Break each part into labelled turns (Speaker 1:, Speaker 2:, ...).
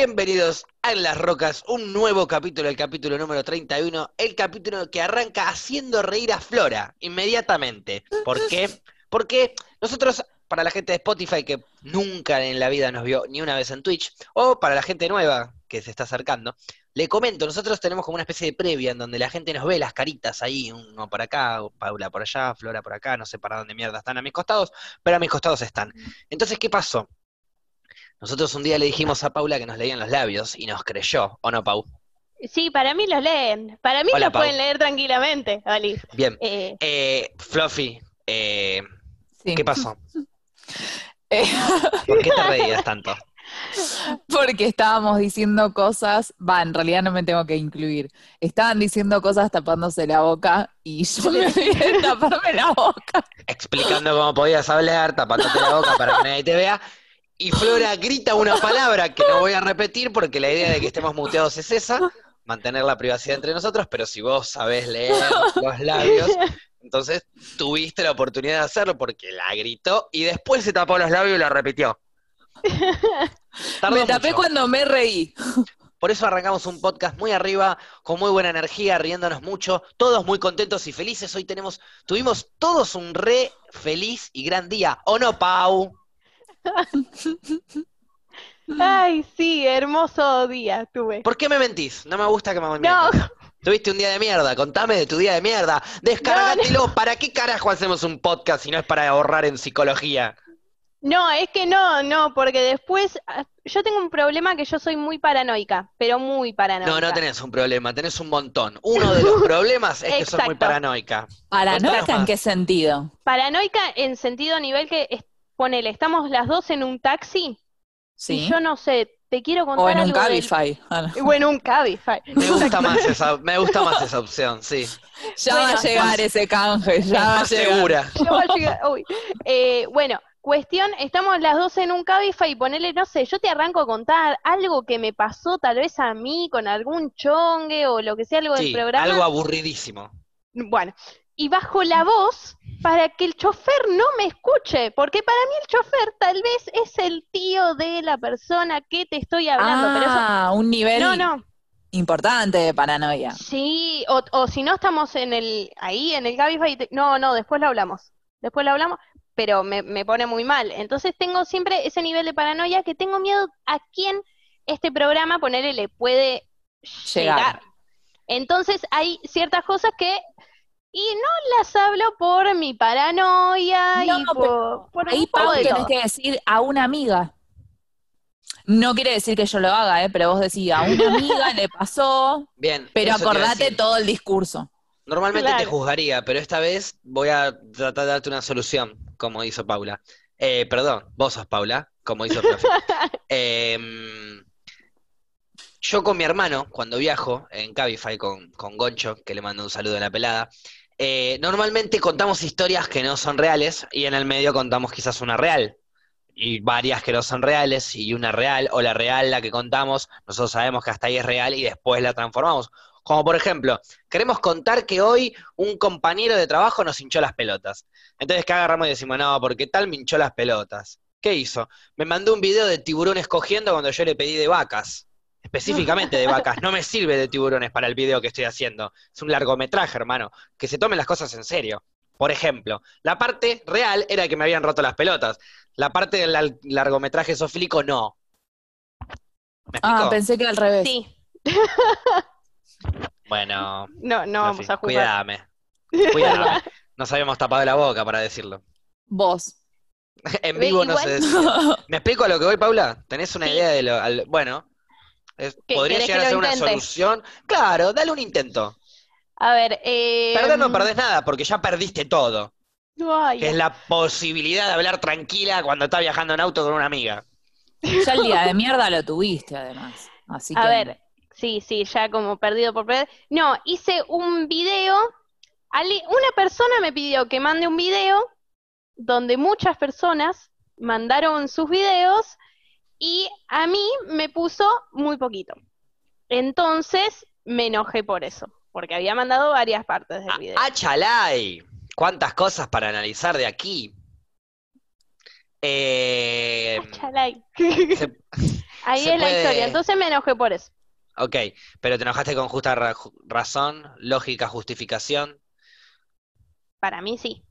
Speaker 1: Bienvenidos a En las Rocas, un nuevo capítulo, el capítulo número 31, el capítulo que arranca haciendo reír a Flora inmediatamente. ¿Por qué? Porque nosotros, para la gente de Spotify que nunca en la vida nos vio ni una vez en Twitch, o para la gente nueva que se está acercando, le comento, nosotros tenemos como una especie de previa en donde la gente nos ve las caritas ahí, uno por acá, Paula por allá, Flora por acá, no sé para dónde mierda están a mis costados, pero a mis costados están. Entonces, ¿qué pasó? Nosotros un día le dijimos a Paula que nos leían los labios y nos creyó, ¿o no, Pau?
Speaker 2: Sí, para mí los leen. Para mí
Speaker 1: Hola,
Speaker 2: los
Speaker 1: Pau.
Speaker 2: pueden leer tranquilamente, Ali.
Speaker 1: Bien.
Speaker 2: Eh,
Speaker 1: Eh, Fluffy, eh,
Speaker 3: Sí.
Speaker 1: ¿qué pasó?
Speaker 3: Eh,
Speaker 1: ¿Por qué te reías tanto?
Speaker 3: porque estábamos diciendo cosas, va, en realidad no me tengo que incluir. Estaban diciendo cosas tapándose la boca y yo me olvidé de taparme la boca.
Speaker 1: Explicando cómo podías hablar, tapándote la boca para que nadie te vea. Y Flora grita una palabra que no voy a repetir porque la idea de que estemos muteados es esa, mantener la privacidad entre nosotros, pero si vos sabés leer los labios, entonces tuviste la oportunidad de hacerlo porque la gritó y después se tapó los labios y la repitió. Tardó
Speaker 3: Me tapé
Speaker 1: mucho.
Speaker 3: cuando me reí.
Speaker 1: Por eso arrancamos un podcast muy arriba, con muy buena energía, riéndonos mucho, todos muy contentos y felices. Hoy tenemos, tuvimos todos un re feliz y gran día. ¿O no, Pau?
Speaker 2: ay, sí, hermoso día tuve.
Speaker 1: ¿Por qué me mentís? No me gusta que me
Speaker 2: No,
Speaker 1: mientas. Tuviste un día de mierda, contame de tu día de mierda. Descargatelo. ¿Para qué carajo hacemos un podcast si no es para ahorrar en psicología?
Speaker 2: no, es que no, no, porque después ah, yo tengo un problema que yo soy muy paranoica, pero muy paranoica.
Speaker 1: No, no tenés un problema, tenés un montón. Uno de los problemas es que sos muy
Speaker 2: Exacto.
Speaker 1: paranoica. Contanos
Speaker 3: ¿Paranoica
Speaker 1: más.
Speaker 3: en qué sentido?
Speaker 2: Paranoica en sentido nivel que es- ponele, estamos las dos en un taxi y
Speaker 3: ¿Sí?
Speaker 2: yo no sé, te quiero contar
Speaker 3: O en un
Speaker 2: algo del-
Speaker 3: Cabify. Ah, no.
Speaker 2: O en un Cabify.
Speaker 1: Me gusta más esa, me gusta más esa opción, sí.
Speaker 3: Ya va
Speaker 2: Bueno,
Speaker 3: a llegar ese canje, ya
Speaker 2: Ah,
Speaker 3: va a
Speaker 1: Más
Speaker 3: llegar.
Speaker 1: segura.
Speaker 2: Ya va a llegar, uy. Eh, bueno, cuestión, estamos las dos en un cabify y ponele, no sé, yo te arranco a contar algo que me pasó tal vez a mí con algún chongue o lo que sea, algo del
Speaker 1: Sí,
Speaker 2: programa.
Speaker 1: algo aburridísimo.
Speaker 2: Bueno, y bajo la voz para que el chofer no me escuche, porque para mí el chofer tal vez es el tío de la persona que te estoy hablando, pero eso...
Speaker 3: Ah, un nivel
Speaker 2: No, no,
Speaker 3: importante de paranoia.
Speaker 2: Sí, o, o si no estamos en el, ahí en el Cabify, y te- no, no, después lo hablamos, después lo hablamos, pero me, me pone muy mal. Entonces tengo siempre ese nivel de paranoia que tengo miedo a quién este programa, ponerle, le puede
Speaker 3: Llegar.
Speaker 2: llegar. Entonces hay ciertas cosas que, y no las hablo por mi paranoia y
Speaker 3: No,
Speaker 2: por, por
Speaker 3: Ahí
Speaker 2: un poco
Speaker 3: Pau
Speaker 2: de
Speaker 3: tenés
Speaker 2: todo.
Speaker 3: que decir a una amiga. No quiere decir que yo lo haga, ¿eh? pero vos decís, a una amiga le pasó,
Speaker 1: Bien.
Speaker 3: pero
Speaker 1: eso te iba a
Speaker 3: acordate
Speaker 1: decir.
Speaker 3: todo el discurso.
Speaker 1: Normalmente te
Speaker 2: Claro.
Speaker 1: juzgaría, pero esta vez voy a tratar de darte una solución, como hizo Paula. Eh, perdón, vos sos Paula, como hizo profe. Em, yo con mi hermano, cuando viajo en Cabify con, con Goncho, que le mando un saludo en la pelada, eh, normalmente contamos historias que no son reales y en el medio contamos quizás una real. Y varias que no son reales y una real, o la real, la que contamos, nosotros sabemos que hasta ahí es real y después la transformamos. Como por ejemplo, queremos contar que hoy un compañero de trabajo nos hinchó las pelotas. Entonces, ¿qué agarramos y decimos? No, porque tal me hinchó las pelotas. ¿Qué hizo? Me mandó un video de tiburones cogiendo cuando yo le pedí de vacas. Específicamente de vacas. No me sirve de tiburones para el video que estoy haciendo. Es un largometraje, hermano. Que se tomen las cosas en serio. Por ejemplo, la parte real era que me habían roto las pelotas. La parte del lar- largometraje sofílico, no. ¿Me explico?
Speaker 3: Ah, pensé que al revés.
Speaker 2: Sí,
Speaker 1: Bueno,
Speaker 2: no, no vamos
Speaker 1: Sofi,
Speaker 2: a juzgar.
Speaker 1: Cuídame. Cuídame. Nos habíamos tapado la boca para decirlo.
Speaker 3: Vos.
Speaker 1: En
Speaker 2: Ve,
Speaker 1: vivo no
Speaker 2: igual-
Speaker 1: se decía. ¿Me explico a lo que voy, Paula? ¿Tenés una
Speaker 2: Sí.
Speaker 1: idea de lo...? al- bueno, es-
Speaker 2: ¿Qué-
Speaker 1: podría
Speaker 2: querés
Speaker 1: llegar
Speaker 2: que
Speaker 1: a ser
Speaker 2: lo
Speaker 1: una
Speaker 2: intente?
Speaker 1: solución. Claro, dale un intento.
Speaker 2: A ver, eh,
Speaker 1: Perder no perdés nada, porque ya perdiste todo.
Speaker 2: ay,
Speaker 1: Que es la posibilidad de hablar tranquila cuando estás viajando en auto con una amiga.
Speaker 3: Ya el día de mierda lo tuviste, además. Así que.
Speaker 2: A ver, sí, sí, ya como perdido por perder. No, hice un video. Ali- Una persona me pidió que mande un video donde muchas personas mandaron sus videos y a mí me puso muy poquito. Entonces me enojé por eso, porque había mandado varias partes
Speaker 1: Ah,
Speaker 2: del video.
Speaker 1: ¡Achalay! ¿Cuántas cosas para analizar de aquí? Eh,
Speaker 2: Ah, Achalay.
Speaker 1: se-
Speaker 2: Ahí
Speaker 1: Se
Speaker 2: es la
Speaker 1: puede-
Speaker 2: historia. Entonces me enojé por eso.
Speaker 1: Ok, pero te enojaste con justa ra- ju- razón, lógica, justificación.
Speaker 2: Para mí sí.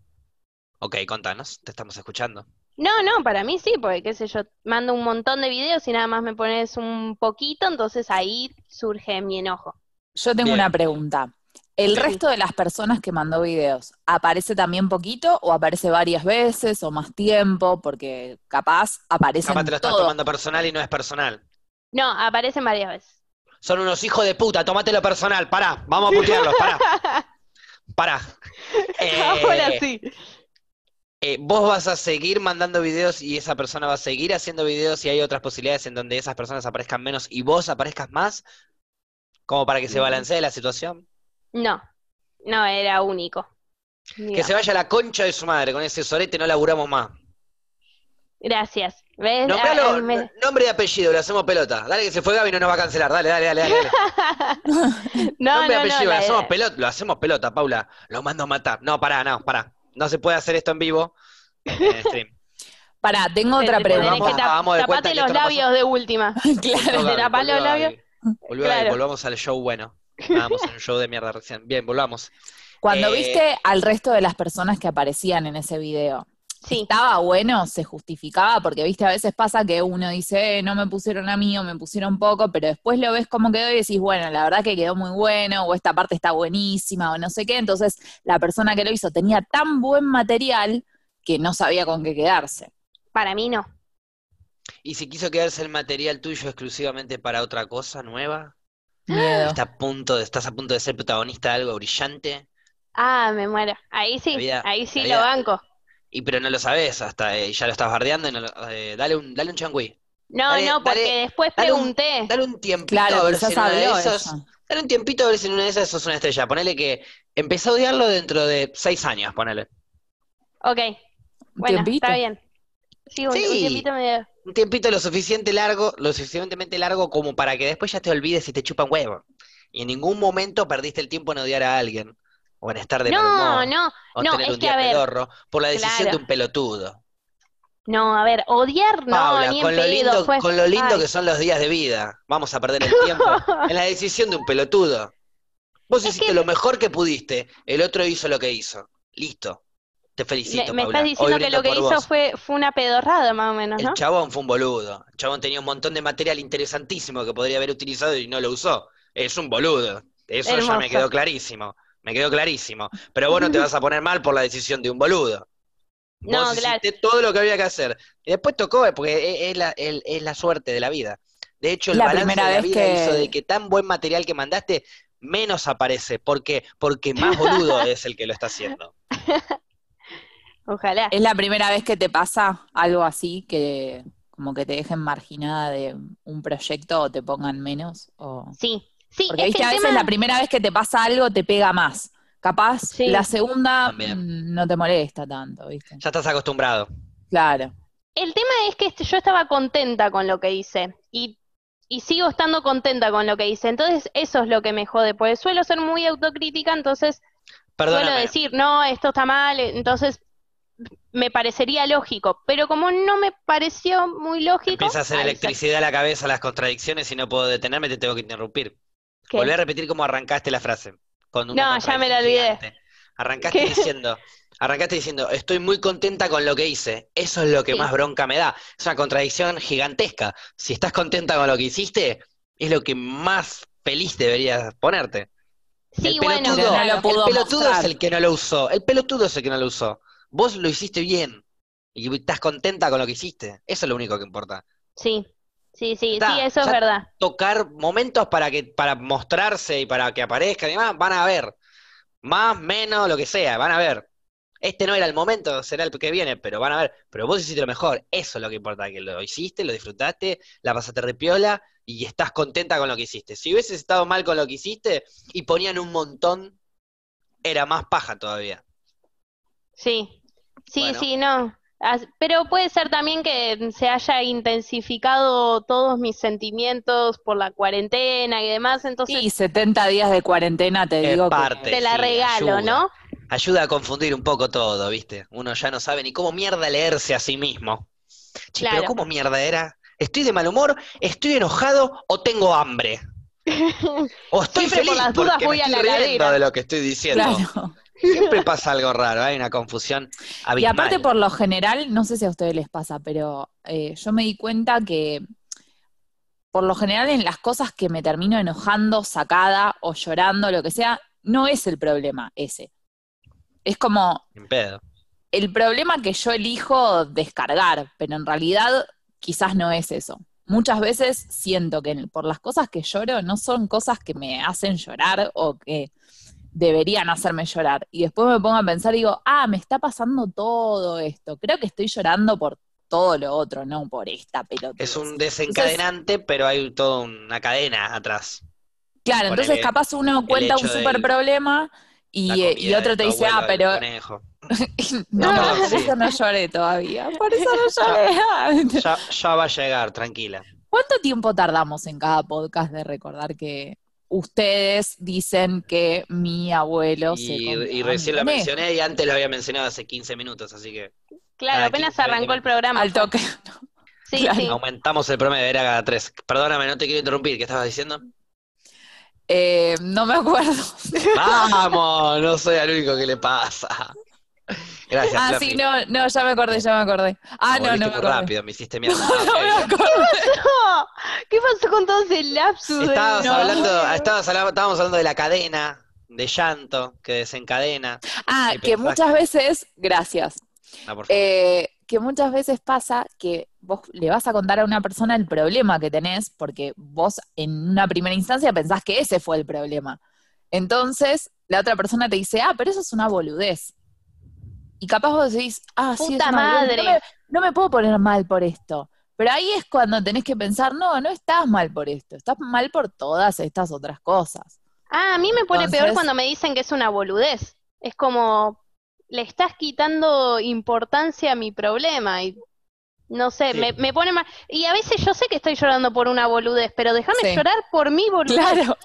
Speaker 1: Ok, contanos, te estamos escuchando.
Speaker 2: No, no, para mí sí, porque qué sé yo, mando un montón de videos y nada más me pones un poquito, entonces ahí surge mi enojo.
Speaker 3: Yo tengo
Speaker 1: Bien.
Speaker 3: una pregunta. ¿El
Speaker 1: Sí.
Speaker 3: resto de las personas que mandó videos aparece también poquito o aparece varias veces o más tiempo? Porque capaz aparecen
Speaker 1: Capaz te lo estás
Speaker 3: todos.
Speaker 1: tomando personal y no es personal.
Speaker 2: No, aparecen varias veces.
Speaker 1: Son unos hijos de puta, tomátelo personal, pará, vamos a putearlos, pará, pará. Eh,
Speaker 2: Ahora sí.
Speaker 1: eh, vos vas a seguir mandando videos y esa persona va a seguir haciendo videos y hay otras posibilidades en donde esas personas aparezcan menos y vos aparezcas más, como para que se balancee la situación.
Speaker 2: No, no era único. Digamos.
Speaker 1: Que se vaya la concha de su madre, con ese sorete no laburamos más.
Speaker 2: Gracias. ¿Ves?
Speaker 1: Nombralo,
Speaker 2: Ah, me-
Speaker 1: n- nombre y apellido, lo hacemos pelota. Dale que se fue Gaby, no nos va a cancelar. Dale, dale, dale, dale. dale.
Speaker 2: No,
Speaker 1: nombre y
Speaker 2: no, no,
Speaker 1: apellido, lo
Speaker 2: la-
Speaker 1: hacemos pelota, lo hacemos pelota, Paula. Lo mando a matar. No, pará, no, pará. No se puede hacer esto en vivo. En stream.
Speaker 3: Pará, tengo otra
Speaker 2: te tenés
Speaker 1: Volvamos-
Speaker 2: que
Speaker 3: pregunta.
Speaker 2: tap-
Speaker 1: hagamos de
Speaker 2: tapate
Speaker 1: cuenta que
Speaker 2: los
Speaker 1: esto no pasó.
Speaker 2: labios de última.
Speaker 3: Claro.
Speaker 1: Volvió
Speaker 2: ¿Te
Speaker 1: Gaby,
Speaker 2: tapás los
Speaker 1: volvió
Speaker 2: labios?
Speaker 1: Gaby. Volvió Gaby,
Speaker 2: Claro.
Speaker 1: volvamos al show bueno. Estábamos en un show de mierda recién. Bien, volvamos.
Speaker 3: Cuando
Speaker 1: Eh,
Speaker 3: viste al resto de las personas que aparecían en ese video,
Speaker 2: Sí,
Speaker 3: ¿estaba bueno? ¿Se justificaba? Porque viste, a veces pasa que uno dice, "Eh, no me pusieron a mí o me pusieron poco, pero después lo ves como quedó y decís, bueno, la verdad que quedó muy bueno, o esta parte está buenísima, o no sé qué. Entonces, la persona que lo hizo tenía tan buen material que no sabía con qué quedarse.
Speaker 2: para mí no.
Speaker 1: ¿Y si quiso quedarse el material tuyo exclusivamente para otra cosa nueva?
Speaker 3: Miedo.
Speaker 1: Está a punto de- estás a punto de ser protagonista de algo brillante.
Speaker 2: Ah, me muero. Ahí sí,
Speaker 1: Había-
Speaker 2: ahí sí
Speaker 1: había-
Speaker 2: lo banco.
Speaker 1: Y pero no lo sabes, hasta eh, ya lo estás bardeando y no lo- eh, dale un, dale un changüí.
Speaker 2: No,
Speaker 1: Dale-
Speaker 2: no, porque
Speaker 1: dale-
Speaker 2: después
Speaker 1: dale un-
Speaker 2: pregunté.
Speaker 1: Dale un tiempito a
Speaker 3: Claro,
Speaker 1: ver
Speaker 3: quizás
Speaker 1: si en una de
Speaker 3: habló
Speaker 1: esas-
Speaker 3: eso.
Speaker 1: Dale un tiempito a ver si en una de esas sos una estrella. Ponele que empecé a odiarlo dentro de seis años, ponele.
Speaker 2: Ok, bueno,
Speaker 3: Tiempito.
Speaker 2: está bien. Sí, un, un
Speaker 1: Sí.
Speaker 2: tiempito medio.
Speaker 1: Un tiempito lo suficiente largo, lo suficientemente largo como para que después ya te olvides y te chupan huevo. Y en ningún momento perdiste el tiempo en odiar a alguien, o en estar de mal
Speaker 2: No,
Speaker 1: humor,
Speaker 2: no,
Speaker 1: o
Speaker 2: no,
Speaker 1: tener
Speaker 2: es
Speaker 1: un
Speaker 2: que,
Speaker 1: día
Speaker 2: a ver,
Speaker 1: pedorro, por la decisión
Speaker 2: claro.
Speaker 1: de un pelotudo.
Speaker 2: no, a ver, odiar no,
Speaker 1: Paula,
Speaker 2: ni en
Speaker 1: con lo
Speaker 2: pedo,
Speaker 1: lindo,
Speaker 2: fue-
Speaker 1: con lo lindo
Speaker 2: Ay.
Speaker 1: que son los días de vida, vamos a perder el tiempo en la decisión de un pelotudo. Vos
Speaker 2: Es
Speaker 1: hiciste
Speaker 2: que-
Speaker 1: lo mejor que pudiste, el otro hizo lo que hizo. Listo. Te
Speaker 2: Me,
Speaker 1: felicito,
Speaker 2: me
Speaker 1: Paula.
Speaker 2: estás
Speaker 1: Hoy
Speaker 2: diciendo que
Speaker 1: brindo
Speaker 2: lo que
Speaker 1: por
Speaker 2: hizo
Speaker 1: vos.
Speaker 2: fue, fue una pedorrada más o menos,
Speaker 1: El
Speaker 2: ¿no?
Speaker 1: chabón fue un boludo. El chabón tenía un montón de material interesantísimo que podría haber utilizado y no lo usó. Es un boludo. Eso ya me
Speaker 2: Hermoso.
Speaker 1: quedó clarísimo. Me quedó clarísimo. Pero vos no te vas a poner mal por la decisión de un boludo. Vos
Speaker 2: No, claro.
Speaker 1: hiciste todo lo que había que hacer. Y después tocó, eh, porque es, es la, el- es la suerte de la vida. De hecho, el
Speaker 3: La
Speaker 1: balance
Speaker 3: primera
Speaker 1: de la
Speaker 3: vez
Speaker 1: vida
Speaker 3: que-
Speaker 1: hizo de que tan buen material que mandaste, menos aparece. ¿Por qué? Porque más boludo es el que lo está haciendo.
Speaker 2: Ojalá.
Speaker 3: ¿Es la primera vez que te pasa algo así, que como que te dejen marginada de un proyecto o te pongan menos? O...
Speaker 2: Sí, sí,
Speaker 3: Porque
Speaker 2: es
Speaker 3: viste,
Speaker 2: que
Speaker 3: a
Speaker 2: el
Speaker 3: veces
Speaker 2: tema...
Speaker 3: la primera vez que te pasa algo te pega más. Capaz
Speaker 2: Sí.
Speaker 3: la segunda
Speaker 1: También.
Speaker 3: mm, no te molesta tanto, ¿viste?
Speaker 1: Ya estás acostumbrado.
Speaker 3: Claro.
Speaker 2: El tema es que este- yo estaba contenta con lo que hice y, y sigo estando contenta con lo que hice. Entonces, eso es lo que me jode, porque suelo ser muy autocrítica, entonces suelo
Speaker 1: Perdóname.
Speaker 2: decir, no, esto está mal, eh, entonces me parecería lógico. Pero como no me pareció muy lógico,
Speaker 1: Empieza a hacer
Speaker 2: ahí
Speaker 1: electricidad a la cabeza las contradicciones y no puedo detenerme, te tengo que interrumpir.
Speaker 2: sa- que-
Speaker 1: Volver a repetir cómo arrancaste la frase. Con una
Speaker 2: No, ya me
Speaker 1: contradicción
Speaker 2: la olvidé.
Speaker 1: gigante. Arrancaste
Speaker 2: ¿Qué?
Speaker 1: diciendo, arrancaste diciendo, estoy muy contenta con lo que hice. Eso es lo que
Speaker 2: Sí.
Speaker 1: más bronca me da. Es una contradicción gigantesca. Si estás contenta con lo que hiciste, es lo que más feliz deberías ponerte.
Speaker 2: sí,
Speaker 1: el
Speaker 2: bueno,
Speaker 1: pelotudo,
Speaker 3: No lo
Speaker 2: claro.
Speaker 3: pudo
Speaker 1: el pelotudo
Speaker 3: mostrar.
Speaker 1: es el que no lo usó. El pelotudo es el que no lo usó. Vos lo hiciste bien. Y estás contenta con lo que hiciste. Eso es lo único que importa.
Speaker 2: sí, sí, sí,
Speaker 1: Está,
Speaker 2: sí, eso es
Speaker 1: ya-
Speaker 2: verdad.
Speaker 1: tocar momentos para que para mostrarse y para que aparezcan y demás, van a ver. Más, menos, lo que sea, van a ver. Este no era el momento, será el que viene, pero van a ver. Pero vos hiciste lo mejor, eso es lo que importa, que lo hiciste, lo disfrutaste, la pasaste repiola y estás contenta con lo que hiciste. Si hubieses estado mal con lo que hiciste y ponían un montón, era más paja todavía.
Speaker 2: Sí, sí,
Speaker 1: Bueno.
Speaker 2: sí, no. As- Pero puede ser también que se haya intensificado todos mis sentimientos por la cuarentena y demás, entonces
Speaker 3: Sí, 70 días de cuarentena te
Speaker 1: Es
Speaker 3: digo que-
Speaker 1: parte.
Speaker 2: te la
Speaker 1: sí,
Speaker 2: regalo,
Speaker 1: ayuda.
Speaker 2: ¿no?
Speaker 1: Ayuda a confundir un poco todo, ¿viste? Uno ya no sabe ni cómo mierda leerse a sí mismo. Che, pero
Speaker 2: Claro.
Speaker 1: ¿cómo mierda era? estoy de mal humor, estoy enojado o tengo hambre. O estoy
Speaker 2: Siempre por
Speaker 1: feliz
Speaker 2: las dudas
Speaker 1: porque
Speaker 2: voy
Speaker 1: me
Speaker 2: a la
Speaker 1: estoy riendo
Speaker 2: heladera.
Speaker 1: de lo que estoy diciendo.
Speaker 3: Claro.
Speaker 1: Siempre pasa algo raro, hay una confusión
Speaker 3: Y
Speaker 1: abismal.
Speaker 3: aparte, por lo general, no sé si a ustedes les pasa, pero eh, yo me di cuenta que por lo general en las cosas que me termino enojando, sacada o llorando, lo que sea, no es el problema ese. Es como
Speaker 1: Ni pedo.
Speaker 3: el problema que yo elijo descargar, pero en realidad quizás no es eso. Muchas veces siento que en- por las cosas que lloro no son cosas que me hacen llorar o que deberían hacerme llorar. Y después me pongo a pensar y digo, ah, me está pasando todo esto. Creo que estoy llorando por todo lo otro, no por esta pelota.
Speaker 1: Es un desencadenante, pero hay toda una cadena atrás.
Speaker 3: Claro,
Speaker 1: ponele,
Speaker 3: entonces capaz uno cuenta un
Speaker 1: hecho
Speaker 3: super
Speaker 1: del-
Speaker 3: problema y,
Speaker 1: La
Speaker 3: eh, y
Speaker 1: comida
Speaker 3: otro
Speaker 1: de
Speaker 3: te
Speaker 1: tu
Speaker 3: dice, ah,
Speaker 1: abuelo, del
Speaker 3: pero
Speaker 1: conejo.
Speaker 3: no,
Speaker 1: No,
Speaker 3: por
Speaker 1: sí.
Speaker 3: eso no lloré todavía. Por eso no lloré. Ah,
Speaker 1: Ya, ya va a llegar, tranquila.
Speaker 3: ¿Cuánto tiempo tardamos en cada podcast de recordar que ustedes dicen que mi abuelo se
Speaker 1: Y,
Speaker 3: comió
Speaker 1: y
Speaker 3: a
Speaker 1: recién
Speaker 3: mi
Speaker 1: lo
Speaker 3: conejo?
Speaker 1: mencioné y antes lo había mencionado hace 15 minutos, así que Ah,
Speaker 2: Claro, apenas
Speaker 1: quince,
Speaker 2: arrancó el
Speaker 1: veinte.
Speaker 2: programa.
Speaker 3: Al toque.
Speaker 2: Sí,
Speaker 3: claro.
Speaker 2: sí.
Speaker 1: aumentamos el promedio, era cada tres. Perdóname, no te quiero interrumpir, ¿qué estabas diciendo?
Speaker 3: Eh, no me acuerdo.
Speaker 1: ¡Vamos! No soy el único que le pasa. Gracias,
Speaker 3: ah,
Speaker 1: Fluffy.
Speaker 3: sí, no, no, ya me acordé, ya me acordé. Ah,
Speaker 1: volviste
Speaker 3: no, no me
Speaker 1: muy
Speaker 3: acordé.
Speaker 1: rápido, me hiciste mierda.
Speaker 3: No, no me
Speaker 1: Ah, ok.
Speaker 3: acordé.
Speaker 2: No, ¿Qué pasó con todo ese lapsus? de-
Speaker 1: Estabas
Speaker 3: No.
Speaker 1: hablando, estabas hablando- estábamos hablando de la cadena de llanto que desencadena.
Speaker 3: Ah,
Speaker 1: Sí, pensaste.
Speaker 3: que muchas veces, gracias,
Speaker 1: No, por favor.
Speaker 3: Eh, que muchas veces pasa que vos le vas a contar a una persona el problema que tenés, porque vos en una primera instancia pensás que ese fue el problema. Entonces, la otra persona te dice, ah, pero eso es una boludez. Y capaz vos decís, ah, sí, es
Speaker 2: Puta
Speaker 3: una boludez, No
Speaker 2: madre.
Speaker 3: me, no me puedo poner mal por esto. Pero ahí es cuando tenés que pensar, no, no estás mal por esto, estás mal por todas estas otras cosas.
Speaker 2: Ah, a mí me pone peor
Speaker 3: Entonces-
Speaker 2: cuando me dicen que es una boludez. Es como, le estás quitando importancia a mi problema y no sé,
Speaker 1: Sí.
Speaker 2: me, me pone mal. Y a veces yo sé que estoy llorando por una boludez, pero déjame
Speaker 3: Sí.
Speaker 2: llorar por mi boludez.
Speaker 3: Claro,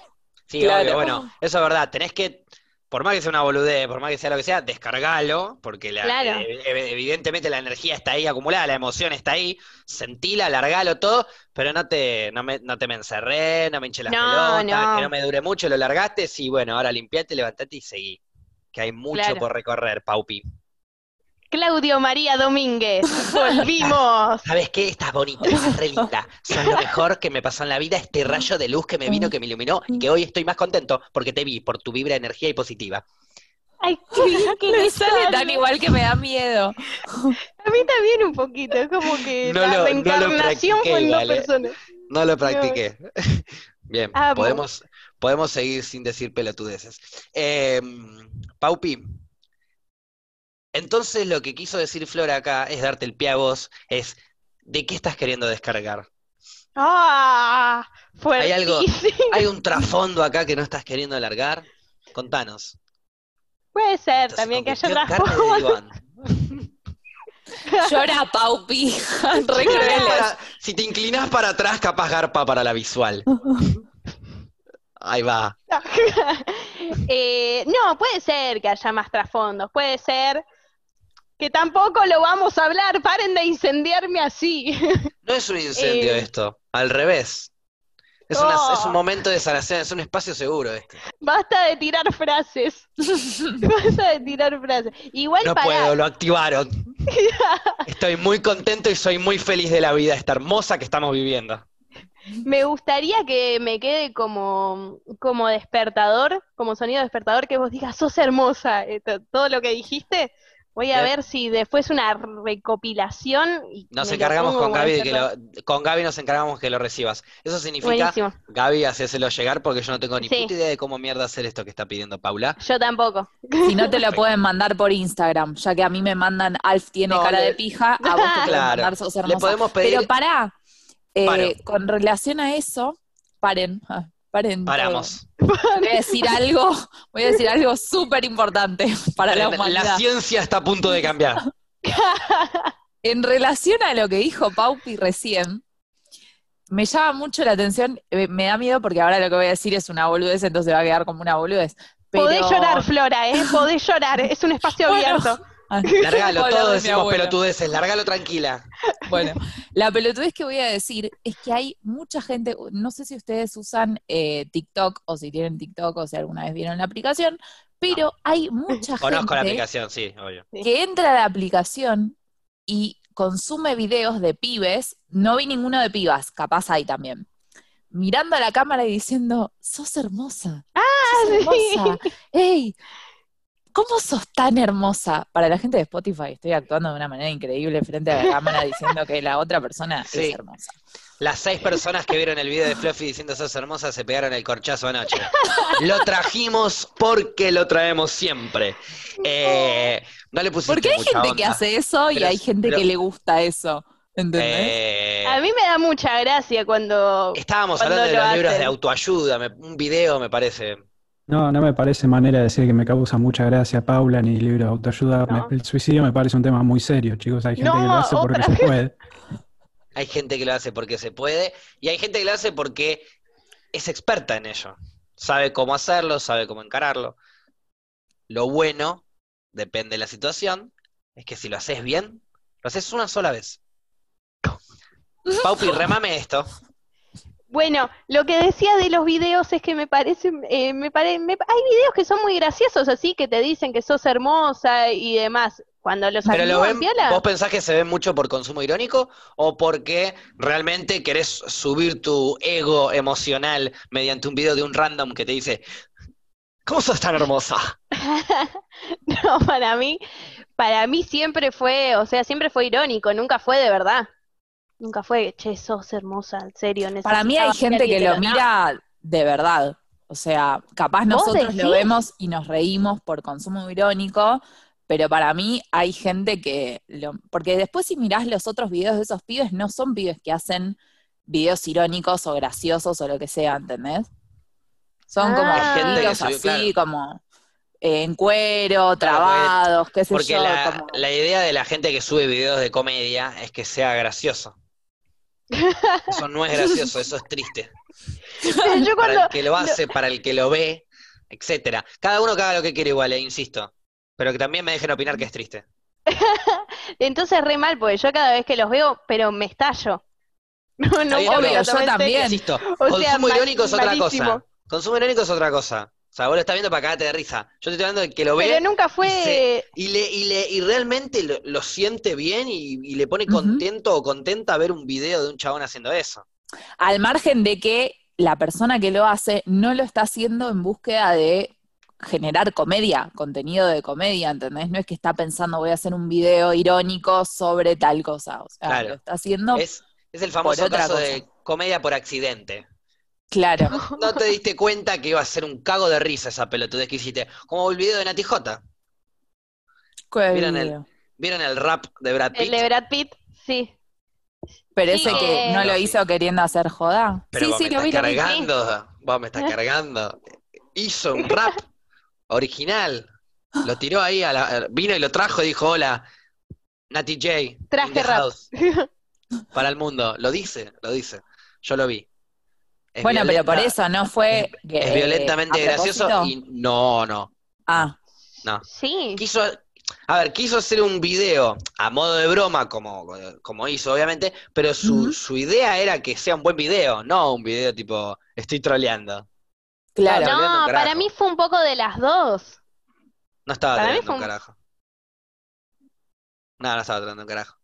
Speaker 1: Sí,
Speaker 3: Claro.
Speaker 1: obvio, bueno, eso es verdad. Tenés que, por más que sea una boludez, por más que sea lo que sea, descargalo, porque la-
Speaker 2: Claro.
Speaker 1: e- e- evidentemente la energía está ahí acumulada, la emoción está ahí, sentila, largalo todo, pero no te, no me, no te me encerré, no me hinché las
Speaker 2: No,
Speaker 1: pelotas,
Speaker 2: no.
Speaker 1: que no me dure mucho, lo largaste, sí, bueno, ahora limpiate, levantate y seguí. Que hay mucho
Speaker 2: Claro.
Speaker 1: por recorrer, Paupi.
Speaker 2: Claudio María Domínguez, volvimos.
Speaker 1: ¿Sabes qué? Estás bonita, estás re linda. Sos lo mejor que me pasó en la vida, este rayo de luz que me vino, que me iluminó, y que hoy estoy más contento porque te vi por tu vibra, energía y positiva.
Speaker 2: Ay, qué, qué
Speaker 3: me sale
Speaker 2: bizarro.
Speaker 3: tan igual que me da miedo.
Speaker 2: A mí también un poquito, es como que
Speaker 1: No
Speaker 2: la
Speaker 1: lo- no lo
Speaker 2: reencarnación fue
Speaker 1: practiqué, eh.
Speaker 2: en dos
Speaker 1: vale.
Speaker 2: personas.
Speaker 1: No lo practiqué. Bien,
Speaker 2: Amo.
Speaker 1: podemos, podemos seguir sin decir pelotudeces. Eh, Paupi, entonces lo que quiso decir Flora acá es darte el pie a vos, es ¿de qué estás queriendo descargar?
Speaker 2: Ah,
Speaker 1: Hay algo-
Speaker 2: fuertísimo.
Speaker 1: ¿Hay un trasfondo acá que no estás queriendo alargar? Contanos.
Speaker 2: Puede ser
Speaker 1: Esto se
Speaker 2: también que haya
Speaker 1: convirtió en
Speaker 2: otras
Speaker 1: carne de
Speaker 2: formas.
Speaker 1: diván.
Speaker 3: Llora, Paupi. Re
Speaker 1: Si te inclinás
Speaker 3: cruel.
Speaker 1: para- Si te inclinás para atrás, capaz garpa para la visual. Ahí va.
Speaker 2: Eh, no, puede ser que haya más trasfondos, puede ser que tampoco lo vamos a hablar, paren de incendiarme así.
Speaker 1: No es un incendio
Speaker 2: Eh.
Speaker 1: esto, al revés. Es, una-
Speaker 2: Oh.
Speaker 1: es un momento de sanación, es un espacio seguro este.
Speaker 2: Basta de tirar frases. Basta de tirar frases. Igual
Speaker 1: No
Speaker 2: para.
Speaker 1: puedo, lo activaron. Estoy muy contento y soy muy feliz de la vida esta hermosa que estamos viviendo.
Speaker 2: Me gustaría que me quede como, como despertador, como sonido despertador, que vos digas, sos hermosa, eh, to- todo lo que dijiste. Voy a
Speaker 1: Bien.
Speaker 2: ver si después una recopilación. y
Speaker 1: Nos
Speaker 2: me lo
Speaker 1: encargamos
Speaker 2: pongo
Speaker 1: con
Speaker 2: como
Speaker 1: Gaby de que
Speaker 2: despertador.
Speaker 1: lo- con Gaby nos encargamos que lo recibas. Eso significa,
Speaker 2: Buenísimo,
Speaker 1: Gaby, hacéselo llegar porque yo no tengo ni
Speaker 2: Sí.
Speaker 1: puta idea de cómo mierda hacer esto que está pidiendo Paula.
Speaker 2: yo tampoco.
Speaker 3: Si no te lo pueden mandar por Instagram, ya que a mí me mandan Alf tiene
Speaker 1: No,
Speaker 3: cara
Speaker 1: le-
Speaker 3: de pija, a vos te pueden
Speaker 1: Claro.
Speaker 3: mandar sos
Speaker 1: Le
Speaker 3: hermosa.
Speaker 1: podemos pedir.
Speaker 3: Pero pará, eh,
Speaker 1: Paro.
Speaker 3: con relación a eso, paren, ah, paren. todo.
Speaker 1: Paramos.
Speaker 3: Voy a decir algo, voy a decir algo súper importante para la
Speaker 1: La,
Speaker 3: humanidad.
Speaker 1: ciencia está a punto de cambiar.
Speaker 3: En relación a lo que dijo Paupi recién, me llama mucho la atención, eh, me da miedo porque ahora lo que voy a decir es una boludez, entonces va a quedar como una boludez. Pero...
Speaker 2: Podés llorar, Flora, ¿eh? Podés llorar, es un espacio
Speaker 3: Bueno,
Speaker 2: abierto.
Speaker 3: Ah,
Speaker 1: Largalo,
Speaker 3: Hablar de
Speaker 1: todos
Speaker 3: mi
Speaker 1: decimos
Speaker 3: abuelo.
Speaker 1: pelotudeces, largalo tranquila.
Speaker 3: Bueno, la pelotudez que voy a decir es que hay mucha gente, no sé si ustedes usan eh, TikTok o si tienen TikTok o si alguna vez vieron la aplicación, pero hay mucha
Speaker 1: Conozco la
Speaker 3: gente
Speaker 1: aplicación, sí, obvio.
Speaker 3: que entra a la aplicación y consume videos de pibes, no vi ninguno de pibas, capaz hay también, mirando a la cámara y diciendo, sos hermosa, sos
Speaker 2: sí.
Speaker 3: hermosa, ey, ¿cómo sos tan hermosa? Para la gente de Spotify estoy actuando de una manera increíble frente a la cámara diciendo que la otra persona
Speaker 1: Sí.
Speaker 3: es hermosa.
Speaker 1: Las seis personas que vieron el video de Fluffy diciendo sos hermosa se pegaron el corchazo anoche. Lo trajimos porque lo traemos siempre. Eh, no le pusiste
Speaker 3: Porque hay
Speaker 1: mucha
Speaker 3: gente que
Speaker 1: onda.
Speaker 3: hace eso y
Speaker 1: Pero-
Speaker 3: hay gente
Speaker 1: pero-
Speaker 3: que le gusta eso, ¿entendés?
Speaker 1: Eh,
Speaker 2: A mí me da mucha gracia cuando...
Speaker 1: estábamos
Speaker 2: cuando
Speaker 1: hablando de
Speaker 2: lo
Speaker 1: los libros
Speaker 2: hacen.
Speaker 1: de autoayuda, me- un video me parece.
Speaker 4: No, no me parece manera de decir que me causa mucha gracia Paula ni libros de autoayuda. Me-
Speaker 2: No.
Speaker 4: el suicidio me parece un tema muy serio, chicos. Hay gente que
Speaker 2: No,
Speaker 4: lo hace porque
Speaker 2: otra
Speaker 4: se puede.
Speaker 1: Hay gente que lo hace porque se puede y hay gente que lo hace porque es experta en ello. Sabe cómo hacerlo, sabe cómo encararlo. Lo bueno, depende de la situación, es que si lo haces bien, lo haces una sola vez. Paupi, remame esto.
Speaker 2: Bueno, lo que decía de los videos es que me parecen, eh, me pare- me- hay videos que son muy graciosos así, que te dicen que sos hermosa y demás. Cuando los
Speaker 1: Pero lo ven,
Speaker 2: actúan, piola,
Speaker 1: ¿vos pensás que se ve mucho por consumo irónico o porque realmente querés subir tu ego emocional mediante un video de un random que te dice, ¿cómo sos tan hermosa?
Speaker 2: No, para mí, para mí siempre fue, o sea, siempre fue irónico, nunca fue de verdad. Nunca fue, che, sos hermosa, en serio.
Speaker 3: Para mí hay
Speaker 2: necesitaba
Speaker 3: gente que
Speaker 2: alguien
Speaker 3: lo
Speaker 2: te
Speaker 3: mira de verdad. O sea, capaz
Speaker 2: ¿Vos
Speaker 3: nosotros lo
Speaker 2: decís?
Speaker 3: vemos y nos reímos por consumo irónico, pero para mí hay gente que lo... Porque después si mirás los otros videos de esos pibes, no son pibes que hacen videos irónicos o graciosos o lo que sea, ¿entendés? Son como
Speaker 2: Ah. Hay
Speaker 1: gente que
Speaker 3: chicos
Speaker 1: subió,
Speaker 3: así, como eh, en cuero, trabados, qué sé
Speaker 1: Porque
Speaker 3: yo.
Speaker 1: la,
Speaker 3: como-
Speaker 1: la idea de la gente que sube videos de comedia es que sea gracioso. Eso no es gracioso, eso es triste.
Speaker 2: Pero
Speaker 1: Para
Speaker 2: yo cuando,
Speaker 1: el que lo hace, para el que lo ve, etcétera. Cada uno que haga lo que quiere igual, eh, insisto. Pero que también me dejen opinar que es triste.
Speaker 2: entonces re mal, porque yo cada vez que los veo, pero me estallo. No, no
Speaker 1: bien,
Speaker 2: puedo,
Speaker 1: obvio, yo
Speaker 2: absolutamente.
Speaker 3: también.
Speaker 1: Insisto,
Speaker 2: O sea,
Speaker 1: consumo
Speaker 2: mal-
Speaker 1: irónico es otra
Speaker 2: malísimo.
Speaker 1: cosa. Consumo irónico es otra cosa. O sea, vos lo estás viendo para cagarte de risa. Yo te estoy hablando del que lo ve
Speaker 2: Pero nunca fue,
Speaker 1: se- y, le, y, le, y realmente lo, lo siente bien y, y le pone
Speaker 3: Ujú.
Speaker 1: contento o contenta ver un video de un chabón haciendo eso.
Speaker 3: al margen de que la persona que lo hace no lo está haciendo en búsqueda de generar comedia, contenido de comedia, ¿entendés? No es que está pensando voy a hacer un video irónico sobre tal cosa, o sea,
Speaker 1: Claro. Eh,
Speaker 3: lo está haciendo,
Speaker 1: Es, es el famoso
Speaker 3: otra
Speaker 1: caso
Speaker 3: cosa.
Speaker 1: de comedia por accidente.
Speaker 3: claro,
Speaker 1: No te diste cuenta que iba a ser un cago de risa esa pelotudez que hiciste. Como el video de Nati Jota.
Speaker 3: Qué
Speaker 1: Miren el-
Speaker 3: video.
Speaker 1: ¿Vieron el rap de Brad
Speaker 2: el
Speaker 1: Pitt?
Speaker 2: de Brad Pitt, sí.
Speaker 3: pero
Speaker 2: Sí,
Speaker 3: ese que
Speaker 2: que-
Speaker 3: no
Speaker 1: No,
Speaker 3: lo
Speaker 1: sí.
Speaker 3: hizo queriendo hacer joda.
Speaker 1: Pero
Speaker 3: sí,
Speaker 1: vos
Speaker 3: sí, ¿Eh?
Speaker 1: me
Speaker 3: lo vi,
Speaker 1: estás
Speaker 3: lo vi.
Speaker 1: cargando. Vos me estás cargando. Hizo un rap original. Lo tiró ahí, a la- vino y lo trajo y dijo, hola, Nati J. in
Speaker 2: Traje
Speaker 1: the
Speaker 2: rap.
Speaker 1: house, para el mundo. Lo dice, lo dice. Yo lo vi. Es
Speaker 3: Bueno, pero por
Speaker 1: violenta-
Speaker 3: eso no fue... que,
Speaker 1: Es
Speaker 3: eh,
Speaker 1: violentamente
Speaker 3: a
Speaker 1: gracioso
Speaker 3: propósito.
Speaker 1: y no, no,
Speaker 3: Ah,
Speaker 1: no.
Speaker 2: Sí.
Speaker 1: Quiso, a ver, quiso hacer un video a modo de broma, como, como hizo, obviamente, pero su,
Speaker 3: Ujú.
Speaker 1: su idea era que sea un buen video, no un video tipo, estoy troleando.
Speaker 3: claro.
Speaker 1: Estaba troleando
Speaker 2: No,
Speaker 1: un carajo.
Speaker 2: para mí fue un poco de las dos.
Speaker 1: No estaba
Speaker 2: Para mí
Speaker 1: troleando
Speaker 2: fue
Speaker 1: un
Speaker 2: un-
Speaker 1: carajo. No, no estaba troleando un carajo.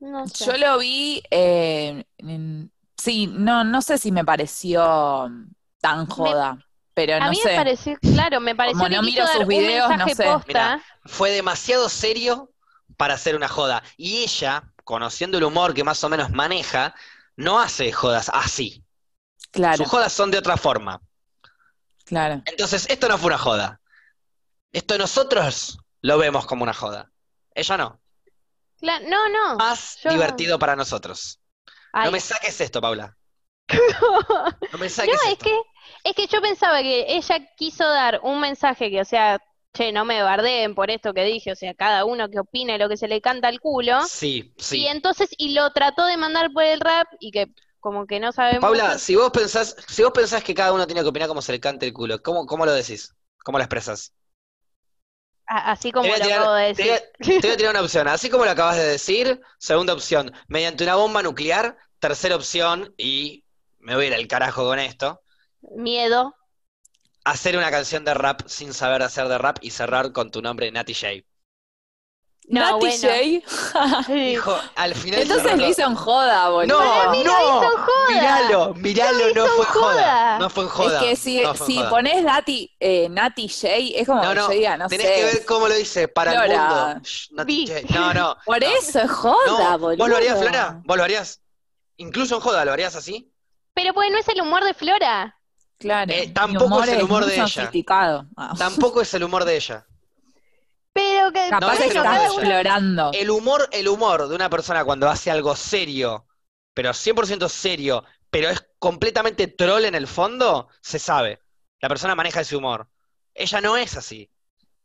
Speaker 2: No sé.
Speaker 3: Yo lo vi, eh, en- sí, no, no sé si me pareció mm, tan joda, pero
Speaker 2: a
Speaker 3: no
Speaker 2: mí
Speaker 3: sé.
Speaker 2: me pareció, claro, me pareció
Speaker 3: Como
Speaker 2: que
Speaker 3: no
Speaker 2: quiso
Speaker 3: miro
Speaker 2: dar
Speaker 3: sus
Speaker 2: un
Speaker 3: videos, no
Speaker 2: mensaje
Speaker 3: sé.
Speaker 2: posta.
Speaker 1: Mirá. Fue demasiado serio para hacer una joda. Y ella, conociendo el humor que más o menos maneja, no hace jodas así.
Speaker 3: Claro,
Speaker 1: Sus jodas son de otra forma.
Speaker 3: claro.
Speaker 1: Entonces, esto no fue una joda. Esto nosotros lo vemos como una joda. Ella no.
Speaker 2: Cla- no, no.
Speaker 1: Más
Speaker 2: Yo-
Speaker 1: divertido para nosotros.
Speaker 2: Ay.
Speaker 1: Ah, No me saques esto, Paula. No me
Speaker 2: No,
Speaker 1: saques
Speaker 2: es
Speaker 1: esto.
Speaker 2: que, es que yo pensaba que ella quiso dar un mensaje que, o sea, che, no me bardeen por esto que dije, o sea, cada uno que opine lo que se le canta al culo.
Speaker 1: Sí, sí.
Speaker 2: Y entonces, y lo trató de mandar por el rap y que como que no sabemos.
Speaker 1: Paula, si vos pensás, si vos pensás que cada uno tiene que opinar como se le cante el culo, ¿cómo, cómo lo decís? ¿Cómo lo expresas?
Speaker 2: A- Así como
Speaker 1: Te
Speaker 2: lo
Speaker 1: voy a tirar-
Speaker 2: acabo de
Speaker 1: te voy a-
Speaker 2: decir.
Speaker 1: Te voy a tirar una opción. Así como lo acabas de decir, segunda opción, mediante una bomba nuclear. Tercera opción, y me voy a ir al carajo con esto,
Speaker 2: Miedo.
Speaker 1: hacer una canción de rap sin saber hacer de rap y cerrar con tu nombre Nati J.
Speaker 2: No,
Speaker 3: Nati
Speaker 2: bueno.
Speaker 3: J.
Speaker 2: Sí.
Speaker 1: Hijo, al final.
Speaker 3: Entonces
Speaker 1: cerró-
Speaker 3: lo hizo en joda, boludo.
Speaker 1: No,
Speaker 2: mí lo
Speaker 1: no,
Speaker 2: eh, hizo en joda.
Speaker 1: miralo, miralo,
Speaker 2: hizo
Speaker 1: no
Speaker 2: en
Speaker 1: fue en joda.
Speaker 2: joda.
Speaker 1: No fue en joda.
Speaker 3: es que si,
Speaker 1: no fue en
Speaker 3: si
Speaker 1: joda.
Speaker 3: pones Nati, eh, Nati J, es como
Speaker 1: No,
Speaker 3: que
Speaker 1: no,
Speaker 3: yo diga, no
Speaker 1: Tenés
Speaker 3: sé.
Speaker 1: que ver cómo lo dice para el
Speaker 3: Flora.
Speaker 1: mundo. Shh, Nati
Speaker 2: Vi.
Speaker 1: J. No, no.
Speaker 3: Por
Speaker 1: no.
Speaker 3: eso es joda,
Speaker 1: No,
Speaker 3: boludo.
Speaker 1: ¿Vos lo harías, Flora? ¿Vos lo harías? Incluso en joda, ¿lo harías así?
Speaker 2: Pero pues no es el humor de Flora.
Speaker 3: Claro.
Speaker 1: Eh,
Speaker 3: mi
Speaker 1: tampoco es el humor
Speaker 3: muy
Speaker 1: de ella.
Speaker 3: sofisticado. Ah.
Speaker 1: Tampoco es el humor de ella.
Speaker 2: Pero que
Speaker 3: Capaz
Speaker 1: es el humor de
Speaker 3: está
Speaker 2: pero cada
Speaker 1: ella.
Speaker 2: uno-
Speaker 3: explorando.
Speaker 1: El humor, el humor de una persona cuando hace algo serio, pero 100% serio, pero es completamente troll en el fondo, se sabe. La persona maneja ese humor. Ella no es así.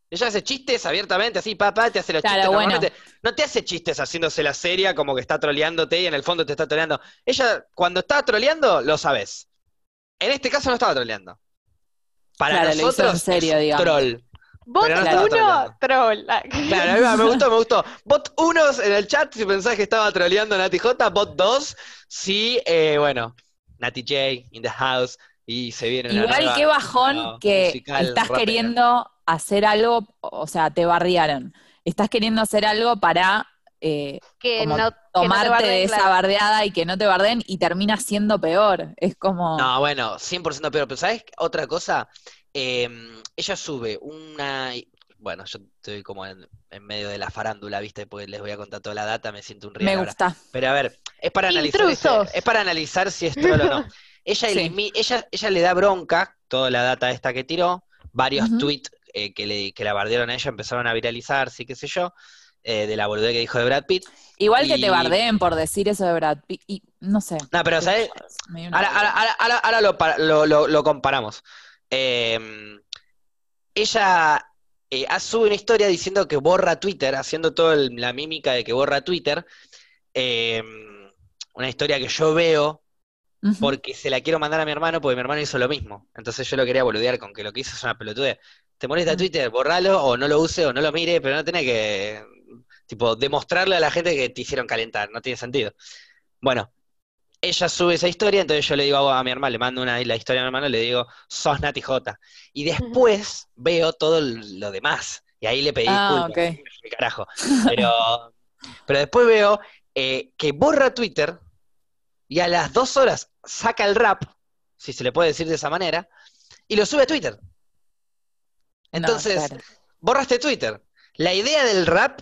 Speaker 1: Ella hace chistes abiertamente, así, papá, te hace los
Speaker 3: Claro,
Speaker 1: chistes.
Speaker 3: bueno.
Speaker 1: normalmente. No te hace chistes haciéndose la seria como que está troleándote y en el fondo te está troleando. Ella, cuando está troleando, lo sabes. En este caso no estaba troleando. Para
Speaker 3: Claro, lo hizo en
Speaker 1: nosotros, es
Speaker 3: serio,
Speaker 1: un
Speaker 3: digamos.
Speaker 1: troll.
Speaker 2: Vos
Speaker 1: Pero no
Speaker 2: uno,
Speaker 1: estaba
Speaker 2: troll. Ah.
Speaker 1: Claro, ahí va, me gustó, me gustó. Bot 1 en el chat si pensás que estaba troleando a Nati J, bot 2 sí, eh, bueno, Nati J in the house y se viene una
Speaker 3: Igual
Speaker 1: nueva-
Speaker 3: qué bajón
Speaker 1: nueva
Speaker 3: que
Speaker 1: musical
Speaker 3: estás
Speaker 1: rapera.
Speaker 3: queriendo hacer algo, o sea, te bardearon. Estás queriendo hacer algo para eh,
Speaker 2: Que
Speaker 3: como
Speaker 2: no, que no te
Speaker 3: tomarte de
Speaker 2: bardeen,
Speaker 3: esa
Speaker 2: claro.
Speaker 3: bardeada y que no te bardeen y termina siendo peor. Es como.
Speaker 1: No, bueno, 100% peor, pero ¿sabes otra cosa? Eh, ella sube una... Bueno, yo estoy como en, en medio de la farándula, ¿viste? Pues les voy a contar toda la data, me siento un río
Speaker 3: me gusta.
Speaker 1: Pero a ver, es para analizar
Speaker 2: Intrusos.
Speaker 1: este- es para analizar si es troll o no. Ella,
Speaker 3: Sí.
Speaker 1: elimi- ella, ella le da bronca toda la data esta que tiró, varios
Speaker 3: Ujú.
Speaker 1: tweets eh, que, le, que la bardearon a ella empezaron a viralizarse, qué sé yo, eh, de la boludez que dijo de Brad Pitt.
Speaker 3: Igual que
Speaker 1: Y-
Speaker 3: te bardeen por decir eso de Brad Pitt. Y, no sé.
Speaker 1: No, pero ¿sabes?
Speaker 3: Me dio una
Speaker 1: Ahora, ahora,
Speaker 3: bronca.
Speaker 1: ahora, ahora- ahora lo, pa- lo, lo- lo comparamos. Eh, ella eh, ha- sube una historia diciendo que borra Twitter, haciendo toda la mímica de que borra Twitter. Eh, una historia que yo veo
Speaker 3: Ujú.
Speaker 1: porque se la quiero mandar a mi hermano porque mi hermano hizo lo mismo. Entonces yo lo quería boludear con que lo que hizo es una pelotudez. ¿Te molesta
Speaker 3: Mm.
Speaker 1: Twitter? Borralo o no lo use o no lo mire, pero no tenés que tipo demostrarle a la gente que te hicieron calentar, no tiene sentido. Bueno, ella sube esa historia, entonces yo le digo a mi hermano, le mando una, la historia a mi hermano, le digo, sos Nati J. Y después veo todo lo demás. Y ahí le pedí
Speaker 3: Ah,
Speaker 1: disculpas.
Speaker 3: ok.
Speaker 1: El carajo. Pero, pero después veo eh, que borra Twitter y a las dos horas saca el rap, si se le puede decir de esa manera, y lo sube a Twitter. Entonces,
Speaker 3: No, claro.
Speaker 1: borraste Twitter. La idea del rap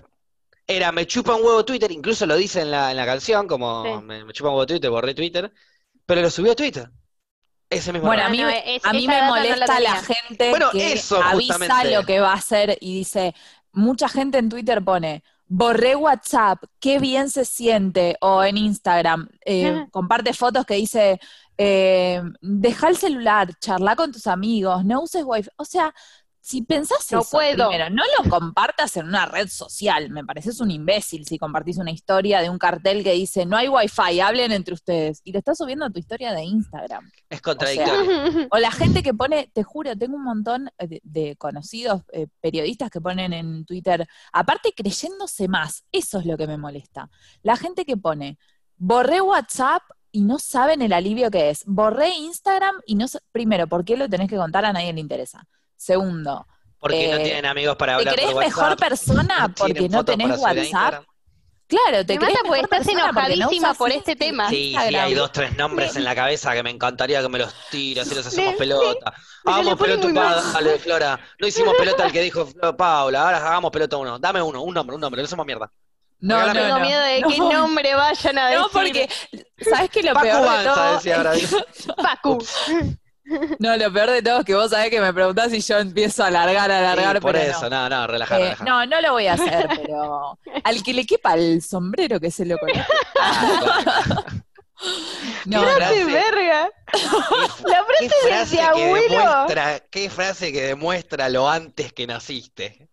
Speaker 1: era me chupa un huevo Twitter, incluso lo dice en la, en la canción, como
Speaker 2: Sí.
Speaker 1: me, me chupa un huevo Twitter, borré Twitter, pero lo subió a Twitter. Ese mismo
Speaker 3: Bueno,
Speaker 1: rap.
Speaker 3: a mí,
Speaker 2: No, no,
Speaker 3: me-
Speaker 2: es-
Speaker 3: a mí
Speaker 2: esa
Speaker 3: me
Speaker 2: data no la
Speaker 3: molesta la
Speaker 2: tenía.
Speaker 3: gente
Speaker 1: Bueno,
Speaker 3: que
Speaker 1: eso,
Speaker 3: avisa
Speaker 1: justamente.
Speaker 3: lo que va a hacer y dice, mucha gente en Twitter pone, borré WhatsApp, qué bien se siente, o en Instagram, eh,
Speaker 2: Ajá.
Speaker 3: comparte fotos que dice, eh, deja el celular, charla con tus amigos, no uses wifi, o sea... Si pensás
Speaker 2: No
Speaker 3: eso,
Speaker 2: puedo.
Speaker 3: primero, no lo compartas en una red social, me pareces un imbécil si compartís una historia de un cartel que dice no hay wifi, hablen entre ustedes, y lo estás subiendo a tu historia de Instagram.
Speaker 1: es contradictorio.
Speaker 3: O la gente que pone, te juro, tengo un montón de, de conocidos eh, periodistas que ponen en Twitter, aparte creyéndose más, eso es lo que me molesta. La gente que pone, borré WhatsApp y no saben el alivio que es, borré Instagram y no sa- primero, ¿por qué lo tenés que contar a nadie le interesa? Segundo,
Speaker 1: porque no
Speaker 3: eh,
Speaker 1: tienen amigos para
Speaker 3: ¿te
Speaker 1: hablar por
Speaker 3: crees
Speaker 1: WhatsApp.
Speaker 3: mejor persona
Speaker 1: tienen
Speaker 3: porque no
Speaker 1: fotos para
Speaker 3: tenés
Speaker 1: subir a
Speaker 3: WhatsApp?
Speaker 1: Instagram.
Speaker 3: Claro, te
Speaker 2: Me mata
Speaker 3: crees
Speaker 2: porque
Speaker 3: mejor
Speaker 2: estás
Speaker 3: persona porque no
Speaker 2: enojadísima
Speaker 3: usás
Speaker 2: por este
Speaker 3: Insta-
Speaker 2: tema.
Speaker 1: Sí, sí,
Speaker 3: Instagram.
Speaker 1: hay dos, tres nombres en la cabeza que me encantaría que me los tires y los hacemos
Speaker 2: Sí,
Speaker 1: pelota.
Speaker 2: Pero le
Speaker 1: Hagamos
Speaker 2: pone
Speaker 1: pelota,
Speaker 2: muy
Speaker 1: pa-
Speaker 2: mal.
Speaker 1: dale, Flora. No hicimos pelota al que dijo Flo- Paula, ahora hagamos pelota uno. Dame uno, un nombre, un nombre, lo hacemos mierda.
Speaker 3: No, no,
Speaker 2: Tengo
Speaker 3: no.
Speaker 2: miedo de
Speaker 3: No,
Speaker 2: qué nombre vayan a decir.
Speaker 3: No, porque, ¿sabes que lo
Speaker 1: Paco
Speaker 3: peor de
Speaker 1: Banza
Speaker 3: todo?
Speaker 1: decía ahora.
Speaker 2: Facu.
Speaker 3: No, lo peor de todo es que vos sabés que me preguntás y yo empiezo a alargar, a alargar,
Speaker 1: Sí, por
Speaker 3: pero
Speaker 1: eso,
Speaker 3: no.
Speaker 1: no, no, relajar,
Speaker 3: Eh,
Speaker 1: relajar.
Speaker 3: no, no lo voy a hacer, pero al que le quepa el sombrero que se lo conozca.
Speaker 1: Ah,
Speaker 3: No,
Speaker 1: Qué
Speaker 2: ¡Qué
Speaker 1: frase,
Speaker 2: verga!
Speaker 1: qué-
Speaker 2: La
Speaker 1: qué
Speaker 2: frase de,
Speaker 1: frase
Speaker 2: de
Speaker 1: que
Speaker 2: abuelo.
Speaker 1: demuestra- qué frase que demuestra lo antes que naciste.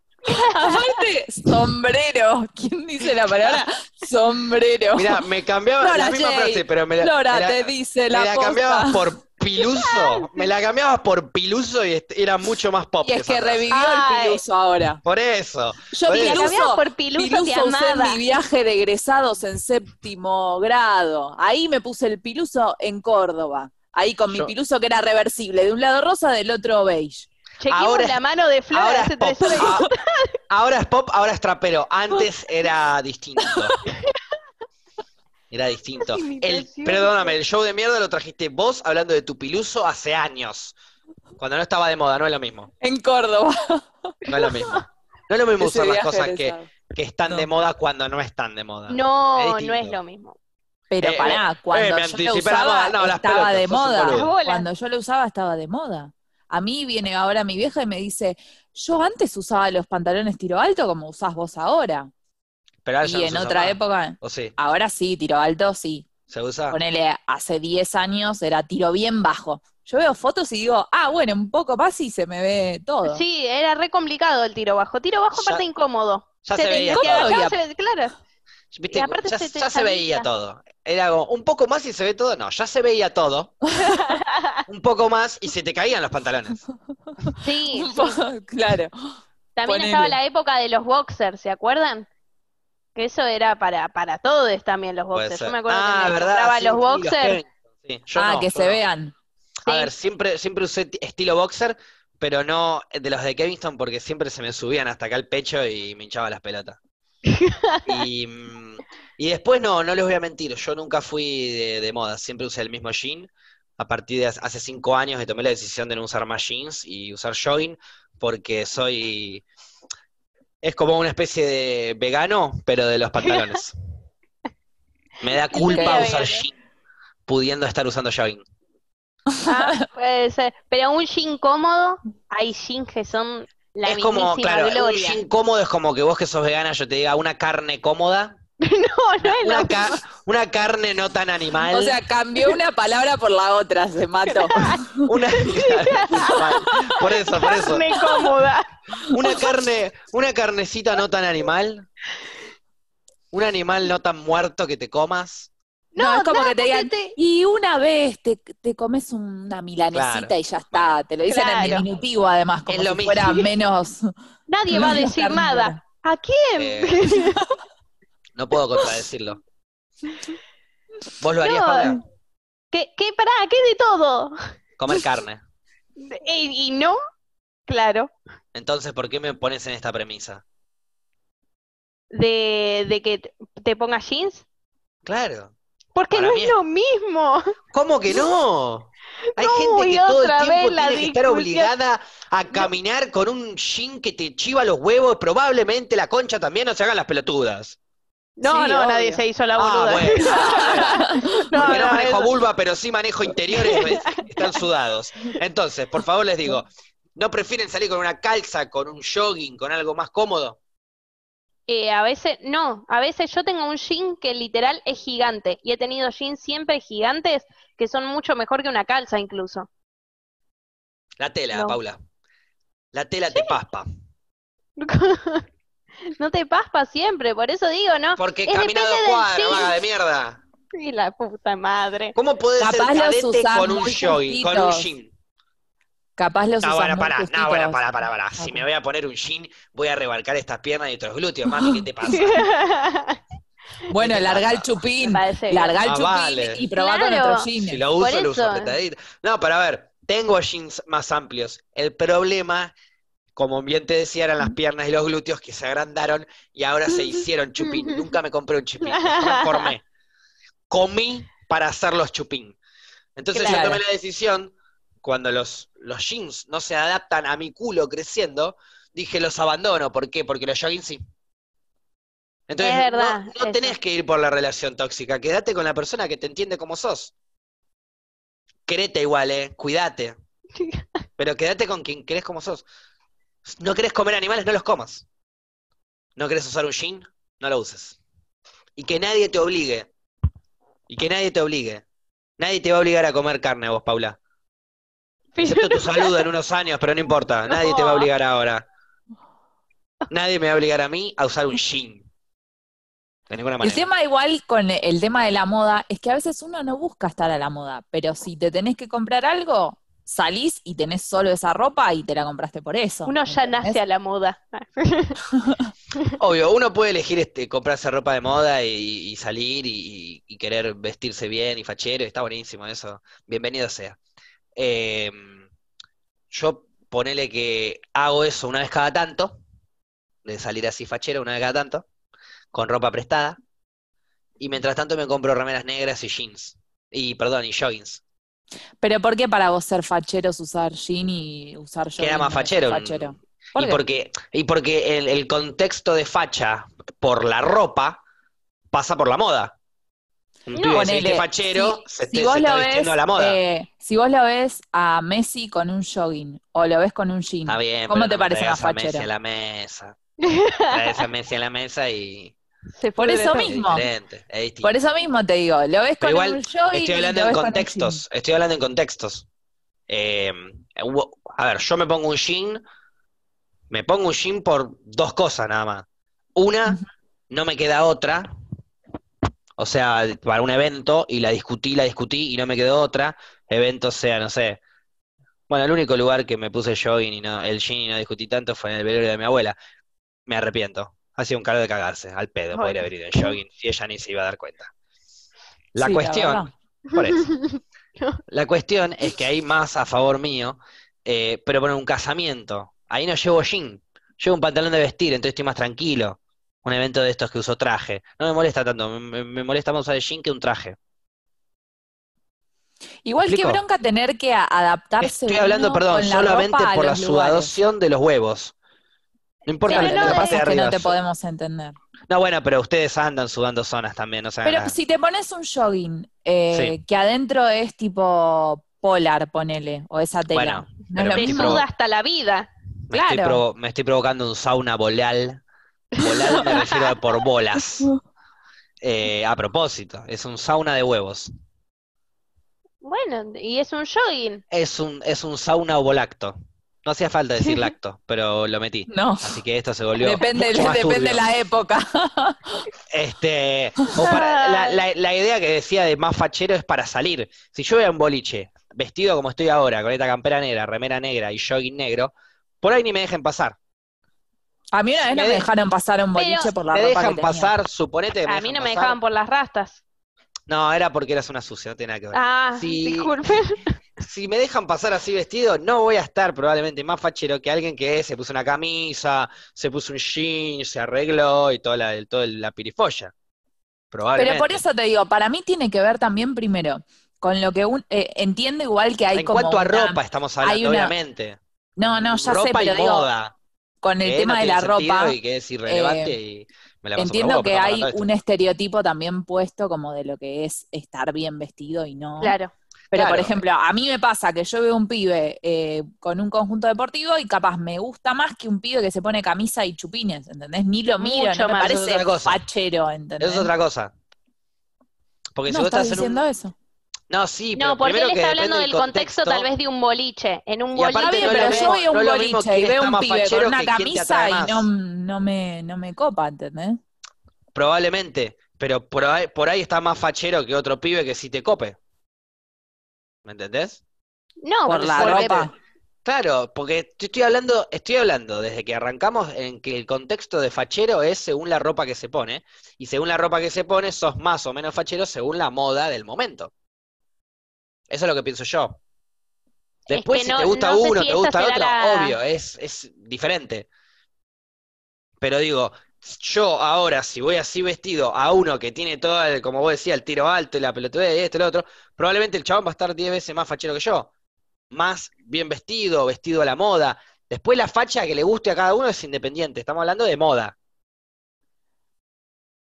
Speaker 3: aparte, sombrero. ¿Quién dice la palabra sombrero?
Speaker 1: Mira, me cambiaba
Speaker 3: Flora
Speaker 1: la misma
Speaker 3: J,
Speaker 1: frase, pero me la,
Speaker 3: Flora
Speaker 1: me la-
Speaker 3: te dice
Speaker 1: me
Speaker 3: la
Speaker 1: la cambiabas
Speaker 3: posta.
Speaker 1: por Piluso. Me la cambiabas por Piluso y est- era mucho más pop.
Speaker 5: Y es que
Speaker 1: esa frase.
Speaker 5: revivió
Speaker 2: Ay.
Speaker 5: el piluso ahora.
Speaker 1: Por eso.
Speaker 5: Yo
Speaker 1: Por eso.
Speaker 2: La cambiabas
Speaker 5: piluso,
Speaker 2: por Piluso, te
Speaker 5: piluso usé en
Speaker 2: amaba.
Speaker 5: mi viaje de egresados en séptimo grado. Ahí me puse el piluso en Córdoba. Ahí con
Speaker 1: Yo-
Speaker 5: mi piluso que era reversible, de un lado rosa, del otro beige.
Speaker 2: Chequeamos
Speaker 1: Ahora-
Speaker 2: la mano de Flor
Speaker 1: Ahora
Speaker 2: hace
Speaker 1: es, pop.
Speaker 2: tres horas.
Speaker 1: Ah, ahora es pop, ahora es trapero. Antes era distinto. Era distinto.
Speaker 2: Casi mi
Speaker 1: El,
Speaker 2: pasión.
Speaker 1: perdóname, el show de mierda lo trajiste vos hablando de tu piluso hace años. Cuando no estaba de moda, no es lo mismo.
Speaker 5: En Córdoba.
Speaker 1: No es lo mismo. No es lo mismo
Speaker 5: Ese
Speaker 1: usar las
Speaker 5: viaje
Speaker 1: cosas que,
Speaker 5: egresado.
Speaker 1: que están
Speaker 3: No.
Speaker 1: de moda cuando no están de moda. Es
Speaker 2: No,
Speaker 1: distinto.
Speaker 2: no es lo mismo.
Speaker 3: Pero
Speaker 1: Eh,
Speaker 3: pará, cuando
Speaker 1: me
Speaker 3: yo lo
Speaker 1: anticipé la
Speaker 3: usaba
Speaker 1: moda. No, las
Speaker 3: estaba
Speaker 1: pelotas,
Speaker 3: de
Speaker 1: sos un boludo.
Speaker 3: moda.
Speaker 2: Las bolas.
Speaker 3: Cuando yo lo usaba estaba de moda. A mí viene ahora mi vieja y me dice, yo antes usaba los pantalones tiro alto como usás vos ahora.
Speaker 1: Pero ahora Ah, ya
Speaker 3: y
Speaker 1: no
Speaker 3: en
Speaker 1: se usa
Speaker 3: otra
Speaker 1: más.
Speaker 3: época,
Speaker 1: ¿O sí?
Speaker 3: ahora sí, tiro alto sí.
Speaker 1: ¿Se usa?
Speaker 3: Ponele, hace 10 años era tiro bien bajo. Yo veo fotos y digo, ah, bueno, un poco más y se me ve todo.
Speaker 2: Sí, era re complicado el tiro bajo. Tiro bajo
Speaker 1: Ya-
Speaker 2: aparte incómodo.
Speaker 1: Ya se,
Speaker 2: te
Speaker 1: veía
Speaker 3: ¿Cómo
Speaker 1: todo.
Speaker 2: encoge,
Speaker 3: había-
Speaker 2: se- claro.
Speaker 1: ¿Viste?
Speaker 2: y aparte
Speaker 1: ya
Speaker 2: se te
Speaker 1: ya se veía
Speaker 2: sabía.
Speaker 1: todo. Era como, un poco más y se ve todo. No, ya se veía todo. un poco más y se te caían los pantalones.
Speaker 2: Sí,
Speaker 5: Un poco, claro.
Speaker 2: También
Speaker 5: Ponele.
Speaker 2: estaba la época de los boxers, ¿se acuerdan? Que eso era para, para todos también los
Speaker 1: Puede
Speaker 2: boxers.
Speaker 1: ser.
Speaker 2: Yo me acuerdo
Speaker 1: ah,
Speaker 2: que me
Speaker 1: ¿verdad?
Speaker 2: compraba
Speaker 1: Sí,
Speaker 2: los
Speaker 1: sí,
Speaker 2: boxers.
Speaker 1: Kevin. Sí, yo
Speaker 3: ah,
Speaker 1: no,
Speaker 3: que
Speaker 1: yo
Speaker 3: se
Speaker 1: no.
Speaker 3: vean.
Speaker 1: A
Speaker 2: Sí.
Speaker 1: ver, siempre, siempre usé t- estilo boxer, pero no de los de Kevinston porque siempre se me subían hasta acá el pecho y me hinchaba las pelotas. Y, mm, y después no, no les voy a mentir, yo nunca fui de, de moda, siempre usé el mismo jean. A partir de hace- hace cinco años que tomé la decisión de no usar más jeans y usar jogging porque soy... Es como una especie de vegano, pero de los pantalones. Me da culpa
Speaker 2: Qué
Speaker 1: usar
Speaker 2: vegano.
Speaker 1: jean, pudiendo estar usando jogging.
Speaker 2: Ah, puede ser. Pero un jean cómodo, hay jeans que son la
Speaker 1: es como,
Speaker 2: mismísima
Speaker 1: claro, un
Speaker 2: gloria.
Speaker 1: jean cómodo es como que vos que sos vegana yo te diga una carne cómoda,
Speaker 2: No, no es lo
Speaker 1: una,
Speaker 2: mismo.
Speaker 1: ca- una carne no tan animal,
Speaker 5: O sea, cambió una palabra por la otra, se mató.
Speaker 1: una Mal. por eso, por eso,
Speaker 2: Me cómoda.
Speaker 1: una carne, una carnecita no tan animal, un animal no tan muerto que te comas,
Speaker 3: No, es como que te digan,
Speaker 2: te-
Speaker 3: y una vez te, te comes una milanesita
Speaker 1: Claro.
Speaker 3: y ya está. Te lo dicen en
Speaker 2: Claro.
Speaker 3: diminutivo, además, como
Speaker 1: Es lo
Speaker 3: si
Speaker 1: mismo.
Speaker 3: fuera menos.
Speaker 2: Nadie va a decir nada. ¿A quién?
Speaker 1: Eh, no puedo contradecirlo. ¿Vos lo harías,
Speaker 2: No.
Speaker 1: Paula?
Speaker 2: ¿Qué, qué, pará, qué de todo?
Speaker 1: Comer carne.
Speaker 2: ¿Y, y no? Claro.
Speaker 1: Entonces, ¿por qué me pones en esta premisa?
Speaker 2: De, de que te- te pongas jeans.
Speaker 1: Claro.
Speaker 2: Porque
Speaker 1: Para
Speaker 2: no
Speaker 1: mí
Speaker 2: es
Speaker 1: es-
Speaker 2: lo mismo.
Speaker 1: ¿Cómo que no? Hay
Speaker 2: No,
Speaker 1: gente
Speaker 2: y
Speaker 1: que todo el
Speaker 2: otra
Speaker 1: tiempo
Speaker 2: vez la
Speaker 1: tiene que estar
Speaker 2: discusión.
Speaker 1: obligada a caminar con un jean que te chiva los huevos, probablemente la concha también, no se hagan las pelotudas.
Speaker 2: No,
Speaker 5: Sí,
Speaker 2: no,
Speaker 5: obvio.
Speaker 2: nadie se hizo la
Speaker 1: Ah,
Speaker 2: boluda.
Speaker 1: bueno.
Speaker 2: No,
Speaker 1: Porque no,
Speaker 2: no,
Speaker 1: manejo
Speaker 2: eso-
Speaker 1: vulva, pero sí manejo interiores, me- están sudados. Entonces, por favor les digo, ¿no prefieren salir con una calza, con un jogging, con algo más cómodo?
Speaker 2: Eh, a veces, no, a veces yo tengo un jean que literal es gigante y he tenido jeans siempre gigantes que son mucho mejor que una calza incluso.
Speaker 1: La tela,
Speaker 2: No.
Speaker 1: Paula. La tela te paspa.
Speaker 2: No te paspa siempre, por eso digo, ¿no?
Speaker 1: Porque
Speaker 2: Es
Speaker 1: camina dos
Speaker 2: depende del
Speaker 1: cuadras,
Speaker 2: jean.
Speaker 1: vaga de mierda.
Speaker 2: Y la puta madre.
Speaker 1: ¿Cómo podés
Speaker 3: Capaz
Speaker 1: ser
Speaker 3: los
Speaker 1: cadete
Speaker 3: usás
Speaker 1: con un
Speaker 3: muy
Speaker 1: jogging, con un
Speaker 3: justitos.
Speaker 1: jean?
Speaker 3: Capaz los
Speaker 1: No,
Speaker 3: usan
Speaker 1: bueno,
Speaker 3: muy
Speaker 1: pará,
Speaker 3: justitos.
Speaker 1: no, bueno, pará, pará, pará. Si
Speaker 3: Ah, Ok.
Speaker 1: me voy a poner un jean, voy a rebarcar estas piernas y otros glúteos, mami, ¿qué te pasa?
Speaker 3: Bueno,
Speaker 1: ¿Qué te
Speaker 3: larga el
Speaker 1: pasa?
Speaker 3: chupín.
Speaker 2: Me parece bien.
Speaker 3: Larga el
Speaker 1: Ah,
Speaker 3: chupín
Speaker 1: vale.
Speaker 3: y probá con
Speaker 2: Claro.
Speaker 3: otro jean.
Speaker 1: Si lo uso,
Speaker 2: Por
Speaker 1: lo uso
Speaker 2: eso. ¿eh?
Speaker 1: apretadito. No, pero a ver, tengo jeans más amplios. El problema, como bien te decía, eran las piernas y los glúteos que se agrandaron y ahora se hicieron chupín. Nunca me compré un chupín, me transformé. Comí para hacer los chupín. Entonces
Speaker 3: Claro.
Speaker 1: yo tomé la decisión, cuando los, los jeans no se adaptan a mi culo creciendo, dije los abandono. ¿Por qué? Porque los jogging sí. Entonces,
Speaker 2: Es
Speaker 1: no-
Speaker 2: verdad,
Speaker 1: no,
Speaker 2: eso.
Speaker 1: tenés que ir por la relación tóxica, quédate con la persona que te entiende como sos. Querete igual, eh, cuídate. Pero quédate con quien querés como sos. No querés comer animales, no los comas. No querés usar un jean, no lo uses. Y que nadie te obligue. Y que nadie te obligue. Nadie te va a obligar a comer carne a vos, Paula. Excepto tu saludo en unos años, pero no importa. Nadie te va a obligar ahora. Nadie me va a obligar a mí a usar un jean. De ninguna
Speaker 3: El
Speaker 1: manera.
Speaker 3: tema igual con el tema de la moda es que a veces uno no busca estar a la moda, pero si te tenés que comprar algo, salís y tenés solo esa ropa y te la compraste por eso.
Speaker 2: Uno ya
Speaker 3: ¿entendés?
Speaker 2: nace a la moda.
Speaker 1: Obvio, uno puede elegir este, comprarse ropa de moda y, y salir y, y querer vestirse bien y fachero, y está buenísimo eso. Bienvenido sea. Eh, yo ponele que hago eso una vez cada tanto, de salir así fachero una vez cada tanto, con ropa prestada, y mientras tanto me compro remeras negras y jeans. Y perdón, y joggings.
Speaker 3: Pero ¿por qué para vos ser facheros usar jean y usar yo?
Speaker 1: Queda más fachero.
Speaker 3: ¿Por
Speaker 1: y
Speaker 3: qué?
Speaker 1: porque, y porque el, el contexto de facha por la ropa pasa por la moda. Un
Speaker 2: No,
Speaker 1: pibe que se
Speaker 3: ponele,
Speaker 1: viste fachero
Speaker 3: si-
Speaker 1: se,
Speaker 3: si
Speaker 1: te-
Speaker 3: vos
Speaker 1: se
Speaker 3: lo
Speaker 1: está
Speaker 3: ves,
Speaker 1: vistiendo a la moda.
Speaker 3: eh, si vos lo ves a Messi con un jogging o lo ves con un jean,
Speaker 1: Está bien,
Speaker 3: ¿cómo
Speaker 1: pero
Speaker 3: te
Speaker 1: no
Speaker 3: parece más
Speaker 1: traigas a Messi
Speaker 3: fachero?
Speaker 1: en la mesa. Traes a Messi en la mesa y
Speaker 2: Se
Speaker 3: Por
Speaker 2: fue
Speaker 3: eso
Speaker 2: de-
Speaker 1: es
Speaker 3: mismo.
Speaker 1: diferente. es distinto.
Speaker 3: Por eso mismo te digo, lo
Speaker 1: Pero
Speaker 3: ves con
Speaker 1: igual
Speaker 3: un jogging
Speaker 1: Estoy
Speaker 3: y
Speaker 1: hablando
Speaker 3: lo
Speaker 1: en
Speaker 3: ves con un
Speaker 1: contextos, estoy hablando en contextos. Eh, hubo- a ver, yo me pongo un jean, me pongo un jean por dos cosas nada más. Una, no me queda otra, o sea, para un evento, y la discutí, la discutí, y no me quedó otra. Evento sea, no sé. Bueno, el único lugar que me puse jogging y no, el jean y no discutí tanto fue en el velorio de mi abuela. Me arrepiento. Ha sido un calor de cagarse, al pedo,
Speaker 2: Ay.
Speaker 1: podría haber ido en jogging, y ella ni se iba a dar cuenta.
Speaker 3: jean.
Speaker 1: La
Speaker 3: Sí,
Speaker 1: cuestión,
Speaker 3: verdad.
Speaker 1: por eso. La cuestión es que hay más a favor mío, eh, pero poner un casamiento. Ahí no llevo jean, llevo un pantalón de vestir, entonces estoy más tranquilo. Un evento de estos que uso traje. No me molesta tanto, me- me, me molesta más usar el jean que un traje.
Speaker 3: Igual
Speaker 1: ¿Me
Speaker 3: que
Speaker 1: explico?
Speaker 3: bronca tener que a- adaptarse.
Speaker 1: Estoy hablando,
Speaker 3: uno
Speaker 1: perdón,
Speaker 3: con la
Speaker 1: solamente
Speaker 3: ropa a
Speaker 1: por la
Speaker 3: los lugares.
Speaker 1: sudación de los huevos. No importa
Speaker 2: Pero
Speaker 1: la,
Speaker 2: no
Speaker 1: la
Speaker 3: lo
Speaker 2: de-
Speaker 3: que
Speaker 1: parte
Speaker 3: pasa
Speaker 1: de
Speaker 3: es que
Speaker 1: arriba.
Speaker 3: no te podemos entender.
Speaker 1: No, bueno, pero ustedes andan sudando zonas también, no saben
Speaker 3: Pero
Speaker 1: nada.
Speaker 3: si te pones un jogging eh,
Speaker 1: Sí.
Speaker 3: que adentro es tipo polar, ponele, o esa tela.
Speaker 1: Bueno,
Speaker 3: no
Speaker 1: pero
Speaker 3: es lo
Speaker 1: me
Speaker 2: Te
Speaker 3: mismo.
Speaker 1: provo-
Speaker 2: suda hasta la vida.
Speaker 1: me, estoy
Speaker 3: claro.
Speaker 1: provo- me estoy provocando un sauna boleal. Boleal me refiero a por bolas. Eh, a propósito, es un sauna de huevos.
Speaker 2: Bueno, y es un jogging.
Speaker 1: Es un, es un sauna ovolacto. No hacía falta decir lacto, pero lo metí.
Speaker 3: No.
Speaker 1: Así que esto se volvió
Speaker 3: Depende,
Speaker 1: mucho más
Speaker 3: depende
Speaker 1: turbio.
Speaker 3: la época.
Speaker 1: Este, o para- la,
Speaker 2: Ay.
Speaker 1: la- la idea que decía de más fachero es para salir. Si yo voy a un boliche, vestido como estoy ahora, con esta campera negra, remera negra y jogging negro, por ahí ni me dejen pasar.
Speaker 3: A mí una vez no
Speaker 1: Me
Speaker 3: me
Speaker 1: de-
Speaker 3: dejaron pasar a un
Speaker 2: Pero-
Speaker 3: boliche por la
Speaker 1: Me
Speaker 3: ropa que
Speaker 1: dejan
Speaker 3: tenía.
Speaker 1: pasar, suponete que
Speaker 2: A mí no me
Speaker 1: pasar.
Speaker 2: dejaban por las rastas.
Speaker 1: No, era porque eras una sucia, no tiene nada que ver.
Speaker 2: Ah,
Speaker 1: Sí.
Speaker 2: disculpen.
Speaker 1: si me dejan pasar así vestido, no voy a estar probablemente más fachero que alguien que se puso una camisa, se puso un jean, se arregló y toda la, toda la pirifolla. Probablemente.
Speaker 3: Pero por eso te digo, para mí tiene que ver también primero con lo que un, eh, entiendo igual que hay
Speaker 1: en
Speaker 3: como
Speaker 1: cuanto a
Speaker 3: una-
Speaker 1: ropa estamos hablando,
Speaker 3: hay una-
Speaker 1: obviamente.
Speaker 3: No, no, ya
Speaker 1: ropa
Speaker 3: sé, pero
Speaker 1: y
Speaker 3: digo,
Speaker 1: moda.
Speaker 3: con el
Speaker 1: que
Speaker 3: tema
Speaker 1: no
Speaker 3: de
Speaker 1: tiene
Speaker 3: la
Speaker 1: sentido
Speaker 3: ropa, eh,
Speaker 1: Y que es irrelevante y me la paso por
Speaker 3: entiendo
Speaker 1: vos,
Speaker 3: que
Speaker 1: pero estamos
Speaker 3: hay
Speaker 1: hablando de esto.
Speaker 3: un estereotipo también puesto como de lo que es estar bien vestido y no.
Speaker 2: Claro.
Speaker 3: Pero, por
Speaker 1: Claro.
Speaker 3: ejemplo, a mí me pasa que yo veo un pibe eh, con un conjunto deportivo y capaz me gusta más que un pibe que se pone camisa y chupines, ¿entendés? Ni lo miro,
Speaker 2: Mucho
Speaker 3: no me
Speaker 2: más.
Speaker 1: Eso es
Speaker 3: parece
Speaker 1: otra cosa.
Speaker 3: fachero, ¿entendés?
Speaker 1: Eso es otra cosa. Porque si
Speaker 3: no,
Speaker 1: vos
Speaker 3: estás
Speaker 1: estás en
Speaker 3: diciendo
Speaker 1: un...
Speaker 3: eso.
Speaker 1: No, sí, pero
Speaker 2: No, porque
Speaker 1: primero
Speaker 2: él
Speaker 1: que
Speaker 2: está
Speaker 1: depende
Speaker 2: hablando del contexto, tal vez de un boliche. En un
Speaker 1: Y aparte
Speaker 2: boliche.
Speaker 3: Está bien,
Speaker 1: no es lo
Speaker 3: pero
Speaker 1: mismo-
Speaker 3: yo voy a un
Speaker 1: no es lo mismo
Speaker 3: boliche y
Speaker 1: quién
Speaker 3: veo
Speaker 1: está
Speaker 3: un
Speaker 1: más
Speaker 3: pibe con
Speaker 1: fachero
Speaker 3: una
Speaker 1: que quién te
Speaker 3: camisa
Speaker 1: atrae
Speaker 3: y
Speaker 1: más.
Speaker 3: no, no, me, no me copa, ¿entendés?
Speaker 1: Probablemente, pero por ahí, por ahí está más fachero que otro pibe que sí te cope. ¿Me entendés?
Speaker 2: No,
Speaker 3: Por
Speaker 2: porque-
Speaker 3: la
Speaker 2: porque-
Speaker 3: ropa.
Speaker 1: Claro, porque te estoy hablando, estoy hablando desde que arrancamos en que el contexto de fachero es según la ropa que se pone, y según la ropa que se pone sos más o menos fachero según la moda del momento. Eso es lo que pienso yo.
Speaker 2: que
Speaker 1: Después, si
Speaker 2: no-
Speaker 1: te gusta
Speaker 2: no sé
Speaker 1: uno,
Speaker 2: si
Speaker 1: te
Speaker 2: esa
Speaker 1: gusta
Speaker 2: será
Speaker 1: otro,
Speaker 2: la-
Speaker 1: obvio, es, es diferente. Pero digo, yo ahora, si voy así vestido a uno que tiene todo, el, como vos decías, el tiro alto y la pelotudez y esto y lo otro, probablemente el chabón va a estar 10 veces más fachero que yo. Más bien vestido, vestido a la moda. Después la facha que le guste a cada uno es independiente. Estamos hablando de moda.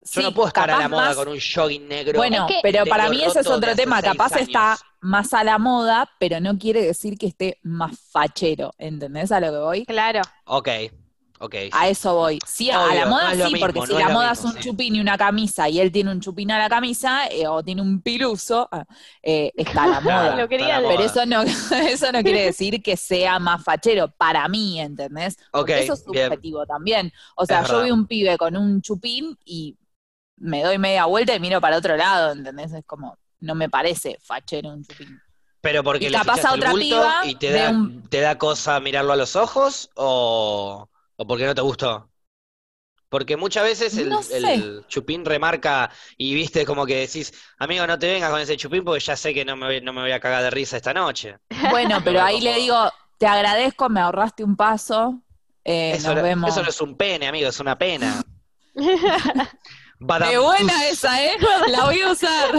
Speaker 1: Yo
Speaker 3: Sí,
Speaker 1: no puedo estar a
Speaker 3: capaz
Speaker 1: la moda
Speaker 3: más-
Speaker 1: con un jogging negro.
Speaker 3: Bueno,
Speaker 2: Es que-
Speaker 3: pero para
Speaker 1: Tengo
Speaker 3: mí ese es
Speaker 1: roto de
Speaker 3: otro
Speaker 1: hace
Speaker 3: tema.
Speaker 1: seis
Speaker 3: Capaz
Speaker 1: años.
Speaker 3: está más a la moda, pero no quiere decir que esté más fachero. ¿Entendés a lo que voy?
Speaker 2: Claro.
Speaker 1: Ok, ok.
Speaker 3: A eso voy. Sí, a
Speaker 1: Obvio,
Speaker 3: la moda
Speaker 1: no es
Speaker 3: sí,
Speaker 1: lo mismo,
Speaker 3: porque
Speaker 1: no
Speaker 3: si
Speaker 1: es
Speaker 3: la
Speaker 1: lo
Speaker 3: moda
Speaker 1: mismo,
Speaker 3: es un
Speaker 1: sí.
Speaker 3: chupín y una camisa y él tiene un chupín a la camisa eh, o tiene un piluso, ah, eh, está a la
Speaker 1: Claro,
Speaker 3: moda.
Speaker 2: Lo quería
Speaker 1: está la
Speaker 2: decir.
Speaker 3: Pero
Speaker 1: moda.
Speaker 3: eso no, eso no quiere decir que sea más fachero, para mí, ¿entendés? Porque
Speaker 1: Ok,
Speaker 3: eso es
Speaker 1: bien.
Speaker 3: subjetivo también. O sea,
Speaker 1: Es
Speaker 3: yo
Speaker 1: verdad.
Speaker 3: vi un pibe con un chupín y me doy media vuelta y miro para otro lado, ¿entendés? Es como, no me parece fachero un chupín.
Speaker 1: Pero porque
Speaker 3: Y
Speaker 1: le
Speaker 3: capaz
Speaker 1: fichas
Speaker 3: a
Speaker 1: el
Speaker 3: otra
Speaker 1: bulto
Speaker 3: piba
Speaker 1: y te
Speaker 3: de
Speaker 1: da,
Speaker 3: un-
Speaker 1: te da cosa mirarlo a los ojos o, o porque no te gustó. Porque muchas veces el,
Speaker 3: No sé.
Speaker 1: el chupín remarca y viste como que decís, amigo, no te vengas con ese chupín porque ya sé que no me, voy- no me voy a cagar de risa esta noche.
Speaker 3: Bueno, pero ahí
Speaker 1: como-
Speaker 3: le digo, te agradezco, me ahorraste un paso, eh,
Speaker 1: eso,
Speaker 3: nos
Speaker 1: no,
Speaker 3: vemos.
Speaker 1: eso no es un pene, amigo, es una pena. Badam.
Speaker 3: Qué buena esa, ¿eh? La voy a usar.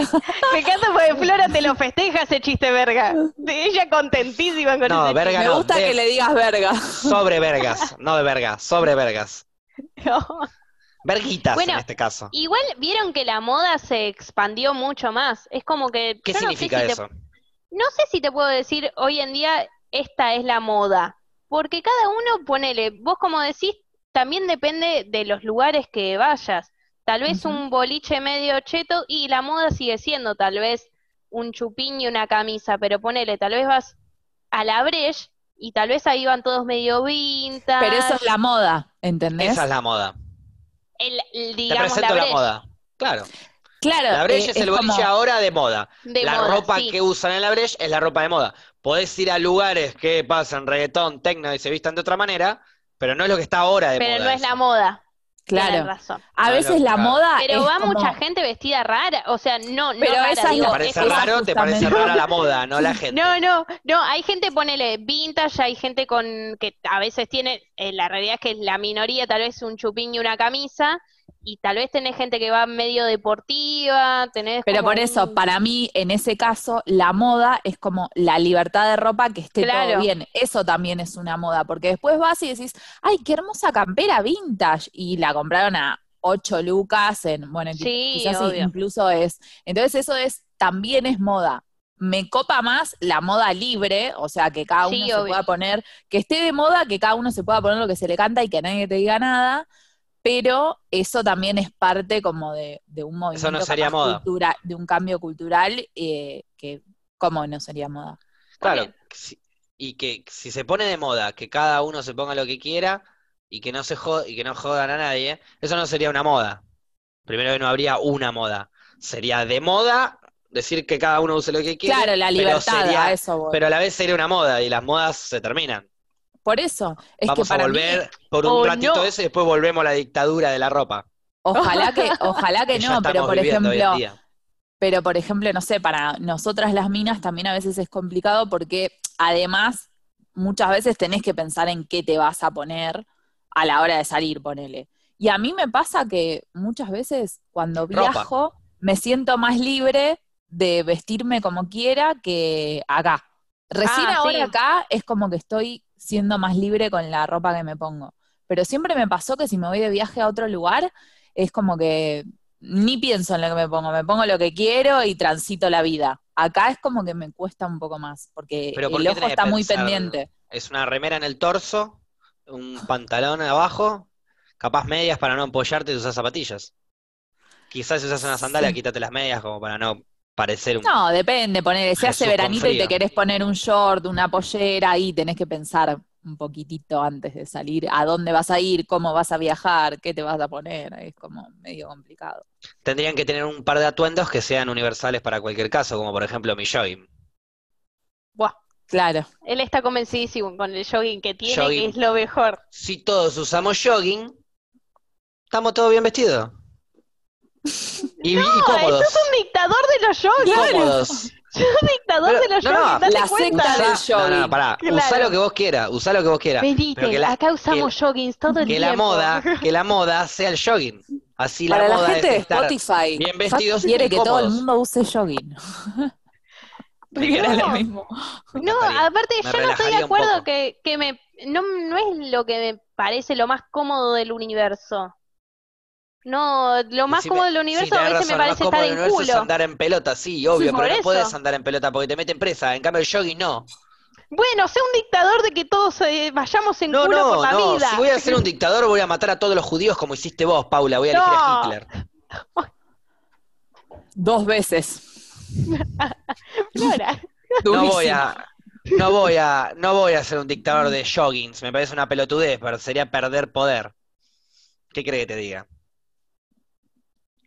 Speaker 2: Me encanta porque Flora te lo festeja ese chiste verga. De ella contentísima con
Speaker 1: No,
Speaker 2: ese
Speaker 1: verga
Speaker 5: Me
Speaker 1: no,
Speaker 5: gusta
Speaker 1: de-
Speaker 5: que le digas verga.
Speaker 1: Sobre vergas, no de verga, sobre vergas.
Speaker 2: chiste. No.
Speaker 1: Verguitas
Speaker 2: Bueno,
Speaker 1: en este caso.
Speaker 2: Igual vieron que la moda se expandió mucho más. Es como que.
Speaker 1: ¿Qué
Speaker 2: yo no sé
Speaker 1: significa
Speaker 2: si te-
Speaker 1: eso?
Speaker 2: no sé si te puedo decir hoy en día esta es la moda. Porque cada uno, ponele, vos como decís, también depende de los lugares que vayas. Tal vez
Speaker 3: Ujú.
Speaker 2: un boliche medio cheto y la moda sigue siendo tal vez un chupín y una camisa, pero ponele, tal vez vas a la Breche y tal vez ahí van todos medio vintage.
Speaker 3: Pero eso es la moda, ¿entendés?
Speaker 1: Esa es la moda.
Speaker 2: el, el,
Speaker 1: Te
Speaker 2: digamos,
Speaker 1: presento la,
Speaker 2: Breche.
Speaker 1: moda. Claro.
Speaker 3: Claro.
Speaker 1: La Breche
Speaker 3: eh,
Speaker 1: es el boliche
Speaker 3: como-
Speaker 1: ahora de moda.
Speaker 2: De
Speaker 1: la
Speaker 2: moda,
Speaker 1: ropa
Speaker 2: sí.
Speaker 1: que usan en la Breche es la ropa de moda. Podés ir a lugares que pasan reggaetón, tecno y se vistan de otra manera, pero no es lo que está ahora de moda.
Speaker 2: Pero no es
Speaker 1: eso.
Speaker 2: la moda. tenés
Speaker 3: Claro.
Speaker 2: razón.
Speaker 3: A
Speaker 1: No,
Speaker 3: veces
Speaker 1: no,
Speaker 3: la
Speaker 1: claro.
Speaker 3: moda.
Speaker 2: Pero
Speaker 3: es
Speaker 2: va
Speaker 3: como-
Speaker 2: mucha gente vestida rara, o sea, no, no
Speaker 3: Pero
Speaker 2: rara,
Speaker 3: esa es
Speaker 1: ¿Te
Speaker 2: digo,
Speaker 3: la-
Speaker 1: parece
Speaker 2: es-
Speaker 3: esa
Speaker 1: raro? ¿Te parece
Speaker 3: justamente.
Speaker 1: rara la moda, no la gente?
Speaker 2: No, no, no, hay gente, ponele, vintage, hay gente con que a veces tiene, eh, la realidad es que la minoría tal vez un chupín y una camisa, y tal vez tenés gente que va medio deportiva, tenés
Speaker 3: Pero
Speaker 2: como
Speaker 3: por eso,
Speaker 2: un-
Speaker 3: para mí, en ese caso, la moda es como la libertad de ropa que esté
Speaker 2: Claro.
Speaker 3: todo bien. Eso también es una moda, porque después vas y decís, ay, qué hermosa campera vintage, y la compraron a 8 lucas, en, bueno, qui-
Speaker 2: Sí,
Speaker 3: quizás i-
Speaker 2: obvio.
Speaker 3: incluso es. Entonces eso es, también es moda. Me copa más la moda libre, o sea, que cada
Speaker 2: Sí,
Speaker 3: uno se
Speaker 2: obvio.
Speaker 3: pueda poner, que esté de moda, que cada uno se pueda poner lo que se le canta y que nadie te diga nada, pero eso también es parte como de, de un movimiento
Speaker 1: sería
Speaker 3: capaz
Speaker 1: moda.
Speaker 3: cultura- de un cambio cultural eh, que cómo no sería moda.
Speaker 1: Claro.
Speaker 2: Bien.
Speaker 1: si- y que si se pone de moda, que cada uno se ponga lo que quiera y que no se jo- y que no jodan a nadie, eso no sería una moda. Primero que no habría una moda. Sería de moda decir que cada uno use lo que quiere.
Speaker 3: Claro, la
Speaker 1: pero
Speaker 3: libertad,
Speaker 1: sería-
Speaker 3: a eso voy.
Speaker 1: Pero a la vez sería una moda y las modas se terminan.
Speaker 3: Por eso, es
Speaker 1: Vamos
Speaker 3: que
Speaker 1: a
Speaker 3: para mí,
Speaker 1: volver por un
Speaker 2: Oh,
Speaker 1: ratito
Speaker 2: no.
Speaker 1: de eso y después volvemos a la dictadura de la ropa.
Speaker 3: ojalá que, ojalá que
Speaker 1: ya
Speaker 3: no, pero
Speaker 1: estamos
Speaker 3: por
Speaker 1: viviendo hoy en
Speaker 3: ejemplo,
Speaker 1: día.
Speaker 3: Pero, por ejemplo, no sé, para nosotras las minas también a veces es complicado porque además muchas veces tenés que pensar en qué te vas a poner a la hora de salir, ponele. Y a mí me pasa que muchas veces cuando
Speaker 1: Ropa.
Speaker 3: viajo me siento más libre de vestirme como quiera que acá. Recién
Speaker 2: Ah,
Speaker 3: ahora
Speaker 2: sí.
Speaker 3: acá es como que estoy siendo más libre con la ropa que me pongo. Pero siempre me pasó que si me voy de viaje a otro lugar, es como que ni pienso en lo que me pongo, me pongo lo que quiero y transito la vida. Acá es como que me cuesta un poco más, porque
Speaker 1: Pero ¿por
Speaker 3: el
Speaker 1: qué
Speaker 3: ojo
Speaker 1: tenés que
Speaker 3: está muy
Speaker 1: pensar?
Speaker 3: pendiente.
Speaker 1: Es una remera en el torso, un pantalón abajo, capaz medias para no empollarte y usar zapatillas. Quizás si usas una sandalia,
Speaker 3: Sí.
Speaker 1: quítate las medias como para no parecer un...
Speaker 3: No, depende, poner, se
Speaker 1: Jesús,
Speaker 3: hace
Speaker 1: con
Speaker 3: veranito y
Speaker 1: frío.
Speaker 3: te querés poner un short, una pollera, ahí tenés que pensar un poquitito antes de salir, a dónde vas a ir, cómo vas a viajar, qué te vas a poner, es como medio complicado.
Speaker 1: Tendrían que tener un par de atuendos que sean universales para cualquier caso, como por ejemplo mi jogging.
Speaker 3: Claro.
Speaker 2: Él está convencidísimo con el jogging que tiene, que
Speaker 1: Jogging.
Speaker 2: es lo mejor.
Speaker 1: Si todos usamos jogging, estamos todos bien vestidos. Y, y cómodos.
Speaker 2: ¡Sos un dictador de los joggings!
Speaker 1: Cómodos.
Speaker 2: ¡Sos un dictador
Speaker 1: Pero-
Speaker 2: de los
Speaker 1: no,
Speaker 2: joggings!
Speaker 1: no,
Speaker 2: date
Speaker 3: la
Speaker 2: cuenta.
Speaker 3: secta del
Speaker 1: Usá- no, no,
Speaker 3: jogging.
Speaker 1: pará. Usá
Speaker 2: Claro.
Speaker 1: lo que vos quieras, usá lo que vos quieras.
Speaker 2: Venite,
Speaker 1: Pero que la-
Speaker 2: acá usamos joggings todo el
Speaker 1: que
Speaker 2: tiempo.
Speaker 1: la moda, que la moda sea el jogging. Así la
Speaker 5: Para la
Speaker 1: moda
Speaker 5: gente de
Speaker 1: es estar
Speaker 5: Spotify.
Speaker 1: bien vestidos
Speaker 3: quiere
Speaker 1: y
Speaker 3: que todo el
Speaker 1: cómodos.
Speaker 3: mundo use jogging.
Speaker 1: Me
Speaker 3: Era
Speaker 1: encantaría,
Speaker 3: lo mismo.
Speaker 1: me
Speaker 2: No,
Speaker 1: encantaría.
Speaker 2: aparte
Speaker 1: Me
Speaker 2: yo no estoy
Speaker 1: relajaría
Speaker 2: de
Speaker 1: un
Speaker 2: acuerdo
Speaker 1: poco.
Speaker 2: que, que me no, no es lo que me parece lo más cómodo del universo. No, lo más
Speaker 1: Decime-
Speaker 2: cómodo del
Speaker 1: sí,
Speaker 2: universo a
Speaker 1: tenés
Speaker 2: veces
Speaker 1: razón,
Speaker 2: me
Speaker 1: lo más
Speaker 2: parece
Speaker 1: cómodo
Speaker 2: estar
Speaker 1: del
Speaker 2: en
Speaker 1: universo es
Speaker 2: culo.
Speaker 1: andar en pelota, sí, obvio,
Speaker 2: Por
Speaker 1: pero no
Speaker 2: eso.
Speaker 1: puedes andar en pelota porque te meten presa. En cambio, el jogging no.
Speaker 2: Bueno, sé un dictador de que todos eh, vayamos en
Speaker 1: No,
Speaker 2: culo por
Speaker 1: no,
Speaker 2: la
Speaker 1: no.
Speaker 2: vida.
Speaker 1: Si voy a ser un dictador, voy a matar a todos los judíos como hiciste vos, Paula. Voy a elegir
Speaker 2: No.
Speaker 1: a Hitler.
Speaker 3: Dos veces.
Speaker 2: Flora,
Speaker 1: No
Speaker 3: Durísimo.
Speaker 1: voy a. No voy a, no voy a ser un dictador de joggings, me parece una pelotudez, pero sería perder poder. ¿Qué cree que te diga?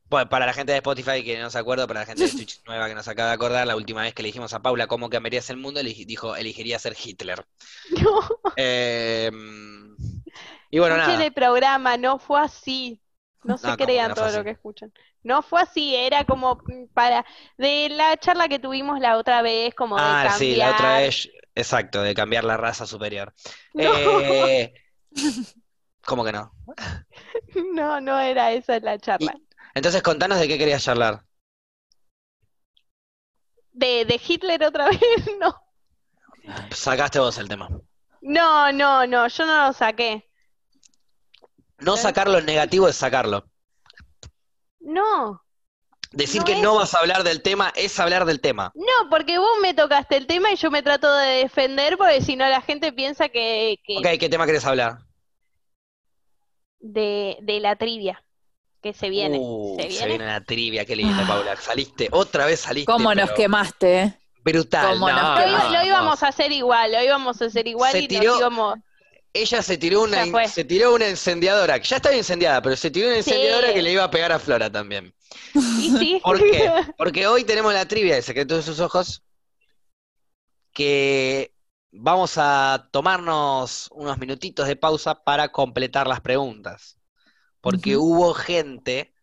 Speaker 1: pa- para la gente de Spotify que no se acuerda, para la gente de Twitch nueva que nos acaba de acordar, la última vez que le dijimos a Paula cómo cambiarías el mundo, eli- dijo, elegiría ser Hitler.
Speaker 2: No,
Speaker 1: Eh, y bueno,
Speaker 2: escuchen
Speaker 1: nada.
Speaker 2: el programa, no fue así. No se
Speaker 1: No, ¿cómo
Speaker 2: crean
Speaker 1: no fue
Speaker 2: todo
Speaker 1: así?
Speaker 2: lo que escuchan. No fue así, era como mm, para... De la charla que tuvimos la otra vez, como de
Speaker 1: Ah, sí, la otra
Speaker 2: cambiar.
Speaker 1: vez, exacto, de cambiar la raza superior.
Speaker 2: No.
Speaker 1: Eh, ¿Cómo que no? eh.
Speaker 2: No, no era esa la charla.
Speaker 1: Entonces contanos de qué querías charlar.
Speaker 2: De, de Hitler otra vez, no.
Speaker 1: Sacaste vos el tema.
Speaker 2: No, no, no, yo no lo saqué.
Speaker 1: No sacarlo en negativo es sacarlo.
Speaker 2: No,
Speaker 1: Decir
Speaker 2: No
Speaker 1: que
Speaker 2: es-
Speaker 1: no vas a hablar del tema es hablar del tema.
Speaker 2: no, porque vos me tocaste el tema y yo me trato de defender porque si no la gente piensa que, que
Speaker 1: Ok, ¿qué tema querés hablar?
Speaker 2: de, de la trivia que se viene.
Speaker 1: Uh,
Speaker 2: se
Speaker 1: se
Speaker 2: viene.
Speaker 1: viene la trivia, qué lindo, Paula. Saliste, otra vez saliste.
Speaker 3: Ah. ¿Cómo nos
Speaker 1: pero
Speaker 3: quemaste? eh?
Speaker 1: Brutal,
Speaker 3: cómo
Speaker 1: no,
Speaker 3: nos
Speaker 2: Lo, iba-
Speaker 1: no,
Speaker 2: lo íbamos
Speaker 1: vamos.
Speaker 2: a hacer igual, lo íbamos a hacer igual
Speaker 1: Se
Speaker 2: y
Speaker 1: tiró-
Speaker 2: nos íbamos...
Speaker 1: Ella se tiró
Speaker 2: Ya
Speaker 1: una
Speaker 2: fue.
Speaker 1: se tiró una encendiadora, que ya estaba incendiada, pero se tiró una
Speaker 2: Sí.
Speaker 1: encendiadora que le iba a pegar a Flora también.
Speaker 2: ¿Y sí?
Speaker 1: ¿Por qué? Porque hoy tenemos la trivia de Secreto de sus Ojos, que vamos a tomarnos unos minutitos de pausa para completar las preguntas. Porque hubo gente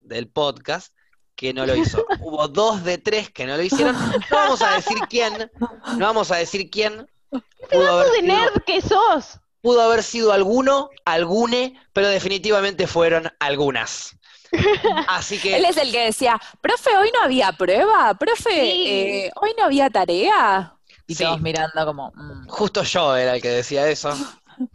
Speaker 1: del podcast que no lo hizo. hubo dos de tres que no lo hicieron. No vamos a decir quién, no vamos a decir quién. Pudo haber
Speaker 2: ¡Pedazo de
Speaker 1: sido-
Speaker 2: nerd que sos!
Speaker 1: Pudo haber sido alguno, algune, pero definitivamente fueron algunas. Así que
Speaker 3: Él es el que decía, profe, hoy no había prueba, profe,
Speaker 2: Sí.
Speaker 3: eh, hoy no había tarea. Y
Speaker 1: Sí.
Speaker 3: todos mirando como, mm.
Speaker 1: Justo yo era el que decía eso.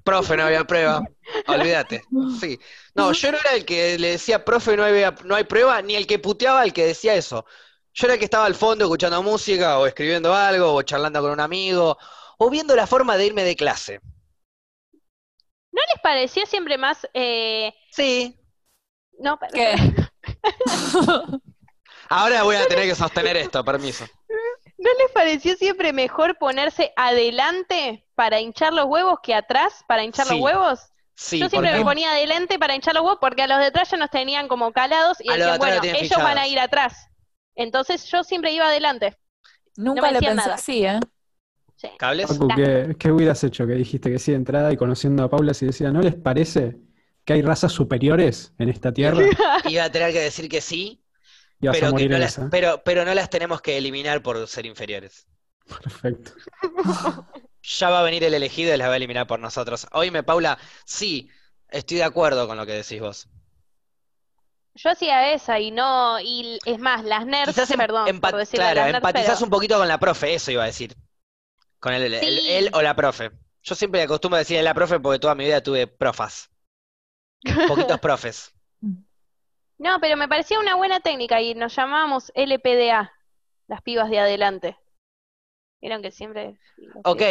Speaker 1: Profe, no había prueba. Olvídate. Sí. No, yo no era el que le decía, profe, no, había- no hay prueba, ni el que puteaba el que decía eso. Yo era el que estaba al fondo escuchando música, o escribiendo algo, o charlando con un amigo, o viendo la forma de irme de clase.
Speaker 2: ¿Les parecía siempre más... eh,
Speaker 1: Sí.
Speaker 2: No, pero-
Speaker 3: ¿Qué?
Speaker 1: Ahora voy a tener que sostener esto, permiso.
Speaker 2: ¿No les pareció siempre mejor ponerse adelante para hinchar los huevos que atrás para hinchar
Speaker 1: Sí.
Speaker 2: los huevos?
Speaker 1: Sí,
Speaker 2: Yo siempre
Speaker 1: porque
Speaker 2: me ponía adelante para hinchar los huevos porque a los de atrás ya nos tenían como calados y
Speaker 1: A los de
Speaker 2: decían,
Speaker 1: atrás
Speaker 2: bueno,
Speaker 1: los tienen
Speaker 2: ellos van a
Speaker 1: fichados.
Speaker 2: ir atrás. Entonces yo siempre iba adelante.
Speaker 3: nunca
Speaker 2: me
Speaker 3: lo
Speaker 2: decían
Speaker 3: pensé
Speaker 2: nada.
Speaker 3: así, ¿eh?
Speaker 2: Sí.
Speaker 1: cables.
Speaker 4: Facu,
Speaker 2: Está.
Speaker 4: ¿qué, qué hubieras hecho? Que dijiste que sí de entrada y conociendo a Paula, si decía, ¿no les parece que hay razas superiores en esta tierra?
Speaker 1: Iba a tener que decir que sí,
Speaker 4: Y vas a
Speaker 1: pero, que
Speaker 4: morir
Speaker 1: no
Speaker 4: en
Speaker 1: las,
Speaker 4: esa.
Speaker 1: pero, pero no las tenemos que eliminar por ser inferiores.
Speaker 4: Perfecto.
Speaker 1: Ya va a venir el elegido y las va a eliminar por nosotros. Oíme, Paula, sí, estoy de acuerdo con lo que decís vos.
Speaker 2: Yo hacía esa y no, y es más, las nerds,
Speaker 1: Quizás em-
Speaker 2: perdón,
Speaker 1: empa-
Speaker 2: por decirle
Speaker 1: claro,
Speaker 2: las nerds,
Speaker 1: empatizás
Speaker 2: pero-
Speaker 1: un poquito con la profe, eso iba a decir. Con el, el-
Speaker 2: Sí.
Speaker 1: él o la profe. Yo siempre acostumbro a decir la profe porque toda mi vida tuve profas. Poquitos profes.
Speaker 2: No, pero me parecía una buena técnica y nos llamábamos LPDA, las pibas de adelante. Vieron que siempre...
Speaker 1: Ok,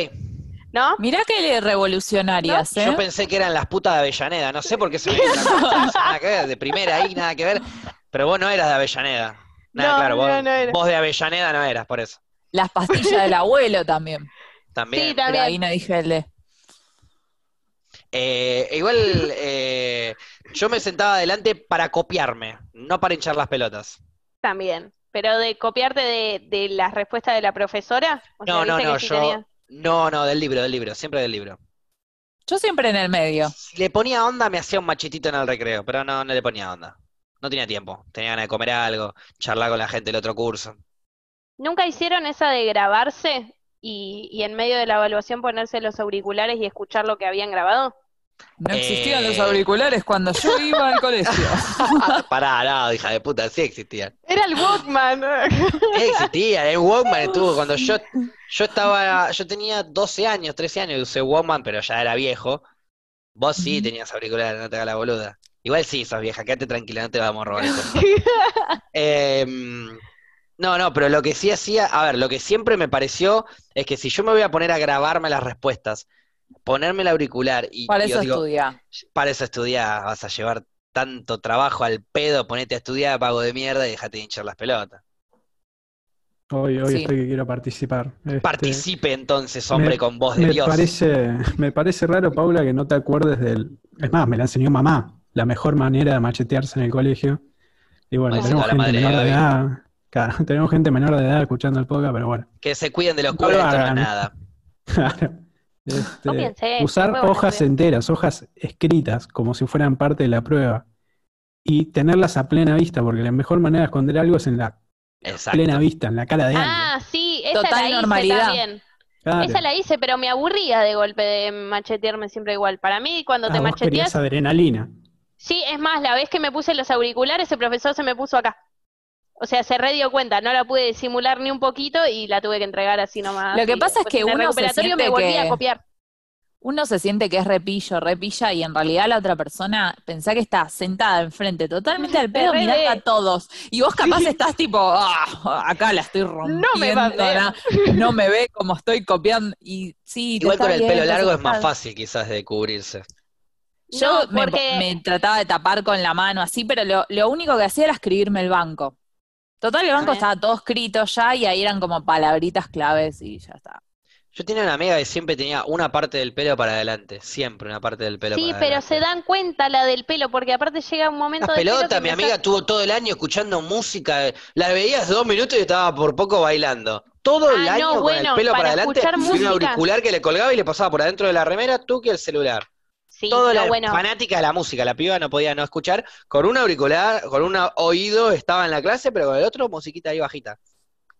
Speaker 2: ¿No?
Speaker 3: Mirá que revolucionarias, ¿eh?
Speaker 1: yo pensé que eran las putas de Avellaneda. No sé por qué se me vino la cosa, eso, nada que ver, de primera ahí, nada que ver. Pero vos no eras de Avellaneda. Nada,
Speaker 2: No,
Speaker 1: claro, vos,
Speaker 2: no, no era.
Speaker 1: vos de Avellaneda no eras, por eso.
Speaker 3: Las pastillas del abuelo también.
Speaker 1: También.
Speaker 2: Sí,
Speaker 3: Pero
Speaker 2: también.
Speaker 3: ahí no dije el de.
Speaker 1: Eh, igual eh, yo me sentaba adelante para copiarme, no para hinchar las pelotas.
Speaker 2: También, pero de copiarte de, de las respuestas de la profesora. O
Speaker 1: No,
Speaker 2: sea,
Speaker 1: no,
Speaker 2: viste
Speaker 1: no,
Speaker 2: que sí
Speaker 1: yo-
Speaker 2: tenía-
Speaker 1: No, no, del libro, del libro, siempre del libro.
Speaker 3: Yo siempre en el medio.
Speaker 1: Si le ponía onda, me hacía un machetito en el recreo, pero no, no le ponía onda. No tenía tiempo, tenía ganas de comer algo, charlar con la gente del otro curso.
Speaker 2: ¿Nunca hicieron esa de grabarse y, y en medio de la evaluación ponerse los auriculares y escuchar lo que habían grabado?
Speaker 3: No
Speaker 1: Eh.
Speaker 3: existían los auriculares cuando yo iba al colegio.
Speaker 1: Pará, no, hija de puta, sí existían.
Speaker 2: Era el Walkman.
Speaker 1: Sí existían, el Walkman estuvo cuando yo, yo estaba, yo tenía 12 años, 13 años y usé Walkman, pero ya era viejo. Vos sí tenías auriculares, no te hagas la boluda. Igual sí, sos vieja, quédate tranquila, no te vamos a robar. eso. Eh, no, no, pero lo que sí hacía, a ver, lo que siempre me pareció es que si yo me voy a poner a grabarme las respuestas, ponerme el auricular y
Speaker 3: Para
Speaker 1: y
Speaker 3: eso
Speaker 1: yo digo,
Speaker 3: estudia.
Speaker 1: para eso estudiás, vas a llevar tanto trabajo al pedo, ponete a estudiar, pago de mierda y dejate de hinchar las pelotas.
Speaker 4: Hoy, hoy
Speaker 3: Sí.
Speaker 4: estoy que quiero participar. Este,
Speaker 1: Participe entonces, hombre,
Speaker 4: me-
Speaker 1: con voz de
Speaker 4: me
Speaker 1: Dios.
Speaker 4: parece, me parece raro, Paula, que no te acuerdes del. Es más, me la enseñó mamá. La mejor manera de machetearse en el colegio Y bueno,
Speaker 1: Ay, sí,
Speaker 4: tenemos
Speaker 1: toda la
Speaker 4: gente menor
Speaker 1: madre
Speaker 4: de
Speaker 1: de
Speaker 4: edad. Claro, tenemos gente menor de edad escuchando el podcast, pero bueno.
Speaker 1: Que se cuiden de los
Speaker 4: No
Speaker 1: culos,
Speaker 4: lo
Speaker 1: esto no es
Speaker 4: hagan.
Speaker 1: nada.
Speaker 4: Claro. Este,
Speaker 2: No piense eso,
Speaker 4: usar
Speaker 2: fue buena
Speaker 4: hojas
Speaker 2: idea.
Speaker 4: enteras, hojas escritas, como si fueran parte de la prueba. Y tenerlas a plena vista, porque la mejor manera de esconder algo es en la
Speaker 1: Exacto.
Speaker 4: plena vista, en la cara de alguien.
Speaker 2: Ah, sí, esa
Speaker 3: Total
Speaker 2: la hice
Speaker 3: normalidad.
Speaker 2: también.
Speaker 4: Claro.
Speaker 2: Esa la hice, pero me aburría de golpe de machetearme siempre igual. Para mí, cuando
Speaker 4: Ah,
Speaker 2: te
Speaker 4: vos
Speaker 2: macheteas,
Speaker 4: querías adrenalina.
Speaker 2: sí, es más, la vez que me puse los auriculares, el profesor se me puso acá. O sea, se re dio cuenta, no la pude disimular ni un poquito y la tuve que entregar así nomás.
Speaker 3: Lo que
Speaker 2: Y
Speaker 3: pasa es
Speaker 2: después
Speaker 3: que
Speaker 2: en
Speaker 3: uno
Speaker 2: el
Speaker 3: se
Speaker 2: recuperatorio
Speaker 3: siente
Speaker 2: me volví
Speaker 3: que-
Speaker 2: a copiar.
Speaker 3: Uno se siente que es repillo, repilla, y en realidad la otra persona pensá que está sentada enfrente, totalmente al
Speaker 2: Te
Speaker 3: pedo,
Speaker 2: re
Speaker 3: mirando
Speaker 2: ve.
Speaker 3: a todos. Y vos capaz estás tipo, "Ah, acá la estoy rompiendo,
Speaker 2: No me va a ver.
Speaker 3: na- no me ve como estoy copiando. Y sí, te
Speaker 1: Igual
Speaker 3: está
Speaker 1: con el
Speaker 3: bien,
Speaker 1: pelo
Speaker 3: te
Speaker 1: largo es
Speaker 3: está
Speaker 1: más
Speaker 3: bien.
Speaker 1: fácil quizás de cubrirse.
Speaker 3: Yo
Speaker 2: No,
Speaker 3: me,
Speaker 2: porque-
Speaker 3: me trataba de tapar con la mano así, pero lo, lo único que hacía era escribirme el banco. Total, el banco
Speaker 2: Ah.
Speaker 3: estaba todo escrito ya y ahí eran como palabritas claves y ya está.
Speaker 1: Yo tenía una amiga que siempre tenía una parte del pelo para adelante, siempre una parte del pelo
Speaker 2: sí,
Speaker 1: para
Speaker 2: pero
Speaker 1: adelante.
Speaker 2: se dan cuenta la del pelo, porque aparte llega un momento
Speaker 1: Una
Speaker 2: del pelo
Speaker 1: pelota,
Speaker 2: que
Speaker 1: mi
Speaker 2: empezás-
Speaker 1: amiga estuvo todo el año escuchando música, eh, la veías dos minutos y estaba por poco bailando. Todo el
Speaker 2: Ah,
Speaker 1: año
Speaker 2: no,
Speaker 1: con
Speaker 2: bueno,
Speaker 1: el pelo para
Speaker 2: para
Speaker 1: adelante,
Speaker 2: escuchar
Speaker 1: y un
Speaker 2: música.
Speaker 1: auricular que le colgaba y le pasaba por adentro de la remera, tú que el celular.
Speaker 2: Sí,
Speaker 1: Todo
Speaker 2: no,
Speaker 1: la
Speaker 2: bueno,
Speaker 1: fanática de la música, la piba no podía no escuchar, con un auricular, con un oído estaba en la clase, pero con el otro musiquita ahí bajita.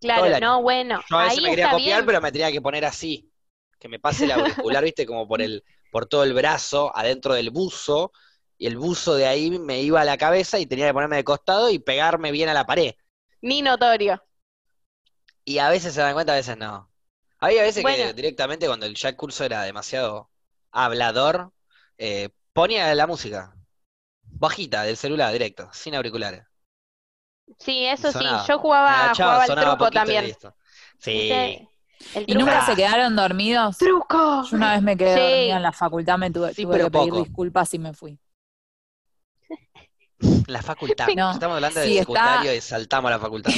Speaker 1: todo el
Speaker 2: claro,
Speaker 1: año.
Speaker 2: no, bueno,
Speaker 1: Yo a veces
Speaker 2: ahí
Speaker 1: me quería
Speaker 2: está
Speaker 1: copiar,
Speaker 2: bien.
Speaker 1: pero me tenía que poner así. Que me pase el auricular, viste, como por el, por todo el brazo, adentro del buzo, y el buzo de ahí me iba a la cabeza y tenía que ponerme de costado y pegarme bien a la pared.
Speaker 2: Ni notorio.
Speaker 1: Y a veces se dan cuenta, a veces no. Había veces
Speaker 2: Bueno.
Speaker 1: que directamente cuando el ya el curso era demasiado hablador, eh, ponía la música. Bajita, del celular, directo, sin auriculares.
Speaker 2: Sí, eso
Speaker 1: Sonaba.
Speaker 2: sí, yo jugaba,
Speaker 1: Ah, chao,
Speaker 2: jugaba el
Speaker 1: sonaba
Speaker 2: truco
Speaker 1: poquito y
Speaker 2: también.
Speaker 1: listo. Sí.
Speaker 2: ¿viste? El
Speaker 3: ¿Y
Speaker 2: truco.
Speaker 3: nunca
Speaker 1: Ah.
Speaker 3: se quedaron dormidos?
Speaker 2: ¡Truco!
Speaker 3: Yo una vez me quedé
Speaker 2: Sí.
Speaker 3: dormida en la facultad, me tuve,
Speaker 1: Sí,
Speaker 3: tuve
Speaker 1: pero
Speaker 3: que pedir
Speaker 1: poco.
Speaker 3: disculpas y me fui.
Speaker 1: La facultad.
Speaker 3: No.
Speaker 1: Estamos hablando de
Speaker 3: Sí, está-
Speaker 1: secundario y saltamos a la facultad.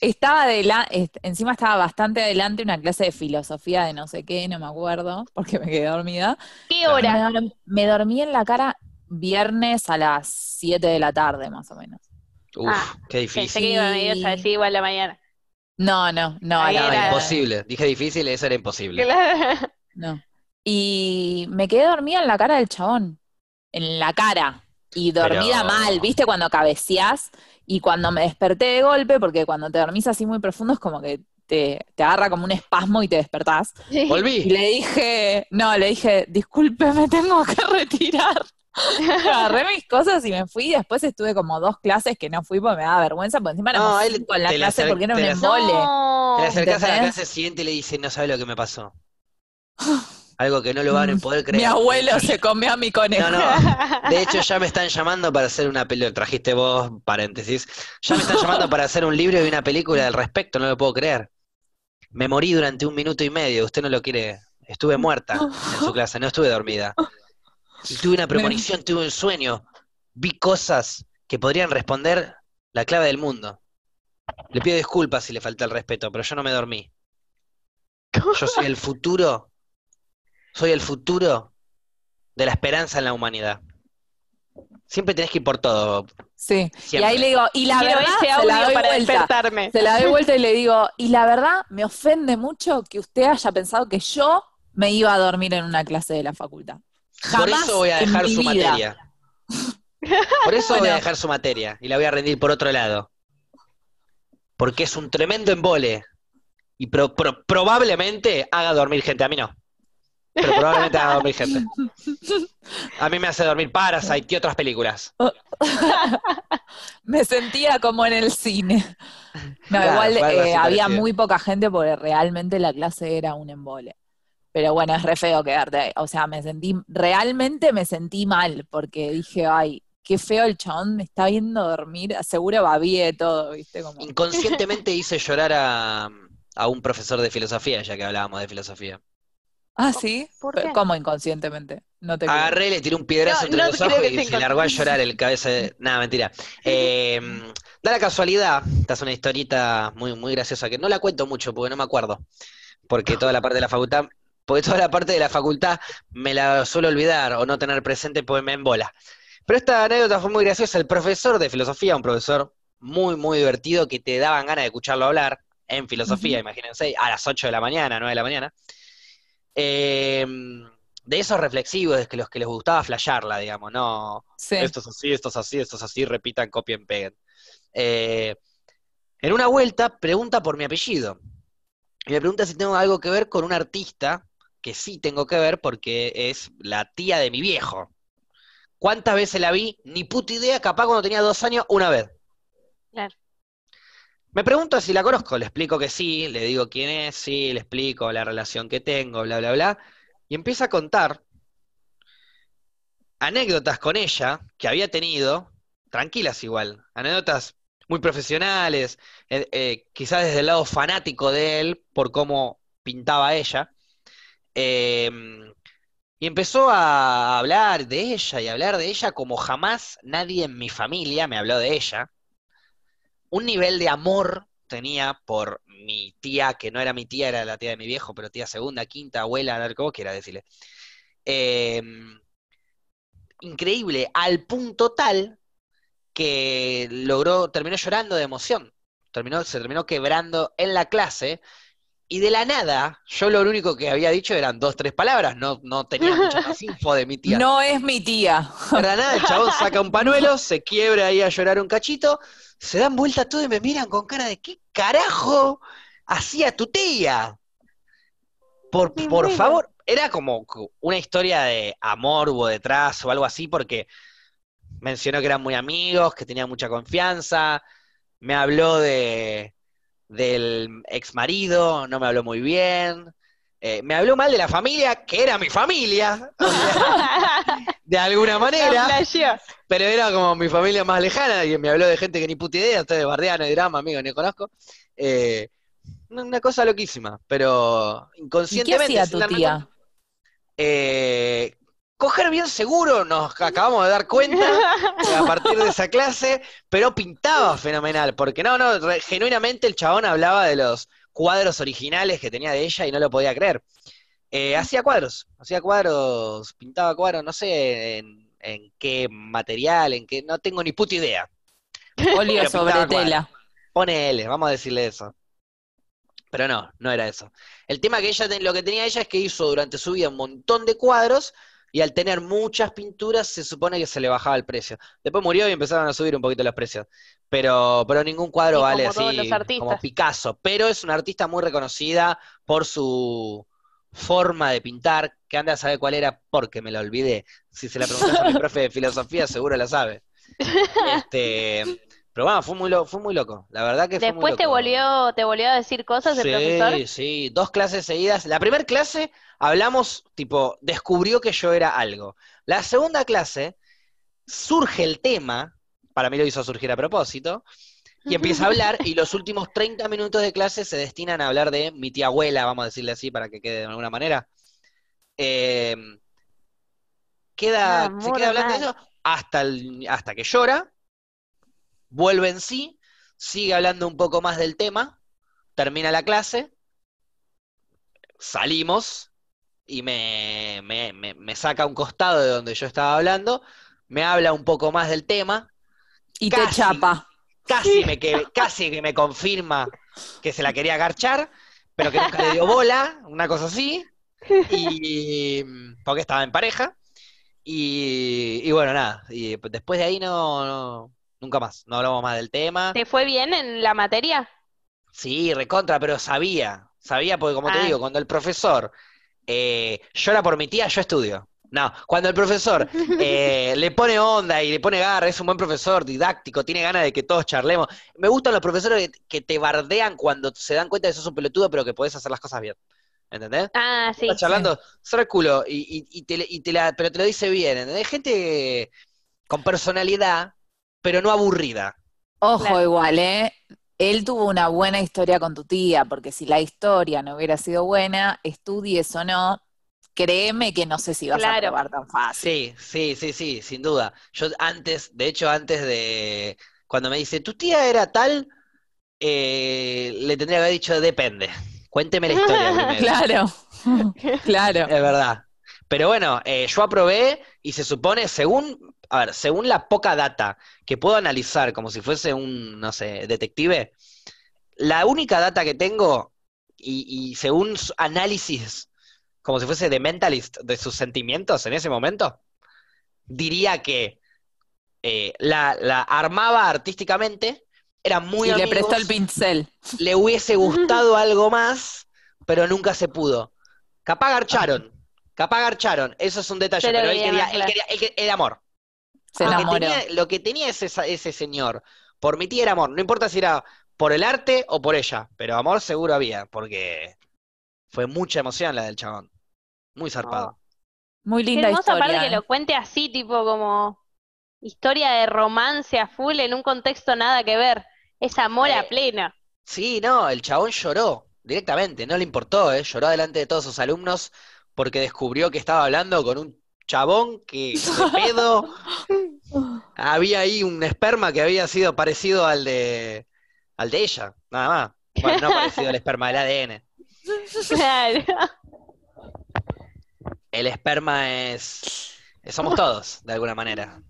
Speaker 3: Estaba adela- est- encima estaba bastante adelante una clase de filosofía de no sé qué, no me acuerdo, porque me quedé dormida.
Speaker 2: ¿Qué hora?
Speaker 3: Me, dorm- me dormí en la cara viernes a las 7 de la tarde, más o menos.
Speaker 1: Uf,
Speaker 2: Ah,
Speaker 1: qué
Speaker 2: Pensé
Speaker 1: difícil.
Speaker 2: que iba a venir a decir igual la mañana.
Speaker 3: No, no, no,
Speaker 2: Ahí
Speaker 3: era-
Speaker 1: No,
Speaker 2: era-
Speaker 1: imposible. Dije difícil, eso era imposible.
Speaker 2: Claro.
Speaker 3: No. Y me quedé dormida en la cara del chabón. En la cara. Y dormida
Speaker 1: Pero-
Speaker 3: mal, ¿viste? Cuando cabeceás y cuando me desperté de golpe, porque cuando te dormís así muy profundo es como que te, te agarra como un espasmo y te despertás.
Speaker 2: Sí.
Speaker 3: Y
Speaker 1: Volví.
Speaker 3: le dije, no, le dije, disculpe, me tengo que retirar. Agarré mis cosas y me fui. Después estuve como dos clases que no fui porque me daba vergüenza, porque encima
Speaker 1: No,
Speaker 3: éramos
Speaker 1: ahí le-
Speaker 3: cinco en la
Speaker 1: te le
Speaker 3: clase
Speaker 1: acer-
Speaker 3: porque era
Speaker 1: te
Speaker 3: un
Speaker 1: le acer-
Speaker 3: embole.
Speaker 2: No.
Speaker 1: Te le acercás a la
Speaker 3: ¿entendés?
Speaker 1: clase siguiente y le dices, no sabes lo que me pasó. Algo que no lo van a
Speaker 3: Mm,
Speaker 1: poder creer.
Speaker 3: Mi abuelo se comió a mi conejo.
Speaker 1: No, no. De hecho, ya me están llamando para hacer una película. Trajiste vos, paréntesis. Ya me están llamando para hacer un libro y una película al respecto, no lo puedo creer. Me morí durante un minuto y medio, usted no lo quiere. Estuve muerta en su clase, no estuve dormida. Y tuve una premonición, tuve un sueño. Vi cosas que podrían responder la clave del mundo. Le pido disculpas si le falta el respeto, pero yo no me dormí. Yo soy el futuro. Soy el futuro de la esperanza en la humanidad. Siempre tenés que ir por todo.
Speaker 3: Sí. Y
Speaker 1: Siempre. este
Speaker 3: ahí le digo, y la
Speaker 2: Quiero
Speaker 3: verdad,
Speaker 2: ese
Speaker 3: se la
Speaker 2: audio
Speaker 3: doy
Speaker 2: para
Speaker 3: vuelta.
Speaker 2: despertarme.
Speaker 3: Se la doy vuelta y le digo, y la verdad, me ofende mucho que usted haya pensado que yo me iba a dormir en una clase de la facultad.
Speaker 1: Por
Speaker 3: Jamás
Speaker 1: eso voy a
Speaker 3: en
Speaker 1: dejar
Speaker 3: mi
Speaker 1: su
Speaker 3: vida.
Speaker 1: materia. Por eso voy
Speaker 3: Bueno.
Speaker 1: a dejar su materia y la voy a rendir por otro lado. Porque es un tremendo embole. Y pro- pro- probablemente haga dormir gente. A mí no. Pero probablemente haga dormir gente. A mí me hace dormir Parasite y otras películas.
Speaker 3: Me sentía como en el cine. No,
Speaker 1: Claro,
Speaker 3: igual
Speaker 1: fue algo así
Speaker 3: eh, había
Speaker 1: parecido.
Speaker 3: muy poca gente porque realmente la clase era un embole. Pero bueno, es re feo quedarte ahí. O sea, me sentí, realmente me sentí mal porque dije, ay, qué feo el chabón me está viendo dormir. Seguro babié todo, ¿viste? Como...
Speaker 1: Inconscientemente hice llorar a, a un profesor de filosofía, ya que hablábamos de filosofía.
Speaker 3: Ah, sí.
Speaker 2: ¿Por
Speaker 3: Pero
Speaker 2: qué?
Speaker 3: ¿Cómo inconscientemente? No te creo.
Speaker 1: Agarré, le tiré un piedrazo
Speaker 2: No,
Speaker 1: entre
Speaker 2: no
Speaker 1: los
Speaker 2: creo
Speaker 1: ojos
Speaker 2: que
Speaker 1: y
Speaker 2: tenga-
Speaker 1: se largó a llorar el cabeza de... Nada, mentira. Eh, da la casualidad, esta es una historita muy, muy graciosa que no la cuento mucho porque no me acuerdo. Porque toda la parte de la facultad, porque toda la parte de la facultad pues me la suelo olvidar o no tener presente porque me embola. Pero esta anécdota fue muy graciosa. El profesor de filosofía, un profesor muy, muy divertido que te daban ganas de escucharlo hablar en filosofía, imagínense, a las 8 de la mañana, 9 de la mañana. Eh, de esos reflexivos, de que los que les gustaba flashearla, digamos, no,
Speaker 3: Sí.
Speaker 1: esto es así, esto es así, esto es así, repitan, copien, peguen. Eh, en una vuelta pregunta por mi apellido. Y me pregunta si tengo algo que ver con un artista, que sí tengo que ver porque es la tía de mi viejo. ¿Cuántas veces la vi? Ni puta idea, capaz cuando tenía dos años, una vez.
Speaker 2: Claro.
Speaker 1: Me pregunto si la conozco, le explico que sí, le digo quién es, sí, le explico la relación que tengo, bla, bla, bla. Y empieza a contar anécdotas con ella que había tenido, tranquilas igual, anécdotas muy profesionales, eh, eh, quizás desde el lado fanático de él por cómo pintaba ella. Eh, y empezó a hablar de ella y a hablar de ella como jamás nadie en mi familia me habló de ella. Un nivel de amor tenía por mi tía, que no era mi tía, era la tía de mi viejo, pero tía segunda, quinta, abuela, a ver cómo quiera decirle. Em, increíble, al punto tal que logró, terminó llorando de emoción, terminó, se terminó quebrando en la clase, y de la nada, yo lo único que había dicho eran dos, tres palabras, no, no tenía mucha más info de mi tía.
Speaker 3: No es mi tía.
Speaker 1: De la nada, el chabón saca un panuelo, se quiebra ahí a llorar un cachito, se dan vuelta todo y me miran con cara de ¿qué carajo hacía tu tía? Por,
Speaker 2: Me
Speaker 1: por
Speaker 2: muero.
Speaker 1: favor, era como cu- una historia de amor hubo detrás o algo así, porque mencionó que eran muy amigos, que tenían mucha confianza, me habló de del ex marido, no me habló muy bien, eh, me habló mal de la familia, que era mi familia, o sea, de alguna
Speaker 2: La
Speaker 1: manera.
Speaker 2: flasheó.
Speaker 1: Pero era como mi familia más lejana, y me habló de gente que ni puta idea, ustedes bardean, no hay drama, amigo, ni conozco. Eh, una cosa loquísima, pero
Speaker 3: ¿Y qué
Speaker 1: inconscientemente.
Speaker 3: hacía
Speaker 1: sin
Speaker 3: tu
Speaker 1: darme
Speaker 3: tía?
Speaker 1: cuenta, eh, coger bien seguro, nos acabamos de dar cuenta a partir de esa clase, pero pintaba fenomenal, porque no, no, re- genuinamente el chabón hablaba de los cuadros originales que tenía de ella y no lo podía creer. Eh, hacía cuadros, hacía cuadros, pintaba cuadros, no sé en, en qué material, en qué, no tengo ni puta idea.
Speaker 3: Óleo
Speaker 1: Pero
Speaker 3: sobre
Speaker 1: pintaba
Speaker 3: tela.
Speaker 1: Pone L, vamos a decirle eso. Pero no, no era eso. El tema que ella, te- lo que tenía ella es que hizo durante su vida un montón de cuadros y al tener muchas pinturas se supone que se le bajaba el precio. Después murió y empezaron a subir un poquito los precios. Pero, pero ningún cuadro
Speaker 2: Sí, como
Speaker 1: vale
Speaker 2: todos los
Speaker 1: así
Speaker 2: artistas.
Speaker 1: como Picasso. Pero es una artista muy reconocida por su forma de pintar, que anda a saber cuál era porque me la olvidé. Si se la preguntas a mi profe de filosofía, seguro la sabe. Este, pero bueno, fue muy, lo- fue muy loco. La verdad que fue muy
Speaker 2: Después te
Speaker 1: loco.
Speaker 2: volvió, te volvió a decir cosas el profesor.
Speaker 1: Sí, sí, dos clases seguidas. La primera clase hablamos, tipo, descubrió que yo era algo. La segunda clase surge el tema, para mí lo hizo surgir a propósito, y empieza a hablar y los últimos 30 minutos de clase se destinan a hablar de mi tía abuela, vamos a decirle así para que quede de alguna manera. Eh, queda,
Speaker 2: Ah,
Speaker 1: se queda hablando de
Speaker 2: moronal.
Speaker 1: eso hasta, el- hasta que llora, vuelve en sí, sigue hablando un poco más del tema, termina la clase, salimos y me, me- me- me saca a un costado de donde yo estaba hablando, me habla un poco más del tema,
Speaker 3: Y te
Speaker 1: Casi.
Speaker 3: chapa.
Speaker 1: casi, me que, casi que me confirma que se la quería agarchar, pero que nunca le dio bola, una cosa así, y porque estaba en pareja, y, y bueno, nada, y después de ahí no, no- nunca más, no hablamos más del tema,
Speaker 2: ¿Te fue bien en la materia?
Speaker 1: sí, recontra, pero sabía, sabía porque como te
Speaker 2: Ah.
Speaker 1: digo, cuando el profesor eh, llora por mi tía, yo estudio. No, cuando el profesor eh, le pone onda y le pone garra, es un buen profesor, didáctico, tiene ganas de que todos charlemos. Me gustan los profesores que, que te bardean cuando se dan cuenta de que sos un pelotudo, pero que podés hacer las cosas bien. ¿Entendés?
Speaker 2: Ah, sí.
Speaker 1: Estás charlando, cerra el culo, y, y- y te, le- y te la, pero te lo dice bien, ¿entendés? Gente con personalidad, pero no aburrida.
Speaker 3: Ojo,
Speaker 2: Claro.
Speaker 3: igual, ¿eh? Él tuvo una buena historia con tu tía, porque si la historia no hubiera sido buena, estudies o no, créeme que no sé si vas a
Speaker 2: Claro.
Speaker 3: probar tan
Speaker 1: Sí,
Speaker 3: fácil.
Speaker 1: sí, sí, sí, sin duda. Yo antes, de hecho, antes de cuando me dice, tu tía era tal, eh, le tendría que haber dicho, depende. Cuénteme la historia primero.
Speaker 3: Claro, claro.
Speaker 1: Es verdad. Pero bueno, eh, yo aprobé y se supone, según a ver, según la poca data que puedo analizar como si fuese un, no sé, detective, la única data que tengo, y, y según su análisis, como si fuese de mentalist, de sus sentimientos en ese momento, diría que eh, la, la armaba artísticamente, era muy
Speaker 3: y le
Speaker 1: amigos,
Speaker 3: prestó el pincel.
Speaker 1: le hubiese gustado algo más, pero nunca se pudo. Capaz garcharon, capaz garcharon, eso es un detalle,
Speaker 2: Pero
Speaker 1: pero, él,
Speaker 2: bien,
Speaker 1: quería, él
Speaker 2: claro.
Speaker 1: quería- él que- era amor.
Speaker 3: Se
Speaker 2: Ah.
Speaker 1: Lo que
Speaker 3: enamoró.
Speaker 1: tenía, lo que tenía ese, sa- ese señor por mi tía era amor, no importa si era por el arte o por ella, pero amor seguro había, porque fue mucha emoción la del chabón. Muy zarpado.
Speaker 3: Muy
Speaker 2: Qué
Speaker 3: linda
Speaker 2: hermosa
Speaker 3: historia. ¿eh?
Speaker 2: parte que lo cuente así, tipo como historia de romance a full en un contexto nada que ver. Es amor a
Speaker 1: Eh,
Speaker 2: plena.
Speaker 1: Sí, no, el chabón lloró directamente, no le importó, ¿eh? Lloró delante de todos sus alumnos porque descubrió que estaba hablando con un chabón que de pedo había ahí un esperma que había sido parecido al de al de ella, nada más. Bueno, no parecido al esperma del ADN.
Speaker 3: ¿eh?
Speaker 2: Claro.
Speaker 1: El esperma es somos todos de alguna manera.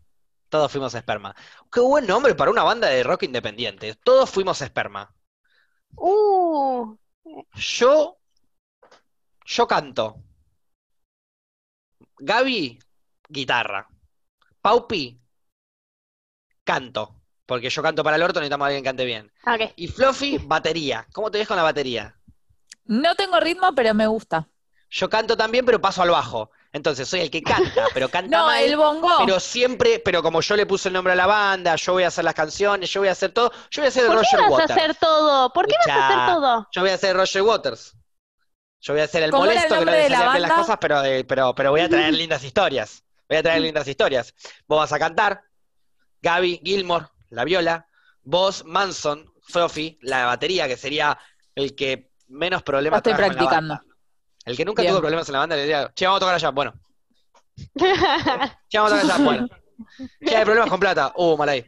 Speaker 1: Todos fuimos esperma. Qué buen nombre para una banda de rock independiente. Todos fuimos esperma.
Speaker 2: Uh,
Speaker 1: Yo, yo canto. Gaby, guitarra. Paupi, canto. Porque yo canto para el orto, necesitamos a alguien que cante bien.
Speaker 2: ok.
Speaker 1: Y Fluffy, batería. ¿Cómo te ves con la batería?
Speaker 3: No tengo ritmo, pero me gusta.
Speaker 1: Yo canto también, pero paso al bajo. Entonces, soy el que canta, pero canta
Speaker 3: No,
Speaker 1: mal.
Speaker 3: el bongo.
Speaker 1: Pero siempre, pero como yo le puse el nombre a la banda, yo voy a hacer las canciones, yo voy a hacer todo, yo voy a hacer
Speaker 2: ¿Por qué
Speaker 1: Roger
Speaker 2: vas
Speaker 1: Waters.
Speaker 2: a hacer todo? ¿Por qué vas a
Speaker 1: Escuchá.
Speaker 2: hacer todo?
Speaker 1: Yo voy a ser Roger Waters. Yo voy a ser el
Speaker 3: ¿Cómo era el
Speaker 1: molesto que no
Speaker 3: nombre
Speaker 1: le
Speaker 3: de la
Speaker 1: salen bien las
Speaker 3: banda?
Speaker 1: cosas, pero, eh, pero, pero voy a traer lindas historias. Voy a traer lindas historias. Vos vas a cantar, Gaby, Gilmore, la viola, vos, Manson, Sophie, la batería, que sería el que menos
Speaker 3: Lo
Speaker 1: problemas
Speaker 3: estoy
Speaker 1: trajo en la
Speaker 3: practicando.
Speaker 1: banda. El que nunca
Speaker 3: Bien.
Speaker 1: tuvo problemas en la banda le diría, che, vamos a tocar allá, bueno. Che, vamos a tocar allá, bueno. Che, hay problemas con plata, uh, mal ahí.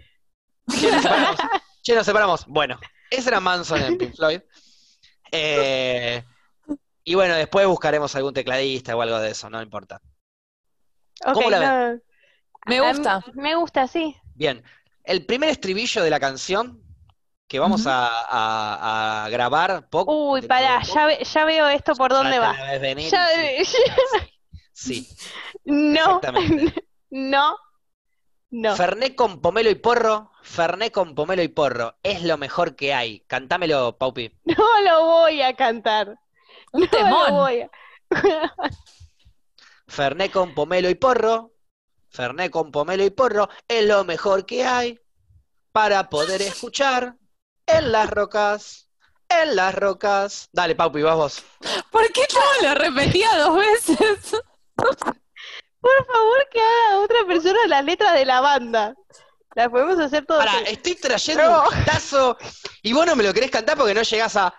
Speaker 1: Che, nos separamos. Che, nos separamos. Bueno, ese era Manson en Pink Floyd. Eh, y bueno, después buscaremos algún tecladista o algo de eso, no importa. ¿Cómo
Speaker 2: Ok,
Speaker 1: la
Speaker 2: no.
Speaker 3: Me
Speaker 2: A
Speaker 3: gusta.
Speaker 2: mí- Me gusta, sí.
Speaker 1: Bien, el primer estribillo de la canción que vamos
Speaker 3: Ujú.
Speaker 1: a, a- a grabar poco.
Speaker 2: Uy, pará, ya, ve- ya veo esto por dónde va. Ya-
Speaker 1: Sí,
Speaker 2: no,
Speaker 1: exactamente.
Speaker 2: no, no.
Speaker 1: Ferné con pomelo y porro, Ferné con pomelo y porro, es lo mejor que hay. Cantámelo, Paupi.
Speaker 2: No lo voy a cantar.
Speaker 3: Un
Speaker 2: No
Speaker 3: temón.
Speaker 2: lo voy a-
Speaker 1: Ferné con pomelo y porro, Ferné con pomelo y porro, es lo mejor que hay para poder escuchar en las rocas, en las rocas. Dale, Paupi, vas vos.
Speaker 3: ¿Por qué no lo repetía dos veces?
Speaker 2: Por favor, que haga otra persona la letra de la banda. La podemos hacer todos.
Speaker 1: Pará, eh. estoy trayendo un pitazo y vos no me lo querés cantar porque no llegás a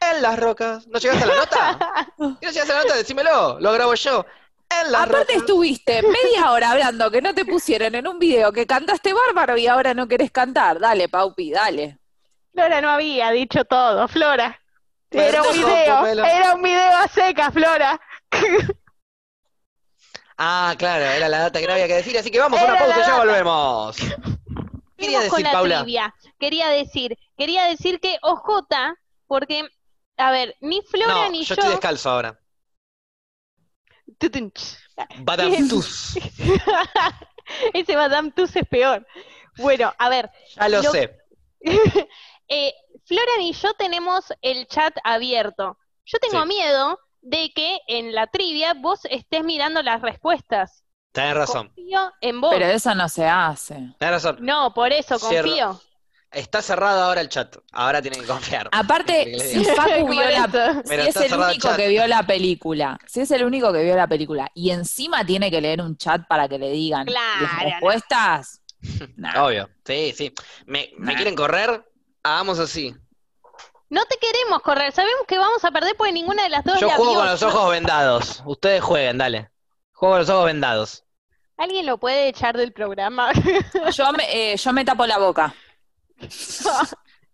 Speaker 1: en las rocas. ¿No llegás a la nota? Si no llegás a la nota, decímelo, lo grabo yo. En las
Speaker 3: Aparte
Speaker 1: rocas.
Speaker 3: estuviste media hora hablando que no te pusieron en un video que cantaste bárbaro y ahora no querés cantar. Dale, Paupi, dale.
Speaker 2: Flora no había dicho todo, Flora. Era un
Speaker 1: Perdón,
Speaker 2: video,
Speaker 1: Pomelo.
Speaker 2: era un video a seca, Flora.
Speaker 1: Ah, claro, era la data que no había que decir, así que vamos a una
Speaker 2: Era la
Speaker 1: pausa y ya
Speaker 2: data.
Speaker 1: volvemos. ¿Qué querías
Speaker 2: Seguimos con
Speaker 1: decir,
Speaker 2: la
Speaker 1: Paula?
Speaker 2: trivia. Quería decir, quería decir que OJ, porque, a ver, ni Flora
Speaker 1: No,
Speaker 2: ni
Speaker 1: yo
Speaker 2: yo.
Speaker 1: estoy descalzo ahora.
Speaker 2: Tutun.
Speaker 1: Badam
Speaker 2: Bien.
Speaker 1: tus.
Speaker 2: Ese Madame Tuss es peor. Bueno, a ver,
Speaker 1: Ya lo,
Speaker 2: Lo-
Speaker 1: sé.
Speaker 2: eh, Flora y yo tenemos el chat abierto. Yo tengo
Speaker 1: Sí.
Speaker 2: miedo de que en la trivia vos estés mirando las respuestas.
Speaker 1: Tenés razón.
Speaker 2: Confío en vos.
Speaker 3: Pero eso no se hace.
Speaker 1: Tenés razón.
Speaker 2: No, por eso
Speaker 1: Cierro.
Speaker 2: confío.
Speaker 1: Está cerrado ahora el chat. Ahora tienen que confiar.
Speaker 3: Aparte,
Speaker 1: Sí,
Speaker 3: si Facu
Speaker 2: Por
Speaker 3: vio la
Speaker 2: eso.
Speaker 3: Si
Speaker 1: Pero
Speaker 3: es
Speaker 1: está
Speaker 3: el
Speaker 1: cerrado el
Speaker 3: único
Speaker 1: chat.
Speaker 3: que vio la película, si es el único que vio la película y encima tiene que leer un chat para que le digan
Speaker 2: Claro,
Speaker 3: las
Speaker 2: no.
Speaker 3: respuestas,
Speaker 2: Ah.
Speaker 3: nah,
Speaker 1: Obvio. Sí, sí. Me, me
Speaker 3: Nah.
Speaker 1: quieren correr. Hagamos así.
Speaker 2: No te queremos correr, sabemos que vamos a perder porque ninguna de las dos
Speaker 1: Yo
Speaker 2: la
Speaker 1: juego
Speaker 2: vio.
Speaker 1: con los ojos vendados. Ustedes jueguen, dale. Juego con los ojos vendados.
Speaker 2: ¿Alguien lo puede echar del programa?
Speaker 3: yo, me, eh, yo me tapo la boca.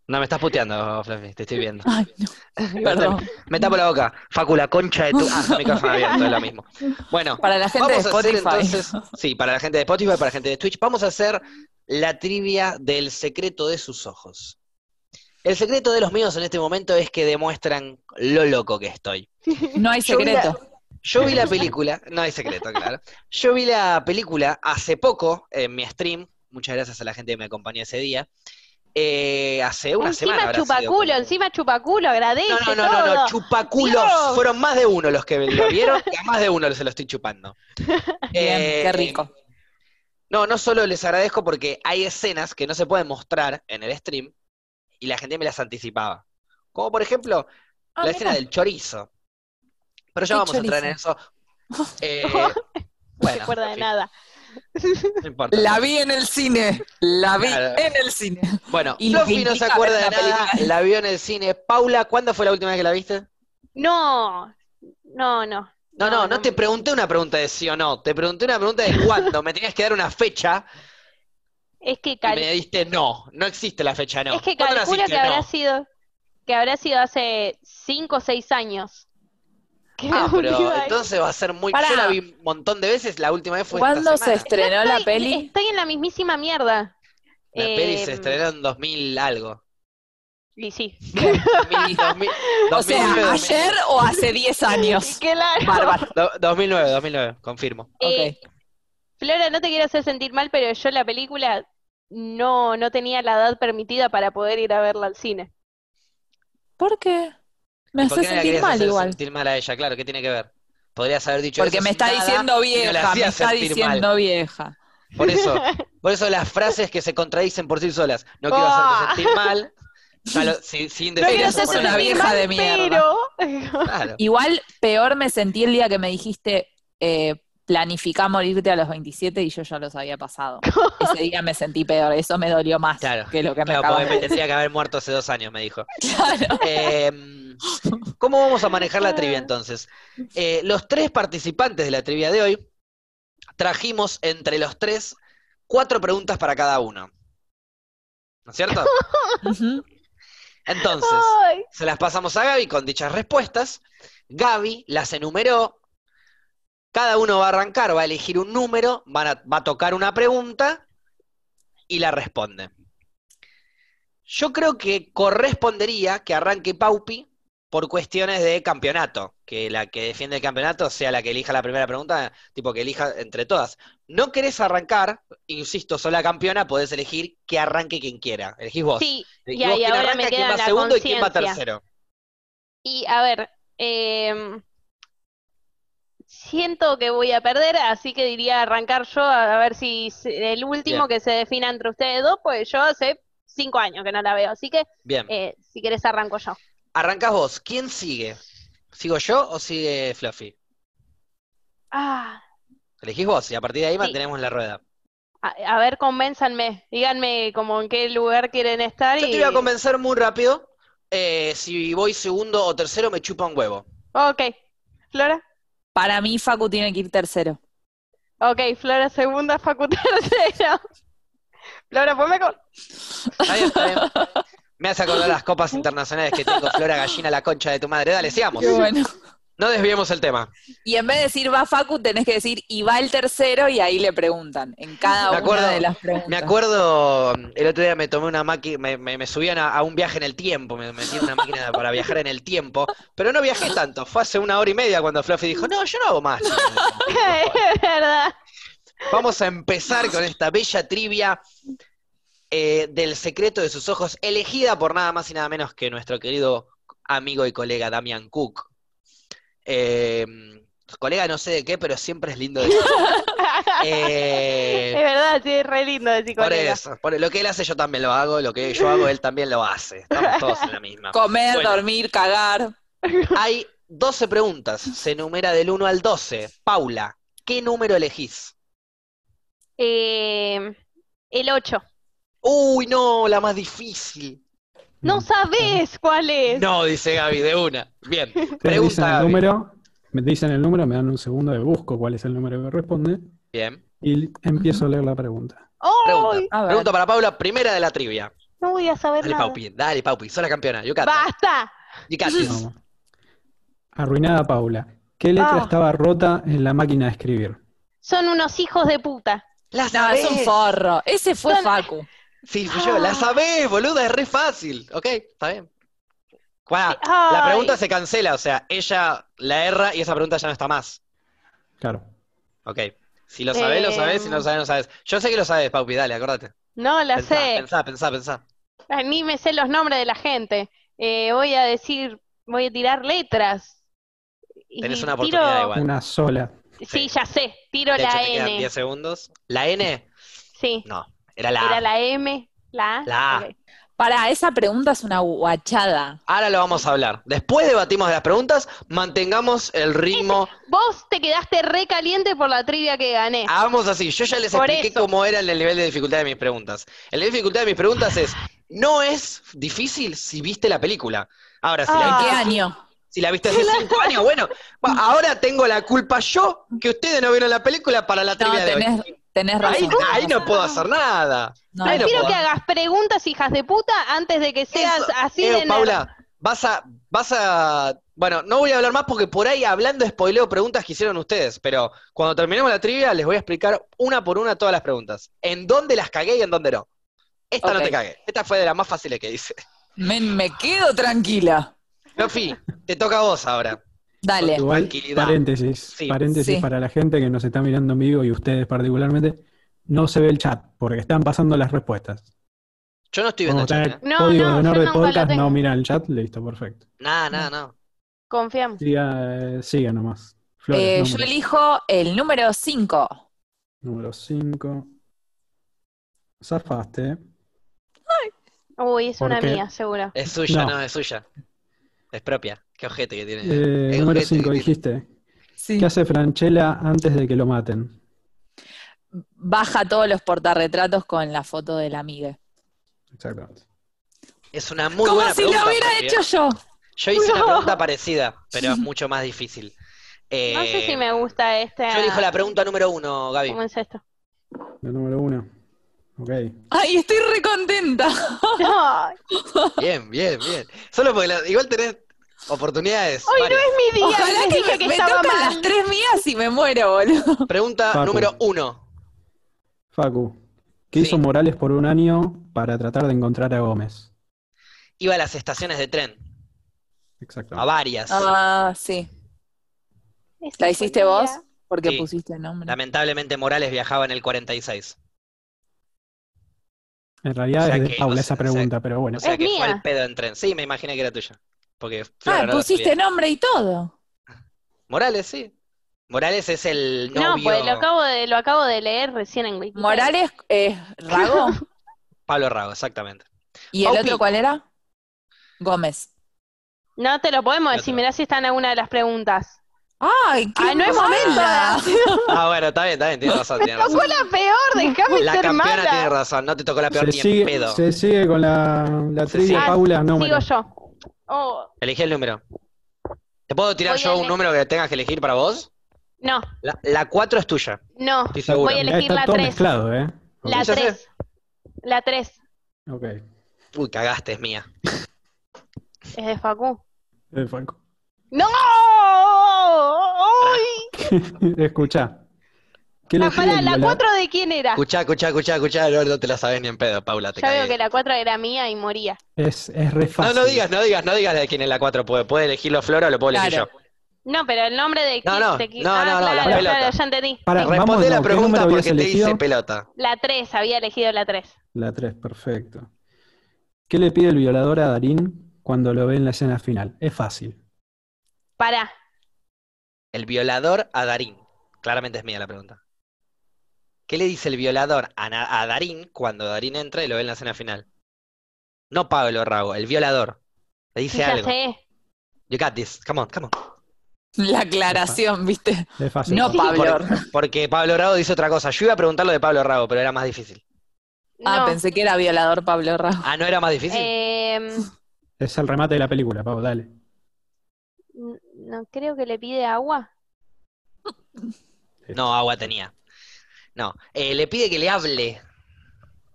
Speaker 1: No, me estás puteando, Fluffy, te estoy viendo.
Speaker 3: Ay, no, perdón.
Speaker 1: Me tapo la boca. Facu, la concha de tu. Ah, el micrófono abierto, es lo mismo. Bueno,
Speaker 3: Para la gente de
Speaker 1: vamos a hacer
Speaker 3: Spotify.
Speaker 1: entonces. Sí, para la gente de Spotify, para la gente de Twitch, vamos a hacer la trivia del secreto de sus ojos. El secreto de los míos en este momento es que demuestran lo loco que estoy.
Speaker 3: No hay
Speaker 1: Yo vi la-
Speaker 3: secreto.
Speaker 1: Yo vi la película, no hay secreto, claro. Yo vi la película hace poco en mi stream. Muchas gracias a la gente que me acompañó ese día. Eh, hace una semana.
Speaker 2: encima
Speaker 1: habrá sido,
Speaker 2: chupaculo,
Speaker 1: creo.
Speaker 2: encima chupaculo, agradece
Speaker 1: No, no, no,
Speaker 2: todo.
Speaker 1: no, no, chupaculos.
Speaker 2: Dios.
Speaker 1: Fueron más de uno los que lo vieron, y a más de uno se lo estoy chupando.
Speaker 3: Bien,
Speaker 1: Eh,
Speaker 3: qué rico.
Speaker 1: No, no solo les agradezco porque hay escenas que no se pueden mostrar en el stream y la gente me las anticipaba. Como por ejemplo,
Speaker 3: Ah,
Speaker 1: la
Speaker 3: mira.
Speaker 1: escena del chorizo. Pero ya
Speaker 3: ¿Qué
Speaker 1: vamos a entrar en eso. Eh,
Speaker 2: no
Speaker 1: bueno,
Speaker 2: recuerda de
Speaker 1: sí,
Speaker 2: nada.
Speaker 1: no importa.
Speaker 3: La vi en el cine. La vi
Speaker 1: Claro.
Speaker 3: en el cine.
Speaker 1: Bueno,
Speaker 3: Y lo
Speaker 1: Fluffy
Speaker 3: que
Speaker 1: no se
Speaker 3: implica
Speaker 1: acuerda de
Speaker 3: ver una
Speaker 1: nada, la vio en el cine. Paula, ¿cuándo fue la última vez que la viste?
Speaker 2: No, no, no.
Speaker 1: No, no, no, te
Speaker 2: preocupes.
Speaker 1: pregunté una pregunta de sí o no, te pregunté una pregunta de cuándo, me tenías que dar una fecha
Speaker 2: Es que,
Speaker 1: y
Speaker 2: cal-
Speaker 1: me diste no, no existe la fecha no.
Speaker 2: es que
Speaker 1: ¿Cuándo
Speaker 2: calculo
Speaker 1: naciste?
Speaker 2: que habrá
Speaker 1: No.
Speaker 2: sido que habrá sido hace 5 o 6 años. Que
Speaker 1: Ah,
Speaker 2: la última
Speaker 1: pero
Speaker 2: vez-
Speaker 1: entonces va a ser muy...
Speaker 3: Pará.
Speaker 1: Yo la vi un montón de veces, la última vez fue
Speaker 3: ¿Cuándo
Speaker 1: esta
Speaker 3: se
Speaker 1: semana.
Speaker 3: estrenó la
Speaker 2: Estoy-
Speaker 3: peli?
Speaker 2: Estoy en la mismísima mierda.
Speaker 1: La peli se
Speaker 2: Em,
Speaker 1: estrenó en 2000 algo.
Speaker 2: Y sí.
Speaker 1: 2000, 2000,
Speaker 3: O sea,
Speaker 1: 2009,
Speaker 3: ayer o hace 10 años.
Speaker 2: Claro.
Speaker 3: Bárbaro.
Speaker 1: do- 2009, 2009, confirmo.
Speaker 2: Eh, Flora, no te quiero hacer sentir mal, pero yo la película no, no tenía la edad permitida para poder ir a verla al cine.
Speaker 3: ¿Por qué? Me
Speaker 1: ¿Por qué
Speaker 3: hace
Speaker 1: no la
Speaker 3: sentir
Speaker 1: querías
Speaker 3: mal
Speaker 1: hacer
Speaker 3: igual.
Speaker 1: sentir mal a ella? Claro, ¿qué tiene que ver? Podrías haber dicho
Speaker 3: Porque
Speaker 1: eso
Speaker 3: me
Speaker 1: sin
Speaker 3: está
Speaker 1: nada.
Speaker 3: diciendo
Speaker 1: la
Speaker 3: vieja, me
Speaker 1: hacía
Speaker 3: está
Speaker 1: sentir
Speaker 3: diciendo vieja.
Speaker 1: Por eso, por eso las frases que se contradicen por sí solas. No quiero
Speaker 2: Ah.
Speaker 1: hacerte sentir mal. ya lo- sin, sin
Speaker 2: No
Speaker 1: decir
Speaker 2: quiero
Speaker 1: eso
Speaker 3: hacerte
Speaker 1: por
Speaker 3: una
Speaker 1: ahí.
Speaker 3: vieja de mierda.
Speaker 2: Pero
Speaker 1: Claro.
Speaker 3: Igual peor me sentí el día que me dijiste eh, planificá morirte a los 27 y yo ya los había pasado. Ese día me sentí peor, eso me dolió más
Speaker 1: Claro,
Speaker 3: que lo que me
Speaker 1: Claro,
Speaker 3: acabas
Speaker 1: porque me
Speaker 3: de
Speaker 1: tendría que haber muerto hace dos años, me dijo.
Speaker 3: Claro. Ah.
Speaker 1: Eh, ¿Cómo vamos a manejar la trivia entonces? Eh, los tres participantes de la trivia de hoy trajimos entre los tres cuatro preguntas para cada uno. ¿No es cierto?
Speaker 3: Ujú.
Speaker 1: Entonces,
Speaker 2: Ay,
Speaker 1: se las pasamos a Gaby con dichas respuestas. Gaby las enumeró. Cada uno va a arrancar, va a elegir un número, van a- va a tocar una pregunta y la responde. Yo creo que correspondería que arranque Paupi por cuestiones de campeonato, que la que defiende el campeonato sea la que elija la primera pregunta, tipo que elija entre todas. No querés arrancar, insisto, sola campeona, podés elegir que arranque quien quiera. Elegís vos.
Speaker 2: sí,
Speaker 1: Elegís
Speaker 2: Ya,
Speaker 1: vos
Speaker 2: y
Speaker 1: quién
Speaker 2: ahora
Speaker 1: arranca,
Speaker 2: me
Speaker 1: quién
Speaker 2: queda
Speaker 1: va
Speaker 2: la
Speaker 1: segundo y quién va
Speaker 2: conciencia.
Speaker 1: tercero.
Speaker 2: y a ver, em, siento que voy a perder, así que diría arrancar yo a, a ver si se- el último que se defina entre ustedes dos, pues yo hace cinco años que no la veo, así que
Speaker 1: Bien.
Speaker 2: eh, si querés arranco yo.
Speaker 1: Arrancás vos. ¿Quién sigue? ¿Sigo yo o sigue Fluffy?
Speaker 2: Ah,
Speaker 1: Elegís vos y a partir de ahí
Speaker 2: Sí.
Speaker 1: mantenemos la rueda.
Speaker 2: a, a ver, convénzanme, díganme como en qué lugar quieren estar
Speaker 1: Yo te
Speaker 2: y...
Speaker 1: voy a convencer muy rápido. eh, si voy segundo o tercero, me chupa un huevo.
Speaker 2: Ok, Flora.
Speaker 3: Para mí, Facu tiene que ir tercero.
Speaker 2: Ok, Flora segunda, Facu tercero. Flora, ponme con...
Speaker 1: Está bien, está bien. Me hace acordar las copas internacionales que tengo, Flora Gallina, la concha de tu madre. Dale, sigamos.
Speaker 3: Qué bueno.
Speaker 1: No desviemos el tema.
Speaker 3: Y en vez de decir va Facu, tenés que decir y va el tercero y ahí le preguntan en cada
Speaker 1: Me acuerdo-
Speaker 3: una de las preguntas.
Speaker 1: Me acuerdo, mm, el otro día me tomé una máquina, me, me- me subían a, a un viaje en el tiempo, me metí en una máquina para viajar en el tiempo, pero no viajé tanto. Fue hace una hora y media cuando Fluffy dijo, no, yo no hago más.
Speaker 2: Es verdad.
Speaker 1: Vamos a empezar con esta bella trivia eh, del secreto de sus ojos, elegida por nada más y nada menos que nuestro querido amigo y colega Damian Cook. Eh, colega no sé de qué, pero siempre es lindo decir. Eh,
Speaker 2: Es verdad, sí, es re lindo decir
Speaker 1: por
Speaker 2: colega.
Speaker 1: eso, por lo que él hace yo también lo hago, lo que yo hago él también lo hace. Estamos todos en la misma.
Speaker 3: Comer,
Speaker 1: Bueno.
Speaker 3: dormir, cagar.
Speaker 1: Hay 12 preguntas, se numera del 1 al 12. Paula, ¿qué número elegís?
Speaker 2: Eh, el 8.
Speaker 1: Uy, no, la más difícil.
Speaker 2: No sabés cuál es.
Speaker 1: Mm. No, dice Gaby, de una. Bien,
Speaker 4: Ustedes dicen
Speaker 1: pregunta
Speaker 4: el
Speaker 1: Gaby.
Speaker 4: número, me dicen el número, me dan un segundo de busco cuál es el número que responde
Speaker 1: Bien,
Speaker 4: y empiezo a leer la pregunta.
Speaker 2: ¡Ay!
Speaker 1: pregunta.
Speaker 3: A ver.
Speaker 1: Pregunta para Paula, primera de la trivia.
Speaker 2: No voy a saber
Speaker 1: Dale,
Speaker 2: nada.
Speaker 1: Paupi, dale, Paupi, sos la campeona. You got that.
Speaker 2: ¡Basta!
Speaker 1: You got this.
Speaker 4: Vamos. Arruinada Paula. ¿Qué letra
Speaker 2: Ah.
Speaker 4: estaba rota en la máquina de escribir?
Speaker 2: Son unos hijos de puta.
Speaker 1: La
Speaker 3: No,
Speaker 1: sabés.
Speaker 3: es un forro. Ese fue
Speaker 2: Son-
Speaker 3: Facu.
Speaker 1: Sí, fui yo.
Speaker 2: Ah.
Speaker 1: La sabés, boluda, es re fácil. Ok, está bien. Guarda,
Speaker 2: Ay.
Speaker 1: la pregunta se cancela, o sea, ella la erra y esa pregunta ya no está más.
Speaker 4: Claro.
Speaker 1: Ok. Si lo sabés, lo sabés, si no lo sabés, no lo sabés. Yo sé que lo sabés, Paupi, dale, acordate.
Speaker 2: No la
Speaker 1: Pensá,
Speaker 2: sé.
Speaker 1: pensá, pensá, pensá.
Speaker 2: A mí me sé los nombres de la gente. Eh, voy a decir, voy a tirar letras. Y
Speaker 1: Tenés una
Speaker 2: tiro-
Speaker 1: oportunidad igual.
Speaker 4: Una sola.
Speaker 2: Sí,
Speaker 1: Sí.
Speaker 2: ya sé. Tiro
Speaker 1: De hecho,
Speaker 2: la
Speaker 1: te quedan
Speaker 2: N.
Speaker 1: 10 segundos. ¿La N?
Speaker 2: Sí.
Speaker 1: No, era la A.
Speaker 2: Era la M, la A.
Speaker 1: La A.
Speaker 2: Ok.
Speaker 3: Para, esa pregunta es una guachada.
Speaker 1: Ahora lo vamos a hablar. Después debatimos de las preguntas, mantengamos el ritmo.
Speaker 2: Vos te quedaste re caliente por la trivia que gané.
Speaker 1: Hagamos así. Yo ya les
Speaker 2: Este. Por
Speaker 1: expliqué
Speaker 2: eso.
Speaker 1: cómo era el nivel de dificultad de mis preguntas. El nivel de dificultad de mis preguntas es, no es difícil si viste la película. Ahora, si,
Speaker 2: Ah.
Speaker 1: la,
Speaker 3: ¿En qué
Speaker 1: viste,
Speaker 3: año?
Speaker 1: si la viste hace cinco años, bueno, va, ahora tengo la culpa yo que ustedes no vieron la película para la
Speaker 3: No,
Speaker 1: trivia de hoy.
Speaker 3: tenés, tenés razón.
Speaker 1: Ahí, ahí no puedo hacer nada.
Speaker 3: No,
Speaker 1: Ahí no
Speaker 2: Prefiero
Speaker 1: puedo.
Speaker 2: que hagas preguntas, hijas de puta, antes de que seas
Speaker 1: Eso,
Speaker 2: así
Speaker 1: eh,
Speaker 2: de nerd.
Speaker 1: Paula, vas a, vas a. Bueno, no voy a hablar más porque por ahí hablando spoileo preguntas que hicieron ustedes, pero cuando terminemos la trivia les voy a explicar una por una todas las preguntas. En dónde las cagué y en dónde no. Esta no
Speaker 3: Ok.
Speaker 1: te cagué. Esta fue de las más fáciles que hice.
Speaker 3: Me, me quedo tranquila.
Speaker 1: Lofi, te toca a vos ahora.
Speaker 3: Dale.
Speaker 4: Igual,
Speaker 1: Tranquilidad.
Speaker 4: paréntesis.
Speaker 1: Sí.
Speaker 4: Paréntesis
Speaker 3: Sí.
Speaker 4: para la gente que nos está mirando en vivo y ustedes particularmente. No se ve el chat porque están pasando las respuestas.
Speaker 1: Yo no estoy viendo
Speaker 4: Como
Speaker 1: el chat,
Speaker 4: está
Speaker 1: ¿eh?
Speaker 4: el
Speaker 2: No,
Speaker 4: código
Speaker 2: no,
Speaker 4: de honor
Speaker 2: yo
Speaker 4: de
Speaker 2: nunca lo
Speaker 4: podcast,
Speaker 2: tengo.
Speaker 4: no mira el chat, listo, perfecto.
Speaker 1: Nada, nada, no.
Speaker 2: Confiamos.
Speaker 4: Siga, eh, siga nomás. Flores,
Speaker 3: Eh, yo
Speaker 4: nombre.
Speaker 3: elijo el número 5.
Speaker 4: Número 5. Zafaste. ¿eh?
Speaker 2: Uy, es
Speaker 4: ¿Por
Speaker 2: una
Speaker 4: qué?
Speaker 2: mía, seguro.
Speaker 1: Es suya, no.
Speaker 4: No.
Speaker 1: es suya. Es propia. Qué ojete que tiene.
Speaker 4: Eh,
Speaker 1: Qué ojete
Speaker 4: número
Speaker 1: que
Speaker 4: 5,
Speaker 1: tiene.
Speaker 4: dijiste.
Speaker 3: Sí.
Speaker 4: ¿Qué hace Franchella antes de que lo maten?
Speaker 3: Baja todos los portarretratos con la foto de la amiga.
Speaker 4: Exactamente.
Speaker 1: Es una muy
Speaker 3: Como
Speaker 1: buena
Speaker 3: si
Speaker 1: pregunta, eh.
Speaker 3: lo hubiera
Speaker 1: Sofía.
Speaker 3: hecho yo.
Speaker 1: Yo hice una
Speaker 2: No.
Speaker 1: pregunta parecida, pero es mucho más difícil. Eh,
Speaker 2: No sé si me gusta este.
Speaker 1: Yo elijo la pregunta número uno, Gaby.
Speaker 2: ¿Cómo es esto?
Speaker 4: El número 1. Ok.
Speaker 3: Ay, estoy recontenta.
Speaker 2: No,
Speaker 1: Bien, bien, bien. Solo porque la- igual tenés oportunidades.
Speaker 2: hoy no
Speaker 1: varias.
Speaker 2: es mi día.
Speaker 3: Ojalá
Speaker 2: les
Speaker 3: que
Speaker 2: dije
Speaker 3: me,
Speaker 2: que
Speaker 3: me
Speaker 2: estaba
Speaker 3: tocan
Speaker 2: mal.
Speaker 3: las tres mías y me muero, boludo.
Speaker 1: Pregunta
Speaker 4: Facu.
Speaker 1: número uno.
Speaker 4: Facu. ¿Qué
Speaker 1: Sí.
Speaker 4: hizo Morales por un año para tratar de encontrar a Gómez?
Speaker 1: Iba a las estaciones de tren, a
Speaker 4: Exactamente.
Speaker 1: varias.
Speaker 3: Ah, sí.
Speaker 2: Este
Speaker 3: ¿La
Speaker 2: fue
Speaker 3: hiciste
Speaker 2: mi
Speaker 3: vos?
Speaker 2: día.
Speaker 3: Porque
Speaker 1: Sí.
Speaker 3: pusiste el nombre.
Speaker 1: Lamentablemente Morales viajaba en el 46.
Speaker 4: En
Speaker 1: Ah,
Speaker 4: realidad
Speaker 1: O sea
Speaker 4: es de
Speaker 1: que, o
Speaker 4: Paula
Speaker 1: sea,
Speaker 4: esa
Speaker 1: o sea,
Speaker 4: pregunta, pero bueno.
Speaker 1: O sea
Speaker 2: Es
Speaker 1: que fue
Speaker 2: mía.
Speaker 1: el pedo en tren. Sí, me imaginé que era tuya. Porque Flora
Speaker 3: Ah,
Speaker 1: no la
Speaker 3: pusiste
Speaker 1: sabía.
Speaker 3: nombre y todo.
Speaker 1: Morales, sí. Morales es el
Speaker 2: No,
Speaker 1: novio.
Speaker 2: pues lo acabo de, lo acabo de leer recién en Wikipedia.
Speaker 3: Morales es Rago.
Speaker 1: Pablo Rago, exactamente.
Speaker 3: ¿Y el
Speaker 1: Paupi.
Speaker 3: otro cuál era? Gómez.
Speaker 2: No te lo podemos
Speaker 1: No
Speaker 2: decir,
Speaker 1: te lo-
Speaker 2: mirá si está en alguna de las preguntas.
Speaker 3: ¡Ay, qué
Speaker 2: Ah, no es
Speaker 3: mala!
Speaker 1: Ah, bueno, está bien, está bien, tiene razón, tiene razón.
Speaker 2: Tocó la peor, déjame
Speaker 1: La
Speaker 2: ser
Speaker 1: campeona
Speaker 2: mala.
Speaker 1: tiene razón, no te tocó la peor
Speaker 4: Se
Speaker 1: ni en
Speaker 4: sigue,
Speaker 1: pedo. Ah,
Speaker 4: se sigue con la, la
Speaker 1: Se
Speaker 4: trivia
Speaker 1: sigue.
Speaker 4: Paula
Speaker 2: Sigo
Speaker 4: número.
Speaker 2: yo. Oh,
Speaker 1: Elegí el número. ¿Te puedo tirar
Speaker 2: Voy a
Speaker 1: yo un
Speaker 2: ele-
Speaker 1: número que tengas que elegir para vos?
Speaker 2: no,
Speaker 1: La- La 4 es tuya,
Speaker 2: no.
Speaker 1: estoy
Speaker 2: Voy
Speaker 1: seguro.
Speaker 2: a elegir
Speaker 4: Está
Speaker 2: la
Speaker 4: todo
Speaker 2: tres.
Speaker 4: mezclado, ¿eh? Ok.
Speaker 2: La
Speaker 1: Ya sé.
Speaker 2: 3. La 3
Speaker 4: Ok. Eh,
Speaker 1: Uy, cagaste, es
Speaker 2: Ah.
Speaker 1: mía.
Speaker 2: es de Facu.
Speaker 4: Eh, Facu.
Speaker 2: ¡No!
Speaker 4: Escucha. ¿Qué
Speaker 2: La,
Speaker 4: le
Speaker 2: pará,
Speaker 4: piden
Speaker 2: ¿La
Speaker 4: violar?
Speaker 2: 4 de quién era?
Speaker 1: Escuchá, escuchá, escuchá, escuchá, no, no te la sabes ni en pedo, Paula, te
Speaker 2: Ya veo
Speaker 1: cagué.
Speaker 2: que la 4 era mía y moría.
Speaker 4: Es, es re
Speaker 1: No,
Speaker 4: fácil.
Speaker 1: no digas, no digas, no digas de quién es la 4, puede, puede elegirlo Flora o lo puedo elegir
Speaker 3: Claro.
Speaker 1: yo.
Speaker 2: No, pero el nombre
Speaker 1: No,
Speaker 2: de quién-
Speaker 1: no,
Speaker 2: de quién-
Speaker 1: no,
Speaker 2: ah,
Speaker 1: no, no, la
Speaker 2: claro,
Speaker 1: pelota.
Speaker 2: claro, ya entendí.
Speaker 4: Pará,
Speaker 2: Sí.
Speaker 4: vamos,
Speaker 1: Responde la
Speaker 4: no, ¿qué
Speaker 1: pregunta
Speaker 4: número habías
Speaker 1: porque te hice
Speaker 4: elegido?
Speaker 1: pelota.
Speaker 2: La 3, había elegido la 3.
Speaker 4: La 3, perfecto. ¿Qué le pide el violador a Darín cuando lo ve en la escena final? Es fácil.
Speaker 2: Pará.
Speaker 1: El violador a Darín. Claramente es mía la pregunta. ¿Qué le dice el violador a, Na- a Darín cuando Darín entra y lo ve en la escena final? No Pablo Rago, el violador. Le dice
Speaker 2: ya
Speaker 1: algo.
Speaker 2: sé.
Speaker 1: You got this. Come on, come on.
Speaker 3: La aclaración, ¿viste?
Speaker 4: Es fácil.
Speaker 3: No,
Speaker 4: Facu.
Speaker 3: Pablo.
Speaker 1: Porque Pablo Rago dice otra cosa. Yo iba a preguntar lo de Pablo Rago, pero era más difícil.
Speaker 3: Ah,
Speaker 2: No,
Speaker 3: pensé que era violador Pablo Rago.
Speaker 1: Ah, ¿no era más difícil?
Speaker 2: eh,
Speaker 4: Es el remate de la película, Pablo, dale.
Speaker 2: n- no creo que le pide agua.
Speaker 1: No, agua tenía. No. Eh, le pide que le hable.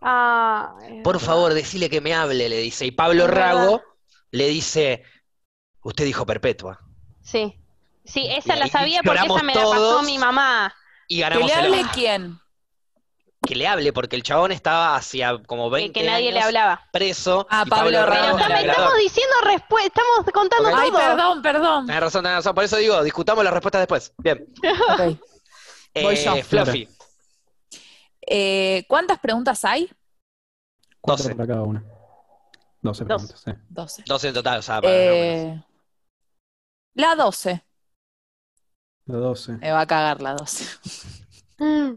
Speaker 2: Ah,
Speaker 1: Por favor, decile que me hable, le dice. Y Pablo
Speaker 2: Es verdad.
Speaker 1: Rago le dice, usted dijo perpetua.
Speaker 2: Sí. Sí, esa
Speaker 1: Y
Speaker 2: la
Speaker 1: ahí
Speaker 2: sabía porque esa
Speaker 1: lloramos
Speaker 2: me la pasó
Speaker 1: todos.
Speaker 2: mi mamá.
Speaker 1: Y
Speaker 5: ¿Que
Speaker 1: ganamos
Speaker 5: le
Speaker 1: el
Speaker 5: hable
Speaker 1: Oscar.
Speaker 5: quién?
Speaker 1: Que le hable, porque el chabón estaba hacia como
Speaker 2: Que,
Speaker 1: 20
Speaker 2: que nadie le
Speaker 1: años
Speaker 2: hablaba.
Speaker 1: preso.
Speaker 3: Ah,
Speaker 1: y
Speaker 3: Pablo Rago
Speaker 2: Pero
Speaker 3: Bravo,
Speaker 1: era
Speaker 2: estamos,
Speaker 3: bravo.
Speaker 1: ganador.
Speaker 2: estamos diciendo respuesta, estamos contando
Speaker 1: Ok.
Speaker 5: Ay,
Speaker 2: todo.
Speaker 5: perdón, perdón.
Speaker 1: Tenés razón, tenés razón. Por eso digo, discutamos las respuestas después. Bien.
Speaker 3: Ok. Voy
Speaker 1: Eh,
Speaker 3: yo.
Speaker 1: Fluffy,
Speaker 3: Eh, ¿Cuántas preguntas hay?
Speaker 4: Cuatro
Speaker 1: 12.
Speaker 4: para cada una. 12
Speaker 2: Dos.
Speaker 4: preguntas, eh.
Speaker 3: 12.
Speaker 1: 12 en total, o
Speaker 4: Ah,
Speaker 1: sea, para números.
Speaker 3: Eh, la 12.
Speaker 4: La 12.
Speaker 3: Me va a cagar la 12.
Speaker 2: Mm.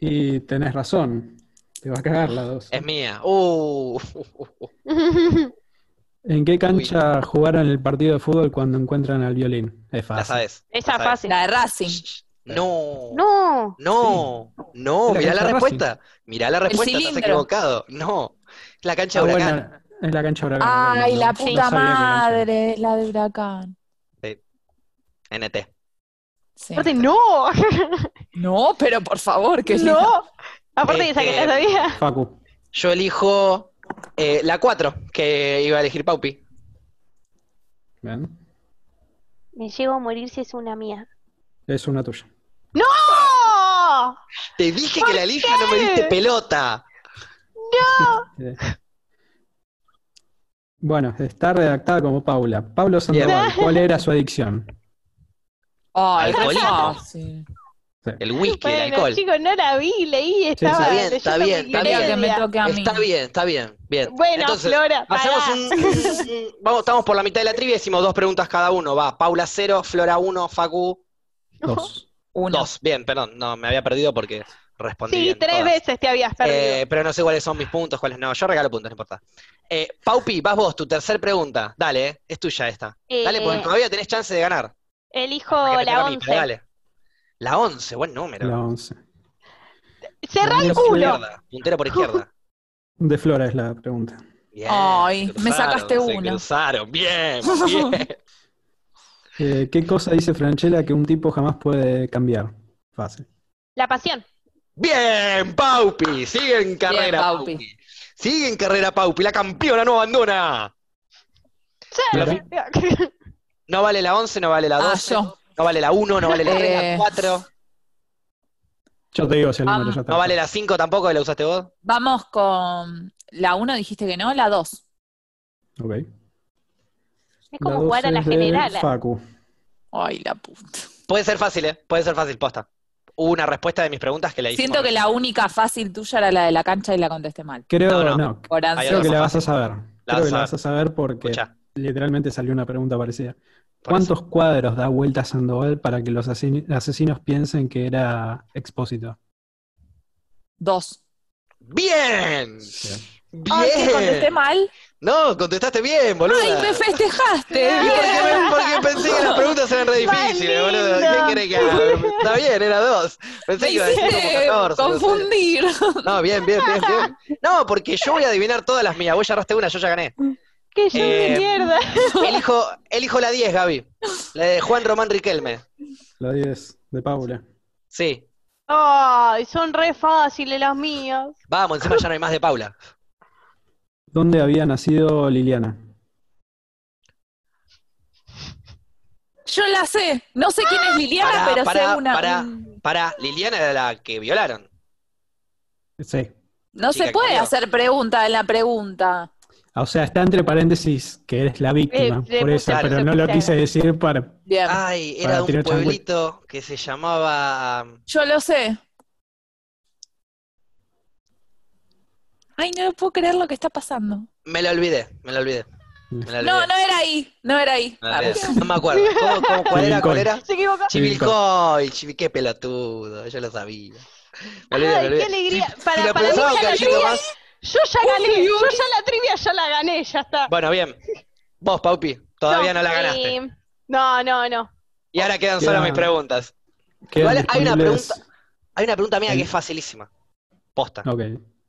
Speaker 4: Y tenés razón. Te va a cagar la 12.
Speaker 1: Es mía. Uh.
Speaker 4: ¿En qué cancha jugaron el partido de fútbol cuando encuentran al violín? Es
Speaker 1: La
Speaker 4: fácil.
Speaker 1: sabes.
Speaker 2: esa
Speaker 1: La
Speaker 2: fácil.
Speaker 3: La de Racing.
Speaker 1: No.
Speaker 2: No.
Speaker 1: No, no,
Speaker 4: La
Speaker 1: mirá la
Speaker 4: cancha
Speaker 1: respuesta. Mirá la respuesta, estás
Speaker 3: cilindro.
Speaker 1: equivocado. No, es la cancha
Speaker 4: Ah,
Speaker 1: de
Speaker 4: bueno,
Speaker 1: huracán.
Speaker 4: es la cancha de huracán.
Speaker 3: Ay,
Speaker 4: No,
Speaker 3: la
Speaker 4: no
Speaker 3: puta
Speaker 4: sabía que era esa.
Speaker 3: madre, es la de Huracán.
Speaker 1: NT.
Speaker 3: Sí.
Speaker 2: Aparte, no.
Speaker 3: No, pero por favor, que
Speaker 2: no. Aparte de esa que
Speaker 1: Este-
Speaker 2: ya sabía.
Speaker 4: Facu.
Speaker 1: Yo elijo eh, la 4, que iba a elegir Paupi.
Speaker 4: ¿ven?
Speaker 2: Me llego a morir si es una mía.
Speaker 4: Es una tuya.
Speaker 2: ¡No!
Speaker 1: Te dije que la elija, no me diste pelota.
Speaker 4: Eh. Bueno, está redactada como Paula. Pablo Sandoval, ¿cuál era su adicción?
Speaker 3: Ay, qué
Speaker 1: Alcoholismo.
Speaker 3: fácil.
Speaker 1: El whisky, el
Speaker 2: Bueno,
Speaker 1: alcohol.
Speaker 2: chicos, no la vi, leí, estaba
Speaker 4: está
Speaker 1: bien, está bien,
Speaker 2: leyendo
Speaker 1: está bien.
Speaker 3: Creo que me
Speaker 2: Wikipedia.
Speaker 3: toque a mí.
Speaker 1: Está bien, está bien, bien.
Speaker 2: Bueno,
Speaker 1: Entonces,
Speaker 2: Flora,
Speaker 1: Hacemos
Speaker 2: pará.
Speaker 1: un, un- vamos, estamos por la mitad de la trivia y decimos dos preguntas cada uno. Va, Paula 0, Flora 1, Facu
Speaker 4: Dos.
Speaker 3: Uno.
Speaker 1: 2. Bien, perdón, no, me había perdido porque respondí
Speaker 2: Sí,
Speaker 1: bien
Speaker 2: tres
Speaker 1: todas.
Speaker 2: veces te habías perdido.
Speaker 1: Eh, pero no sé cuáles son mis puntos, cuáles no. Yo regalo puntos, no importa. Eh, Paupi, vas vos, tu tercer pregunta. Dale, eh, es tuya esta. Dale,
Speaker 2: Eh,
Speaker 1: porque todavía tenés chance de ganar.
Speaker 2: Elijo
Speaker 1: Hasta que me
Speaker 2: la
Speaker 1: toca a mí, pero
Speaker 2: 11.
Speaker 1: dale. La 11, buen número.
Speaker 4: La once.
Speaker 2: Cerrá el
Speaker 4: Dios
Speaker 2: culo.
Speaker 4: mío.
Speaker 1: Izquierda, puntero por izquierda.
Speaker 4: De Flora es la pregunta.
Speaker 1: Bien,
Speaker 3: Ay,
Speaker 1: se
Speaker 3: me sacaste
Speaker 1: cruzaron, Se
Speaker 3: una.
Speaker 1: cruzaron, bien, bien.
Speaker 4: Eh, ¿Qué cosa dice Franchella que un tipo jamás puede cambiar? Fácil.
Speaker 2: La pasión.
Speaker 1: Bien, Paupi, sigue en carrera, Paupi.
Speaker 3: Paupi.
Speaker 1: Sigue en carrera, Paupi, la campeona no abandona.
Speaker 4: Mira.
Speaker 1: No vale la 11, no vale la
Speaker 3: Ah,
Speaker 1: 12,
Speaker 3: yo.
Speaker 1: no vale la 1, no vale la 3, la
Speaker 3: Eh.
Speaker 1: 4,
Speaker 4: Yo te digo si el
Speaker 3: Ah,
Speaker 4: número ya está.
Speaker 1: no vale la 5 tampoco, que la usaste vos.
Speaker 3: Vamos con la 1, dijiste que no, la 2.
Speaker 4: Ok.
Speaker 2: Es
Speaker 4: La
Speaker 2: como
Speaker 4: doce
Speaker 2: jugar a la
Speaker 4: es de
Speaker 2: general.
Speaker 4: Facu.
Speaker 3: Ay, la puta.
Speaker 1: Puede ser fácil, ¿eh? Puede ser fácil, posta. Hubo una respuesta de mis preguntas que la hice.
Speaker 3: Siento que la única fácil tuya era la de la cancha y la contesté mal.
Speaker 4: Creo,
Speaker 1: No, no.
Speaker 4: no,
Speaker 3: Por
Speaker 1: Hay otra
Speaker 4: creo que
Speaker 3: ansioso.
Speaker 1: más
Speaker 4: la vas a
Speaker 1: fácil.
Speaker 4: saber.
Speaker 1: vas
Speaker 4: Creo que
Speaker 1: a
Speaker 4: la vas a saber porque
Speaker 1: Escuchá,
Speaker 4: literalmente salió una pregunta parecida.
Speaker 1: por eso.
Speaker 4: ¿Cuántos cuadros da vuelta Sandoval para que los asesin- asesinos piensen que era expósito?
Speaker 3: Dos.
Speaker 1: ¡Bien! ¡Bien!
Speaker 3: Ay, que contesté mal.
Speaker 1: No, contestaste bien, boludo.
Speaker 3: Ay, me festejaste.
Speaker 1: ¿Y por qué me- por qué pensé que las preguntas eran re difíciles,
Speaker 2: Más
Speaker 1: boludo?
Speaker 2: lindo.
Speaker 1: ¿Qué querés que haga? Está bien, era dos. Pensé
Speaker 3: Me
Speaker 1: que iba a decir como
Speaker 3: hiciste
Speaker 1: 14. no sé.
Speaker 3: confundir.
Speaker 1: No, bien, bien, bien, bien. No, porque yo voy a adivinar todas las mías. Vos ya arraste una, yo ya gané.
Speaker 2: Que yo de
Speaker 1: Eh,
Speaker 2: mierda.
Speaker 1: Elijo, elijo la 10, Gaby. La de Juan Román Riquelme.
Speaker 4: La 10 de Paula.
Speaker 1: Sí.
Speaker 2: Ay, son re fáciles las mías.
Speaker 1: Vamos, encima ya no hay más de Paula.
Speaker 4: ¿Dónde había nacido Liliana?
Speaker 3: Yo la sé. No sé quién es Liliana,
Speaker 1: Pará,
Speaker 3: pero
Speaker 1: pará,
Speaker 3: sé una.
Speaker 1: pará.
Speaker 3: un-
Speaker 1: Para Liliana era la que violaron.
Speaker 4: Sí.
Speaker 3: No
Speaker 1: Chica,
Speaker 3: se puede
Speaker 1: creo.
Speaker 3: hacer pregunta en la pregunta.
Speaker 4: O sea, está entre paréntesis que eres la víctima,
Speaker 2: Eh,
Speaker 4: por
Speaker 2: le
Speaker 4: eso,
Speaker 1: puse-
Speaker 4: pero
Speaker 2: le
Speaker 4: no lo
Speaker 2: puse-
Speaker 4: quise decir para...
Speaker 3: Bien.
Speaker 1: Ay,
Speaker 4: Para
Speaker 1: era de un
Speaker 4: tirar changuí.
Speaker 1: pueblito que se llamaba. um,
Speaker 3: Yo lo sé. Ay, no puedo creer lo que está pasando.
Speaker 1: Me la olvidé, me la olvidé. Me la olvidé.
Speaker 3: No, no era ahí. No era ahí.
Speaker 1: Me la olvidé. No me acuerdo. ¿Cómo, cómo, cuál era? ¿Cuál era?
Speaker 2: Se equivocó.
Speaker 1: Chivilcoy, Chivi- qué pelotudo, yo lo sabía. Me olvidé, me
Speaker 2: Ay,
Speaker 1: olvidé.
Speaker 2: qué alegría.
Speaker 1: Si-
Speaker 2: Para-
Speaker 1: si lo
Speaker 2: para mí
Speaker 1: pensaba un
Speaker 2: ya la
Speaker 1: cachito
Speaker 2: trivia-
Speaker 1: más.
Speaker 2: Yo ya gané. Yo ya la trivia ya la gané, ya está.
Speaker 1: Bueno, bien. Vos, Paupi, todavía no, la ganaste.
Speaker 2: eh, No, no, no.
Speaker 1: Y ahora quedan solo
Speaker 4: Queda-
Speaker 1: mis preguntas.
Speaker 4: Quedan
Speaker 1: Igual hay una
Speaker 4: disponibles-
Speaker 1: Hay una pregunta mía
Speaker 4: El-
Speaker 1: que es facilísima. Posta.
Speaker 4: Ok.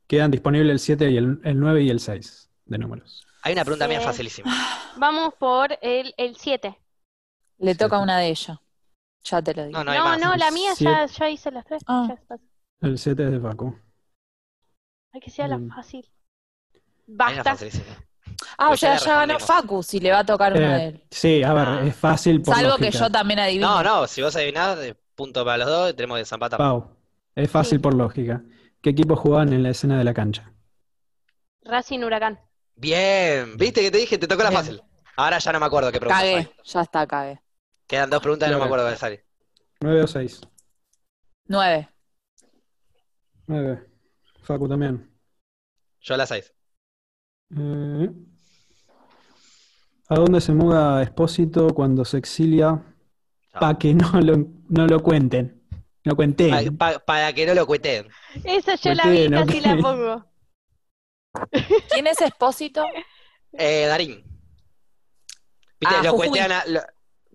Speaker 4: Quedan disponibles el 7 y el, el 9 y el 6 de números.
Speaker 1: Hay una pregunta mía
Speaker 2: Sí.
Speaker 1: facilísima.
Speaker 2: Vamos por el el 7.
Speaker 3: Le toca a una de ellas. Ya te lo digo.
Speaker 1: No, no hay
Speaker 2: No,
Speaker 1: más.
Speaker 2: no, la mía ya, ya hice las tres.
Speaker 3: Ah.
Speaker 2: ya está.
Speaker 4: El 7 es de Facu.
Speaker 2: Hay que sea la
Speaker 4: Mm.
Speaker 2: fácil.
Speaker 1: Hay una
Speaker 2: Basta.
Speaker 1: facilísima.
Speaker 3: Ah, o
Speaker 1: Pues ya la
Speaker 3: sea, ya ganó
Speaker 1: respondimos.
Speaker 3: Facu si le va a tocar uno de
Speaker 4: Eh,
Speaker 3: él.
Speaker 4: sí, a ver, es fácil por
Speaker 3: Salvo que
Speaker 4: lógica.
Speaker 3: yo también adivino.
Speaker 1: No, no, si vos adivinás, eh, punto para los dos, tenemos que desempatar.
Speaker 4: Pau, es fácil
Speaker 2: Sí.
Speaker 4: por lógica. ¿Qué equipos jugaban en la escena de la cancha?
Speaker 2: Racing Huracán.
Speaker 1: Bien, viste que te dije, te tocó la
Speaker 3: Bien.
Speaker 1: fácil. Ahora ya no me acuerdo qué pregunta
Speaker 3: Cagué,
Speaker 1: fue.
Speaker 3: ya está, cagué.
Speaker 1: Quedan dos preguntas y no me acuerdo de salir.
Speaker 4: 9 o 6.
Speaker 3: Nueve.
Speaker 4: 9. Facu también.
Speaker 1: Yo a las seis.
Speaker 4: Eh, ¿A dónde se muda Espósito cuando se exilia?
Speaker 1: Chao.
Speaker 4: Para que no lo, no lo cuenten. No cuenten.
Speaker 1: Pa- pa- para que no lo cueten.
Speaker 2: Esa yo la vi,
Speaker 4: Cualquiera,
Speaker 2: casi
Speaker 4: ok.
Speaker 2: la pongo.
Speaker 3: ¿Quién es Espósito?
Speaker 1: Eh, Darín. Viste,
Speaker 3: Ah,
Speaker 1: lo
Speaker 3: Jujuy.
Speaker 1: cuetean a. lo-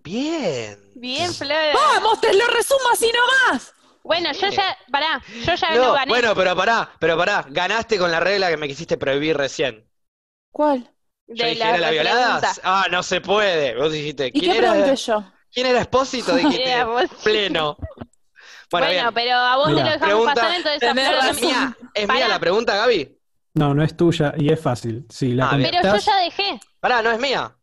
Speaker 1: Bien.
Speaker 2: Bien, Flora.
Speaker 3: ¡Vamos, te lo resumo así nomás!
Speaker 2: Bueno, yo ya, pará, yo ya
Speaker 1: No,
Speaker 2: lo gané.
Speaker 1: bueno, pero pará, pero pará. Ganaste con la regla que me quisiste prohibir recién.
Speaker 3: ¿Cuál?
Speaker 1: Yo
Speaker 2: de
Speaker 1: dije, ¿era la violada?
Speaker 2: repregunta.
Speaker 1: Ah, no se puede. Vos dijiste,
Speaker 3: ¿Y qué
Speaker 1: ¿quién era,
Speaker 3: pregunté yo?
Speaker 1: ¿quién era Espósito? Dijiste,
Speaker 2: Era Eh, vos.
Speaker 1: pleno. Bueno,
Speaker 2: Bueno,
Speaker 1: bien.
Speaker 2: pero a vos te lo
Speaker 4: Mira.
Speaker 2: dejamos
Speaker 1: Pregunta-
Speaker 2: pasar, entonces a
Speaker 3: Tenés
Speaker 2: Flora no
Speaker 1: ¿Es
Speaker 3: razón.
Speaker 2: me-
Speaker 1: mía? ¿Es
Speaker 2: Pará.
Speaker 1: mía la pregunta, Gaby?
Speaker 4: No, no es tuya y es fácil. Si la
Speaker 1: Ah, bien.
Speaker 2: Pero yo
Speaker 4: contestás,
Speaker 2: ya dejé.
Speaker 1: Pará, no es mía.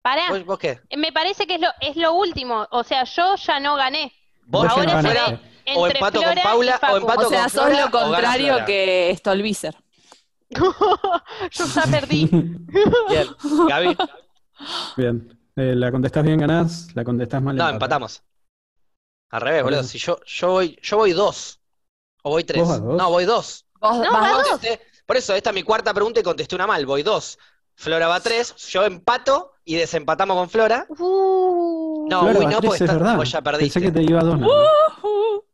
Speaker 2: Pará,
Speaker 1: ¿Vos, vos qué?
Speaker 2: me parece que es lo, es lo último. O sea, yo ya no gané.
Speaker 1: Vos
Speaker 4: ya
Speaker 2: ahora
Speaker 4: no
Speaker 2: se
Speaker 4: ganaste.
Speaker 2: ve- Entre
Speaker 1: O empato con
Speaker 2: Flora y
Speaker 1: Paula, o
Speaker 2: Facu.
Speaker 1: empato
Speaker 3: O sea,
Speaker 1: con
Speaker 3: sos
Speaker 1: Flora
Speaker 3: lo
Speaker 1: o gana
Speaker 3: contrario
Speaker 1: Flora.
Speaker 3: que Stolbizer.
Speaker 2: yo ya perdí.
Speaker 1: Bien. Gaby,
Speaker 4: Bien. Eh, la contestás bien, ganás. La contestás mal,
Speaker 1: no,
Speaker 4: empatás.
Speaker 1: empatamos. Al revés,
Speaker 4: Por
Speaker 1: boludo.
Speaker 4: eso.
Speaker 1: Si yo, yo voy, yo voy dos. O voy tres.
Speaker 4: ¿Vos vas dos?
Speaker 1: No, voy dos.
Speaker 3: Vos vas
Speaker 2: No, va
Speaker 3: vos.
Speaker 2: dos.
Speaker 1: Contesté- Por eso, esta es mi cuarta pregunta y contesté una mal. Voy dos. Flora va tres, yo empato y desempatamos con Flora.
Speaker 2: Uh.
Speaker 1: No,
Speaker 4: Flora
Speaker 1: uy, no,
Speaker 4: Beatriz,
Speaker 1: porque
Speaker 4: es
Speaker 1: está-
Speaker 4: verdad.
Speaker 1: vos ya perdiste.
Speaker 4: Pensé que te iba a donar.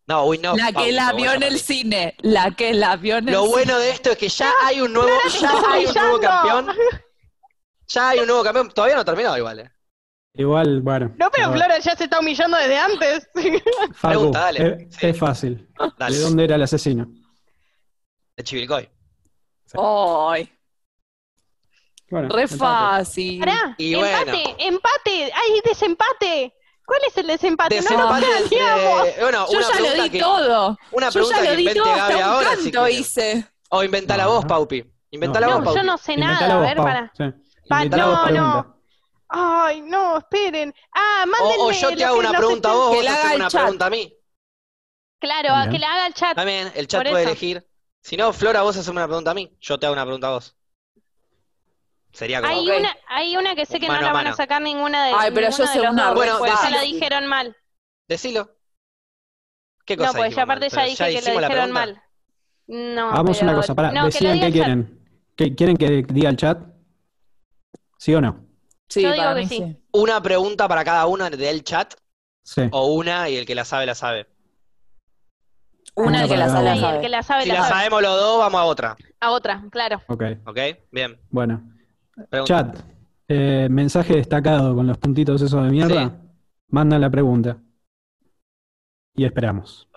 Speaker 1: No, uy, no.
Speaker 3: La que
Speaker 1: Pau,
Speaker 3: la
Speaker 1: no,
Speaker 3: vio
Speaker 1: vos
Speaker 3: en
Speaker 1: ya
Speaker 3: el
Speaker 1: perdiste.
Speaker 3: cine. La que la vio en el
Speaker 1: Lo
Speaker 3: cine.
Speaker 1: bueno de esto es que ya hay un nuevo, ya
Speaker 2: está
Speaker 1: hay un nuevo
Speaker 2: brillando.
Speaker 1: campeón. Ya hay un nuevo campeón. Todavía no terminó igual, eh.
Speaker 4: Igual, bueno.
Speaker 2: No, pero
Speaker 4: a ver.
Speaker 2: Flora ya se está humillando desde antes.
Speaker 4: Facu,
Speaker 1: Pregunta, dale.
Speaker 4: Es,
Speaker 1: Sí.
Speaker 4: es fácil.
Speaker 1: Dale,
Speaker 4: ¿De dónde era el asesino?
Speaker 1: de Chivilcoy.
Speaker 5: Ay,
Speaker 4: Bueno,
Speaker 3: Re
Speaker 4: empate.
Speaker 3: fácil.
Speaker 2: Pará,
Speaker 1: Y
Speaker 2: empate,
Speaker 1: bueno.
Speaker 2: empate, hay desempate. ¿Cuál es el desempate?
Speaker 1: Desempate
Speaker 2: no lo
Speaker 1: entre-
Speaker 2: sabíamos.
Speaker 1: eh, bueno,
Speaker 3: Yo
Speaker 1: una
Speaker 3: ya
Speaker 1: pregunta
Speaker 3: lo di
Speaker 1: que,
Speaker 3: todo.
Speaker 1: Una
Speaker 3: Yo
Speaker 1: pregunta
Speaker 3: ya lo
Speaker 1: que
Speaker 3: di
Speaker 1: invente
Speaker 3: todo
Speaker 1: Gaby
Speaker 3: hasta un
Speaker 1: ahora. si
Speaker 3: canto
Speaker 1: quiere.
Speaker 3: hice.
Speaker 1: o inventa la
Speaker 4: No,
Speaker 1: voz,
Speaker 4: no.
Speaker 1: Paupi. Inventa la
Speaker 4: No,
Speaker 1: voz,
Speaker 2: No,
Speaker 1: Paupi.
Speaker 2: yo no sé
Speaker 4: Inventá
Speaker 2: nada,
Speaker 4: la
Speaker 2: a
Speaker 4: vos,
Speaker 2: ver,
Speaker 4: Pau.
Speaker 2: para.
Speaker 4: Sí.
Speaker 2: Pa-
Speaker 4: Inventá la
Speaker 2: no,
Speaker 4: vos, pregunta.
Speaker 2: Ay, no, esperen. Ah, mándenme.
Speaker 1: O, o yo
Speaker 2: lo
Speaker 1: te hago
Speaker 2: que
Speaker 1: una
Speaker 2: no
Speaker 1: pregunta a
Speaker 2: sé
Speaker 1: vos,
Speaker 2: qué-
Speaker 1: vos
Speaker 3: la
Speaker 1: haces
Speaker 3: haga el
Speaker 1: una
Speaker 3: chat.
Speaker 1: pregunta a mí.
Speaker 2: Claro, a
Speaker 4: Bien.
Speaker 2: que la haga el chat.
Speaker 1: También, el chat
Speaker 2: Por
Speaker 1: puede
Speaker 2: eso.
Speaker 1: elegir. Si no, Flora, vos haces una pregunta a mí. Yo te hago una pregunta a vos. Sería como.
Speaker 2: Hay
Speaker 3: ok.
Speaker 2: una, hay una que sé que
Speaker 1: Mano
Speaker 2: no
Speaker 1: a
Speaker 2: la van a
Speaker 1: mano.
Speaker 2: sacar ninguna de
Speaker 3: Ay, pero yo
Speaker 2: ninguno de
Speaker 3: sé
Speaker 2: los
Speaker 3: una
Speaker 2: dos,
Speaker 1: Bueno,
Speaker 2: porque ya
Speaker 1: decilo.
Speaker 2: la dijeron mal.
Speaker 1: Decilo. ¿Qué cosa
Speaker 2: No, pues
Speaker 1: dijimos
Speaker 2: ya aparte
Speaker 1: mal?
Speaker 2: ya
Speaker 1: Pero
Speaker 2: dije que
Speaker 1: hicimos
Speaker 2: la
Speaker 1: la
Speaker 2: dijeron
Speaker 1: pregunta.
Speaker 2: mal. No,
Speaker 4: Hagamos
Speaker 2: pero-
Speaker 4: una cosa, pará.
Speaker 2: no, que lo
Speaker 4: Decidan
Speaker 2: diga
Speaker 4: qué
Speaker 2: el chat.
Speaker 4: quieren. ¿Qué- ¿Quieren que diga el chat? ¿Sí o no?
Speaker 3: Sí,
Speaker 2: Yo digo
Speaker 3: para
Speaker 2: que
Speaker 3: mí
Speaker 2: sí.
Speaker 3: sí.
Speaker 1: Una pregunta para cada uno del chat
Speaker 4: Sí.
Speaker 1: o una y el que la sabe, la sabe.
Speaker 3: Una que la
Speaker 4: palabra.
Speaker 3: sala
Speaker 2: Sí, el que
Speaker 3: sabe.
Speaker 2: la sabe,
Speaker 1: Si
Speaker 2: la
Speaker 1: la
Speaker 2: sabe.
Speaker 1: sabemos los dos, vamos a otra.
Speaker 2: A otra, claro.
Speaker 4: Ok,
Speaker 1: ¿Ok? Bien.
Speaker 4: bueno.
Speaker 1: Pregunta.
Speaker 4: Chat, eh, mensaje destacado con los puntitos esos de mierda.
Speaker 1: Sí.
Speaker 4: Manda la pregunta. Y esperamos.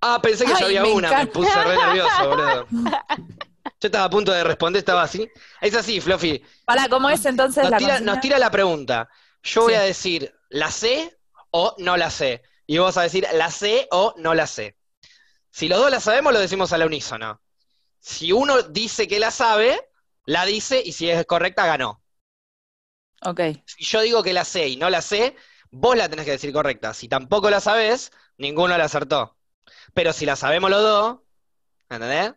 Speaker 1: Ah, pensé que ya
Speaker 3: Ay,
Speaker 1: había
Speaker 3: me
Speaker 1: una, me
Speaker 3: encanta.
Speaker 1: puse re nervioso, boludo. Yo estaba a punto de responder, estaba así. Es así, Fluffy.
Speaker 3: Para, ¿cómo es entonces
Speaker 1: Nos
Speaker 3: la
Speaker 1: tira,
Speaker 3: consigna?
Speaker 1: nos tira la pregunta. Yo voy
Speaker 3: Sí.
Speaker 1: a decir, ¿la sé o no la sé? Y vos vas a decir, ¿la sé o no la sé? Si los dos la sabemos, lo decimos a la unísono. Si uno dice que la sabe, la dice y si es correcta, ganó.
Speaker 3: Ok.
Speaker 1: Si yo digo que la sé y no la sé, vos la tenés que decir correcta. Si tampoco la sabés, ninguno la acertó. Pero si la sabemos los dos, ¿entendés?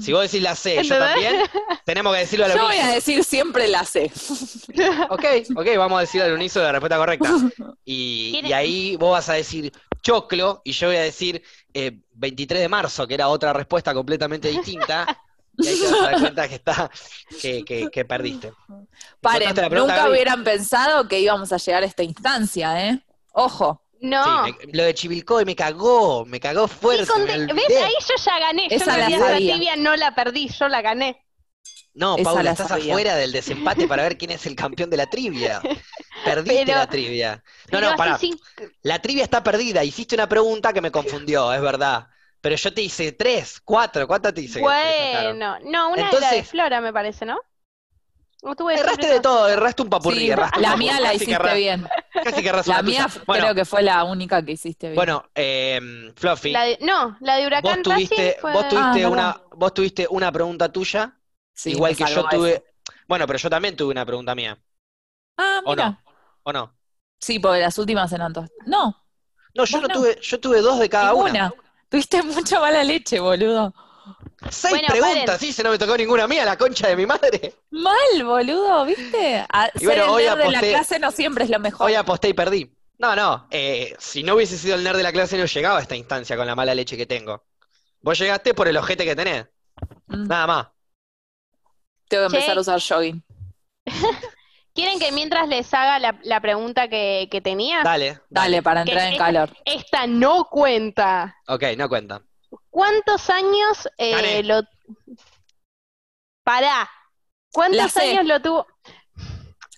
Speaker 1: Si vos decís la sé, yo
Speaker 2: ¿Entendés?
Speaker 1: también, tenemos que decirlo al
Speaker 5: yo voy a
Speaker 1: unísono.
Speaker 5: decir siempre la sé.
Speaker 1: Ok, ok, vamos a decir al unísono la respuesta correcta. Y,
Speaker 2: ¿Quiere-
Speaker 1: y ahí vos vas a decir choclo y yo voy a decir eh, 23 de marzo, que era otra respuesta completamente distinta. Y ahí te vas a dar cuenta que, está, que, que- que perdiste.
Speaker 3: Paren,
Speaker 1: ¿Encontraste la pregunta,
Speaker 3: nunca
Speaker 1: Gaby?
Speaker 3: hubieran pensado que íbamos a llegar a esta instancia, ¿eh? Ojo,
Speaker 2: No.
Speaker 1: Sí, me- lo de Chivilcoy me cagó, me cagó fuerte.
Speaker 2: Y con-
Speaker 1: me olvidé.
Speaker 2: ¿Ves? Ahí yo ya gané.
Speaker 3: Esa
Speaker 2: yo
Speaker 3: la
Speaker 2: la
Speaker 3: sabía.
Speaker 2: tibia no la perdí, yo la gané.
Speaker 1: No,
Speaker 3: Esa
Speaker 1: Paula,
Speaker 3: la
Speaker 1: estás
Speaker 3: sabía.
Speaker 1: afuera del desempate para ver quién es el campeón de la trivia. Perdiste
Speaker 2: Pero-
Speaker 1: la trivia. No,
Speaker 2: Pero
Speaker 1: no,
Speaker 2: así
Speaker 1: pará.
Speaker 2: sin-
Speaker 1: La trivia está perdida. Hiciste una pregunta que me confundió, es verdad. Pero yo te hice tres, cuatro, ¿cuántas te hice? que te sacaron?
Speaker 2: Bueno, no, una era de
Speaker 1: Entonces-
Speaker 2: Flora, me parece, ¿no? No
Speaker 3: pues,
Speaker 2: tuve
Speaker 1: Erraste
Speaker 2: sorpresa.
Speaker 1: de todo, erraste un papurrí,
Speaker 3: Sí,
Speaker 1: erraste un
Speaker 3: la
Speaker 1: papurrí,
Speaker 3: mía la
Speaker 1: casi que
Speaker 3: hiciste
Speaker 1: erra-
Speaker 3: bien.
Speaker 1: Casi que erras
Speaker 3: La
Speaker 1: una
Speaker 3: mía
Speaker 1: tuya. Bueno,
Speaker 3: creo que fue la única que hiciste bien.
Speaker 1: bueno em, Fluffy,
Speaker 2: La de- no, la de Huracán
Speaker 1: vos tuviste,
Speaker 2: Racing fue...
Speaker 1: vos tuviste
Speaker 3: Ah,
Speaker 1: una, vos tuviste una pregunta tuya,
Speaker 3: Sí,
Speaker 1: igual
Speaker 3: me
Speaker 1: que yo
Speaker 3: salvó
Speaker 1: tuve.
Speaker 3: eso.
Speaker 1: Bueno, pero yo también tuve una pregunta mía,
Speaker 3: Ah,
Speaker 1: ¿o
Speaker 3: mira.
Speaker 1: no? ¿O no?
Speaker 3: Sí, porque las últimas eran todas. No,
Speaker 1: No, yo
Speaker 3: Vos
Speaker 1: no
Speaker 3: no.
Speaker 1: tuve, yo tuve dos de cada una.
Speaker 3: ninguna. Tuviste mucha mala leche, boludo.
Speaker 1: Seis
Speaker 2: Bueno,
Speaker 1: preguntas,
Speaker 2: paren.
Speaker 1: sí, se no me tocó ninguna mía, la concha de mi madre.
Speaker 3: Mal, boludo, ¿viste? A-
Speaker 1: Y
Speaker 3: ser
Speaker 1: bueno,
Speaker 3: el
Speaker 1: hoy
Speaker 3: nerd de la
Speaker 1: aposté-
Speaker 3: clase no siempre es lo mejor.
Speaker 1: Hoy aposté y perdí. No, no, eh, si no hubiese sido el nerd de la clase no llegaba a esta instancia con la mala leche que tengo. Vos llegaste por el ojete que tenés,
Speaker 3: Mm,
Speaker 1: nada más.
Speaker 3: Tengo que empezar
Speaker 2: Che.
Speaker 3: a usar jogging.
Speaker 2: ¿Quieren que mientras les haga la, la pregunta que, que tenía?
Speaker 1: Dale,
Speaker 3: Ah, Dale, para
Speaker 2: Que
Speaker 3: entrar en
Speaker 2: esa-
Speaker 3: calor.
Speaker 2: Esta no cuenta.
Speaker 1: Ok, no cuenta.
Speaker 2: ¿Cuántos años eh,
Speaker 1: Gané.
Speaker 2: lo... Pará. ¿Cuántos
Speaker 3: La sé.
Speaker 2: años lo tuvo?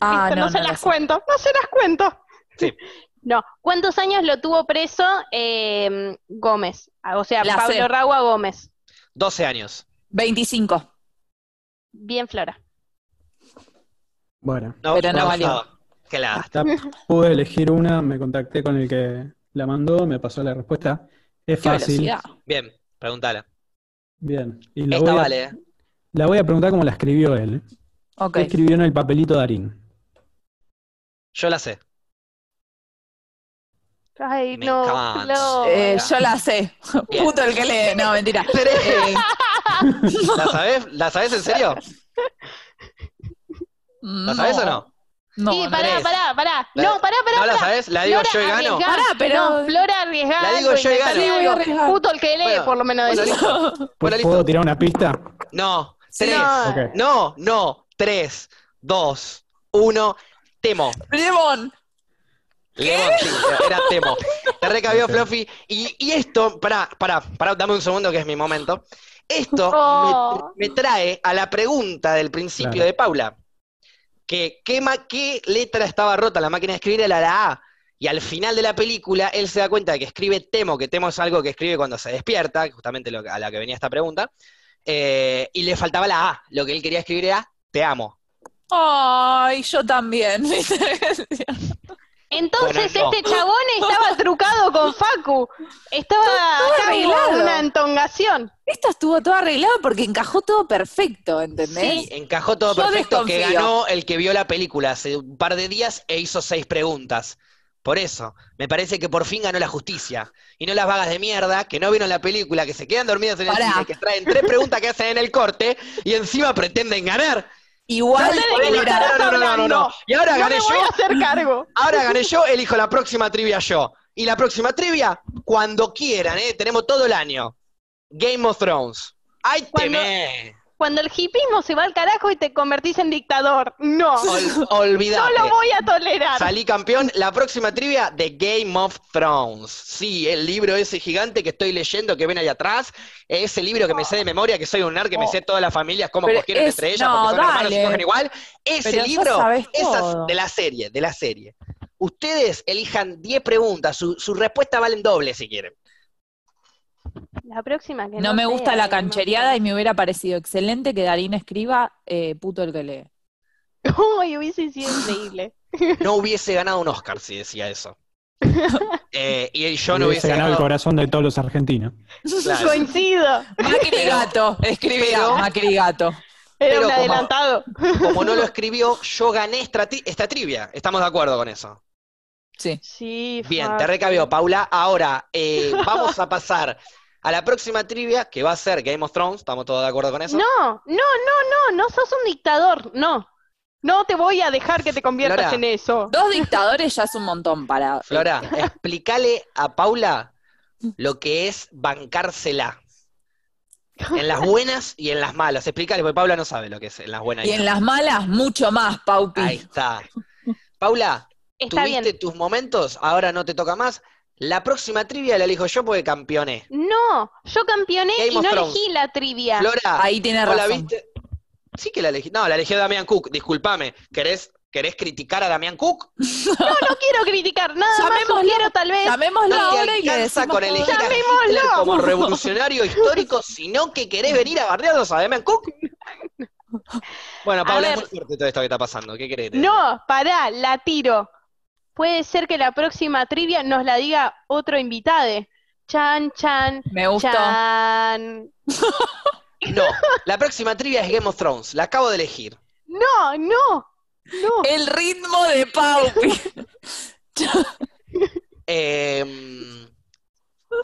Speaker 3: Ah,
Speaker 2: Listo,
Speaker 3: no,
Speaker 2: no, se
Speaker 3: no lo
Speaker 2: las
Speaker 3: sé.
Speaker 2: cuento, no se las cuento.
Speaker 1: Sí.
Speaker 2: No, ¿cuántos años lo tuvo preso eh, Gómez? O sea,
Speaker 3: La
Speaker 2: Pablo
Speaker 3: sé.
Speaker 2: Raua Gómez.
Speaker 1: 12 años.
Speaker 3: 25.
Speaker 2: Bien, Flora.
Speaker 4: Bueno,
Speaker 1: No,
Speaker 3: Pero no valió.
Speaker 1: gustaba. Qué la-
Speaker 4: hasta pude elegir una, me contacté con el que la mandó, me pasó la respuesta. Es
Speaker 3: Qué
Speaker 4: fácil.
Speaker 3: velocidad.
Speaker 1: Bien, pregúntale.
Speaker 4: Bien. Y la
Speaker 1: Esta
Speaker 4: voy, a,
Speaker 1: vale. ¿eh?
Speaker 4: la voy a preguntar cómo la escribió él. ¿eh?
Speaker 3: Ok.
Speaker 4: ¿Qué escribió en el papelito Darín?
Speaker 1: Yo la sé.
Speaker 2: Ay,
Speaker 1: Me
Speaker 2: no,
Speaker 1: encanta.
Speaker 2: Flor.
Speaker 3: Eh, yo la sé.
Speaker 1: Bien.
Speaker 3: Puto el que le. No, mentira. Eh,
Speaker 1: ¿La sabés? ¿La sabés en serio? ¿La sabés o no?
Speaker 3: No,
Speaker 2: sí,
Speaker 3: no.
Speaker 2: pará,
Speaker 1: Andrés.
Speaker 2: pará, pará.
Speaker 1: La-
Speaker 2: No, pará, pará.
Speaker 1: ¿No la
Speaker 2: pará.
Speaker 1: sabés? ¿La digo
Speaker 2: Flora,
Speaker 1: yo y gano?
Speaker 2: arriesgá.
Speaker 3: Pará, pero-
Speaker 2: No, Flora arriesgá.
Speaker 1: La digo
Speaker 2: algo,
Speaker 1: yo y
Speaker 2: inventá
Speaker 1: gano.
Speaker 2: algo.
Speaker 3: Sí, voy a arriesgar.
Speaker 2: Puto el que lee,
Speaker 1: Bueno,
Speaker 2: por lo menos.
Speaker 1: bueno,
Speaker 2: decís.
Speaker 1: listo. Bueno, listo.
Speaker 4: ¿Puedo tirar una pista?
Speaker 1: No,
Speaker 3: Sí.
Speaker 1: tres.
Speaker 2: No.
Speaker 4: Ok.
Speaker 1: No, no. Tres, dos, uno. Temo.
Speaker 3: Lemon.
Speaker 1: Lemon, sí, era Temo. Te recabió,
Speaker 4: Ok.
Speaker 1: Fluffy. Y, y esto, pará, pará, pará, dame un segundo que es mi momento. Esto
Speaker 2: Oh.
Speaker 1: me, me trae a la pregunta del principio
Speaker 4: Claro.
Speaker 1: de Paula. Que ¿qué, ma- qué letra estaba rota la máquina de escribir era la A. Y al final de la película, él se da cuenta de que escribe Temo, que Temo es algo que escribe cuando se despierta, justamente lo- a la que venía esta pregunta. eh, y le faltaba la A. Lo que él quería escribir era Te amo.
Speaker 3: Ay, yo también. ¿viste?
Speaker 2: Entonces
Speaker 1: Bueno, no.
Speaker 2: este chabón estaba trucado con Facu. Estaba acá con
Speaker 3: arreglado.
Speaker 2: una entongación.
Speaker 3: Esta estuvo toda arreglada porque encajó todo perfecto,
Speaker 1: Sí,
Speaker 3: ¿entendés?
Speaker 1: encajó todo
Speaker 3: Yo
Speaker 1: perfecto que
Speaker 3: desconfío.
Speaker 1: ganó el que vio la película hace un par de días e hizo seis preguntas. Por eso, me parece que por fin ganó la justicia. Y no las vagas de mierda que no vieron la película, que se quedan dormidas en el
Speaker 3: Pará.
Speaker 1: cine, que traen tres preguntas que hacen en el corte y encima pretenden ganar.
Speaker 3: Igual
Speaker 2: No te
Speaker 3: hubiera-
Speaker 1: no, no,
Speaker 2: estás
Speaker 1: no, no, no.
Speaker 2: hablando.
Speaker 1: Y ahora
Speaker 2: No
Speaker 1: gané
Speaker 2: me voy a
Speaker 1: yo,
Speaker 2: hacer cargo.
Speaker 1: ahora gané yo, elijo la próxima trivia yo. Y la próxima trivia, cuando quieran, ¿eh? tenemos todo el año. Game of Thrones. ¡Ay,
Speaker 2: Cuando-
Speaker 1: temé!
Speaker 2: Cuando el hipismo se va al carajo y te convertís en dictador. No,
Speaker 1: Ol-
Speaker 2: no
Speaker 1: olvidate.
Speaker 2: lo voy a tolerar.
Speaker 1: Salí campeón. La próxima trivia de Game of Thrones. Sí, el libro ese gigante que estoy leyendo que ven ahí atrás. Ese libro que me sé de memoria, que soy un nerd, que me sé todas las familias, cómo
Speaker 3: Oh. Pero
Speaker 1: cogieron
Speaker 3: es-
Speaker 1: entre ellas,
Speaker 3: no,
Speaker 1: porque son hermanos y
Speaker 3: dale.
Speaker 1: cogen igual. Ese
Speaker 3: Pero ya
Speaker 1: libro,
Speaker 3: sabes
Speaker 1: esas
Speaker 3: todo.
Speaker 1: de la serie, de la serie. Ustedes elijan 10 preguntas, su- sus respuestas valen doble si quieren.
Speaker 2: La próxima que
Speaker 3: No me gusta la canchereada
Speaker 2: Y...
Speaker 3: y me hubiera parecido excelente que Darín escriba eh, puto el que lee.
Speaker 2: Uy, hubiese sido increíble.
Speaker 1: No hubiese ganado un Oscar si decía eso. Eh, y yo no hubiese
Speaker 4: ganado el
Speaker 1: ganado.
Speaker 4: corazón de todos los argentinos.
Speaker 1: Claro.
Speaker 2: Coincido.
Speaker 3: Macri gato, escribía
Speaker 1: pero-
Speaker 3: Macri gato.
Speaker 2: Era
Speaker 1: Pero
Speaker 2: un
Speaker 1: como-
Speaker 2: adelantado.
Speaker 1: Como no lo escribió, yo gané esta tri- esta trivia. Estamos de acuerdo con eso.
Speaker 3: Sí.
Speaker 2: Sí,
Speaker 1: Bien,
Speaker 2: fuck.
Speaker 1: te recabió, Paula. Ahora eh, vamos a pasar a la próxima trivia que va a ser Game of Thrones. ¿Estamos todos de acuerdo con eso?
Speaker 2: No, no, no, no, no sos un dictador, no. No te voy a dejar que te conviertas
Speaker 1: Flora.
Speaker 2: en eso.
Speaker 3: Dos dictadores ya es un montón para.
Speaker 1: Flora, explícale a Paula lo que es bancársela. En las buenas y en las malas. Explícale, porque Paula no sabe lo que es en las buenas y,
Speaker 3: Y en las malas, mucho más, Paupi.
Speaker 1: Ahí está. Paula,
Speaker 2: Está
Speaker 1: tuviste
Speaker 2: bien.
Speaker 1: tus momentos, ahora no te toca más. La próxima trivia la elijo yo porque campeoné.
Speaker 2: No, yo campeoné
Speaker 1: Game
Speaker 2: y
Speaker 1: of
Speaker 2: no
Speaker 1: Thrones.
Speaker 2: elegí la trivia.
Speaker 1: Flora,
Speaker 3: Ahí tiene
Speaker 1: ¿No la
Speaker 3: razón.
Speaker 1: viste? Sí que la elegí. No, la eligió Damián Cook. Disculpame. ¿Querés, ¿Querés criticar a Damián Cook?
Speaker 2: No quiero criticar, nada más
Speaker 3: Llamémoslo.
Speaker 2: sugiero tal vez.
Speaker 3: Llamémoslo
Speaker 1: No te
Speaker 3: ahora y le
Speaker 1: alcanza
Speaker 3: decimos.
Speaker 1: con elegir a
Speaker 2: Llamémoslo.
Speaker 1: Hitler como revolucionario histórico, sino que querés venir a bardearnos a Damián Cook. Bueno,
Speaker 2: A
Speaker 1: Paula, es
Speaker 2: ver.
Speaker 1: muy fuerte todo esto que está pasando. ¿Qué crees?
Speaker 2: No, pará, la tiro. Puede ser que la próxima trivia nos la diga otro invitado. Chan, chan,
Speaker 3: Me gustó.
Speaker 2: chan.
Speaker 1: No, la próxima trivia es Game of Thrones. La acabo de elegir.
Speaker 2: No, no, no.
Speaker 3: El ritmo de Paupi.
Speaker 1: Eh,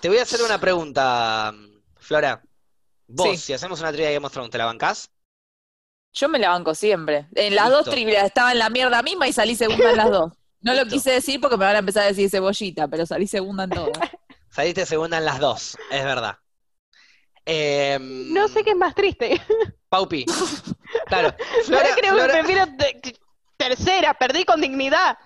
Speaker 1: te voy a hacer una pregunta, Flora. Vos,
Speaker 3: Sí.
Speaker 1: si hacemos una trivia de Game of Thrones, ¿te la bancás?
Speaker 3: Yo me la banco siempre. En las
Speaker 1: Listo.
Speaker 3: dos trivias estaba en la mierda misma y salí segunda en las dos. No lo
Speaker 1: Listo.
Speaker 3: quise decir porque me van a empezar a decir cebollita, pero salí segunda en todas.
Speaker 1: Saliste segunda en las dos, es verdad. Eh,
Speaker 2: No sé qué es más triste.
Speaker 1: Paupi. Claro.
Speaker 2: Yo
Speaker 1: Flora,
Speaker 2: creo
Speaker 1: Flora-
Speaker 2: que prefiero te- tercera, perdí con dignidad.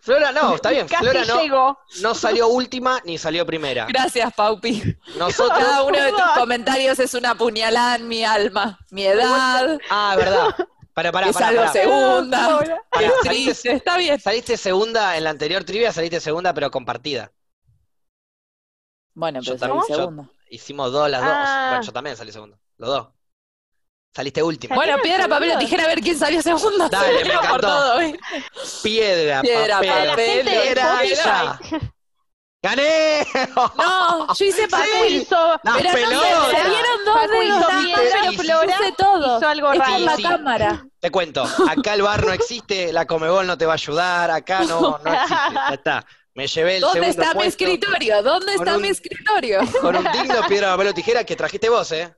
Speaker 1: Flora no, está bien.
Speaker 2: Casi
Speaker 1: Flora no,
Speaker 2: llego.
Speaker 1: no salió última ni salió primera.
Speaker 3: Gracias, Paupi.
Speaker 1: Nosotros.
Speaker 3: Cada uno de tus
Speaker 2: Perdón.
Speaker 3: comentarios es una puñalada en mi alma. Mi edad,
Speaker 1: Ah, verdad. Para, para,
Speaker 3: que
Speaker 1: para.
Speaker 3: salgo segunda.
Speaker 2: Ahora.
Speaker 3: Qué
Speaker 1: Pará, saliste-
Speaker 3: triste, está bien.
Speaker 1: Saliste segunda en la anterior trivia, saliste segunda, pero compartida.
Speaker 3: Bueno,
Speaker 1: Yo
Speaker 3: pero salí
Speaker 1: también, yo-
Speaker 3: segunda.
Speaker 1: Hicimos dos las dos.
Speaker 2: Ah.
Speaker 1: Bueno, yo también salí segundo. Los dos. Saliste última.
Speaker 2: Bueno,
Speaker 3: Bueno, piedra,
Speaker 2: boludo.
Speaker 3: papel o tijera, a ver quién salió segunda.
Speaker 1: Dale, me
Speaker 3: Se peleó por
Speaker 1: encantó.
Speaker 3: todo ¿eh? hoy.
Speaker 1: Piedra,
Speaker 3: Piedra,
Speaker 2: Ah,
Speaker 1: papel,
Speaker 3: papel,
Speaker 1: piedra,
Speaker 3: piedra.
Speaker 1: ya. ¡Gané!
Speaker 3: No, yo hice
Speaker 2: Paco
Speaker 3: papel.
Speaker 2: hizo,
Speaker 1: ¡Las
Speaker 3: Pero no sé,
Speaker 1: pelotas!
Speaker 3: se vieron dos
Speaker 2: Facu hizo
Speaker 3: dedos,
Speaker 2: bien,
Speaker 3: pero
Speaker 1: hizo-
Speaker 3: Flora puse todo.
Speaker 2: hizo algo
Speaker 3: Está
Speaker 1: Sí,
Speaker 3: en
Speaker 2: raro.
Speaker 3: la
Speaker 1: sí.
Speaker 3: cámara.
Speaker 1: Te cuento, acá el bar no existe, la Comebol no te va a ayudar, acá no, no existe. Ya está. Me llevé el
Speaker 3: ¿Dónde
Speaker 1: segundo
Speaker 3: está mi
Speaker 1: puesto
Speaker 3: escritorio? ¿Dónde
Speaker 1: con
Speaker 3: está
Speaker 1: un-
Speaker 3: mi escritorio?
Speaker 1: con un digno piedra, papel o tijera que trajiste vos, ¿eh?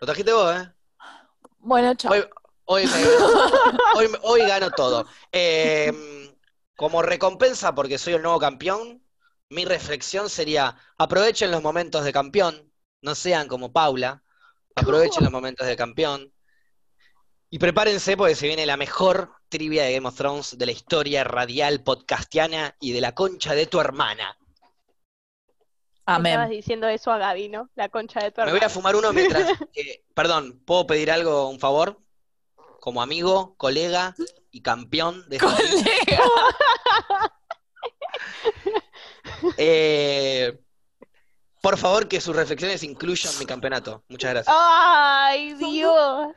Speaker 1: Lo trajiste vos, ¿eh?
Speaker 3: Bueno, chao.
Speaker 1: Hoy, hoy, me- hoy- hoy gano todo. Eh, como recompensa, porque soy el nuevo campeón, mi reflexión sería: aprovechen los momentos de campeón, no sean como Paula, aprovechen los momentos de campeón. Y prepárense porque se viene la mejor trivia de Game of Thrones de la historia radial podcastiana y de la concha de tu hermana.
Speaker 2: Le Estabas
Speaker 3: Amén.
Speaker 2: diciendo eso a Gaby, ¿no? La concha de tu
Speaker 1: Me voy
Speaker 2: hermana.
Speaker 1: a fumar uno mientras. que- perdón, ¿puedo pedir algo, un favor? Como amigo, colega y campeón de esta liga.
Speaker 3: Colega.
Speaker 1: Eh, por favor, que sus reflexiones incluyan mi campeonato. Muchas gracias.
Speaker 2: ¡Ay, Dios!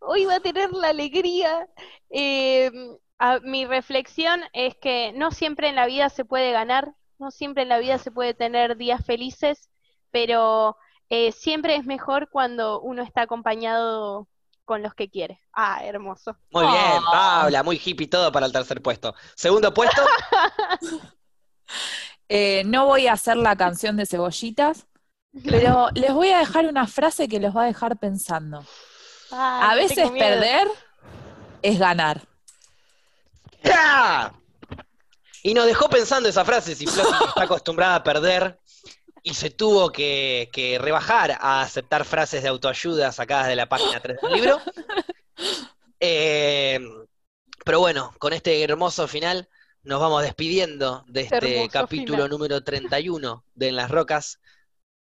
Speaker 2: Hoy va a tener la alegría. Eh, a- mi reflexión es que no siempre en la vida se puede ganar, no siempre en la vida se puede tener días felices, pero eh, siempre es mejor cuando uno está acompañado con los que quiere. Ah, hermoso.
Speaker 1: Muy bien,
Speaker 3: Oh.
Speaker 1: Paula, muy hippie todo para el tercer puesto. Segundo puesto,
Speaker 3: Eh, no voy a hacer la canción de cebollitas, pero les voy a dejar una frase que los va a dejar pensando.
Speaker 2: Ay,
Speaker 3: A veces
Speaker 2: tengo miedo.
Speaker 3: perder es ganar.
Speaker 1: ¡ya! ¡Ah! Y nos dejó pensando esa frase, si Flor está acostumbrada a perder y se tuvo que, que rebajar a aceptar frases de autoayuda sacadas de la página 3 del libro. Eh, pero bueno, con este hermoso final nos vamos despidiendo de
Speaker 2: Hermoso
Speaker 1: este capítulo
Speaker 2: final.
Speaker 1: número 31 de En las Rocas,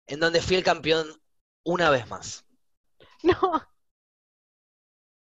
Speaker 1: en donde fui el campeón una vez más.
Speaker 2: No,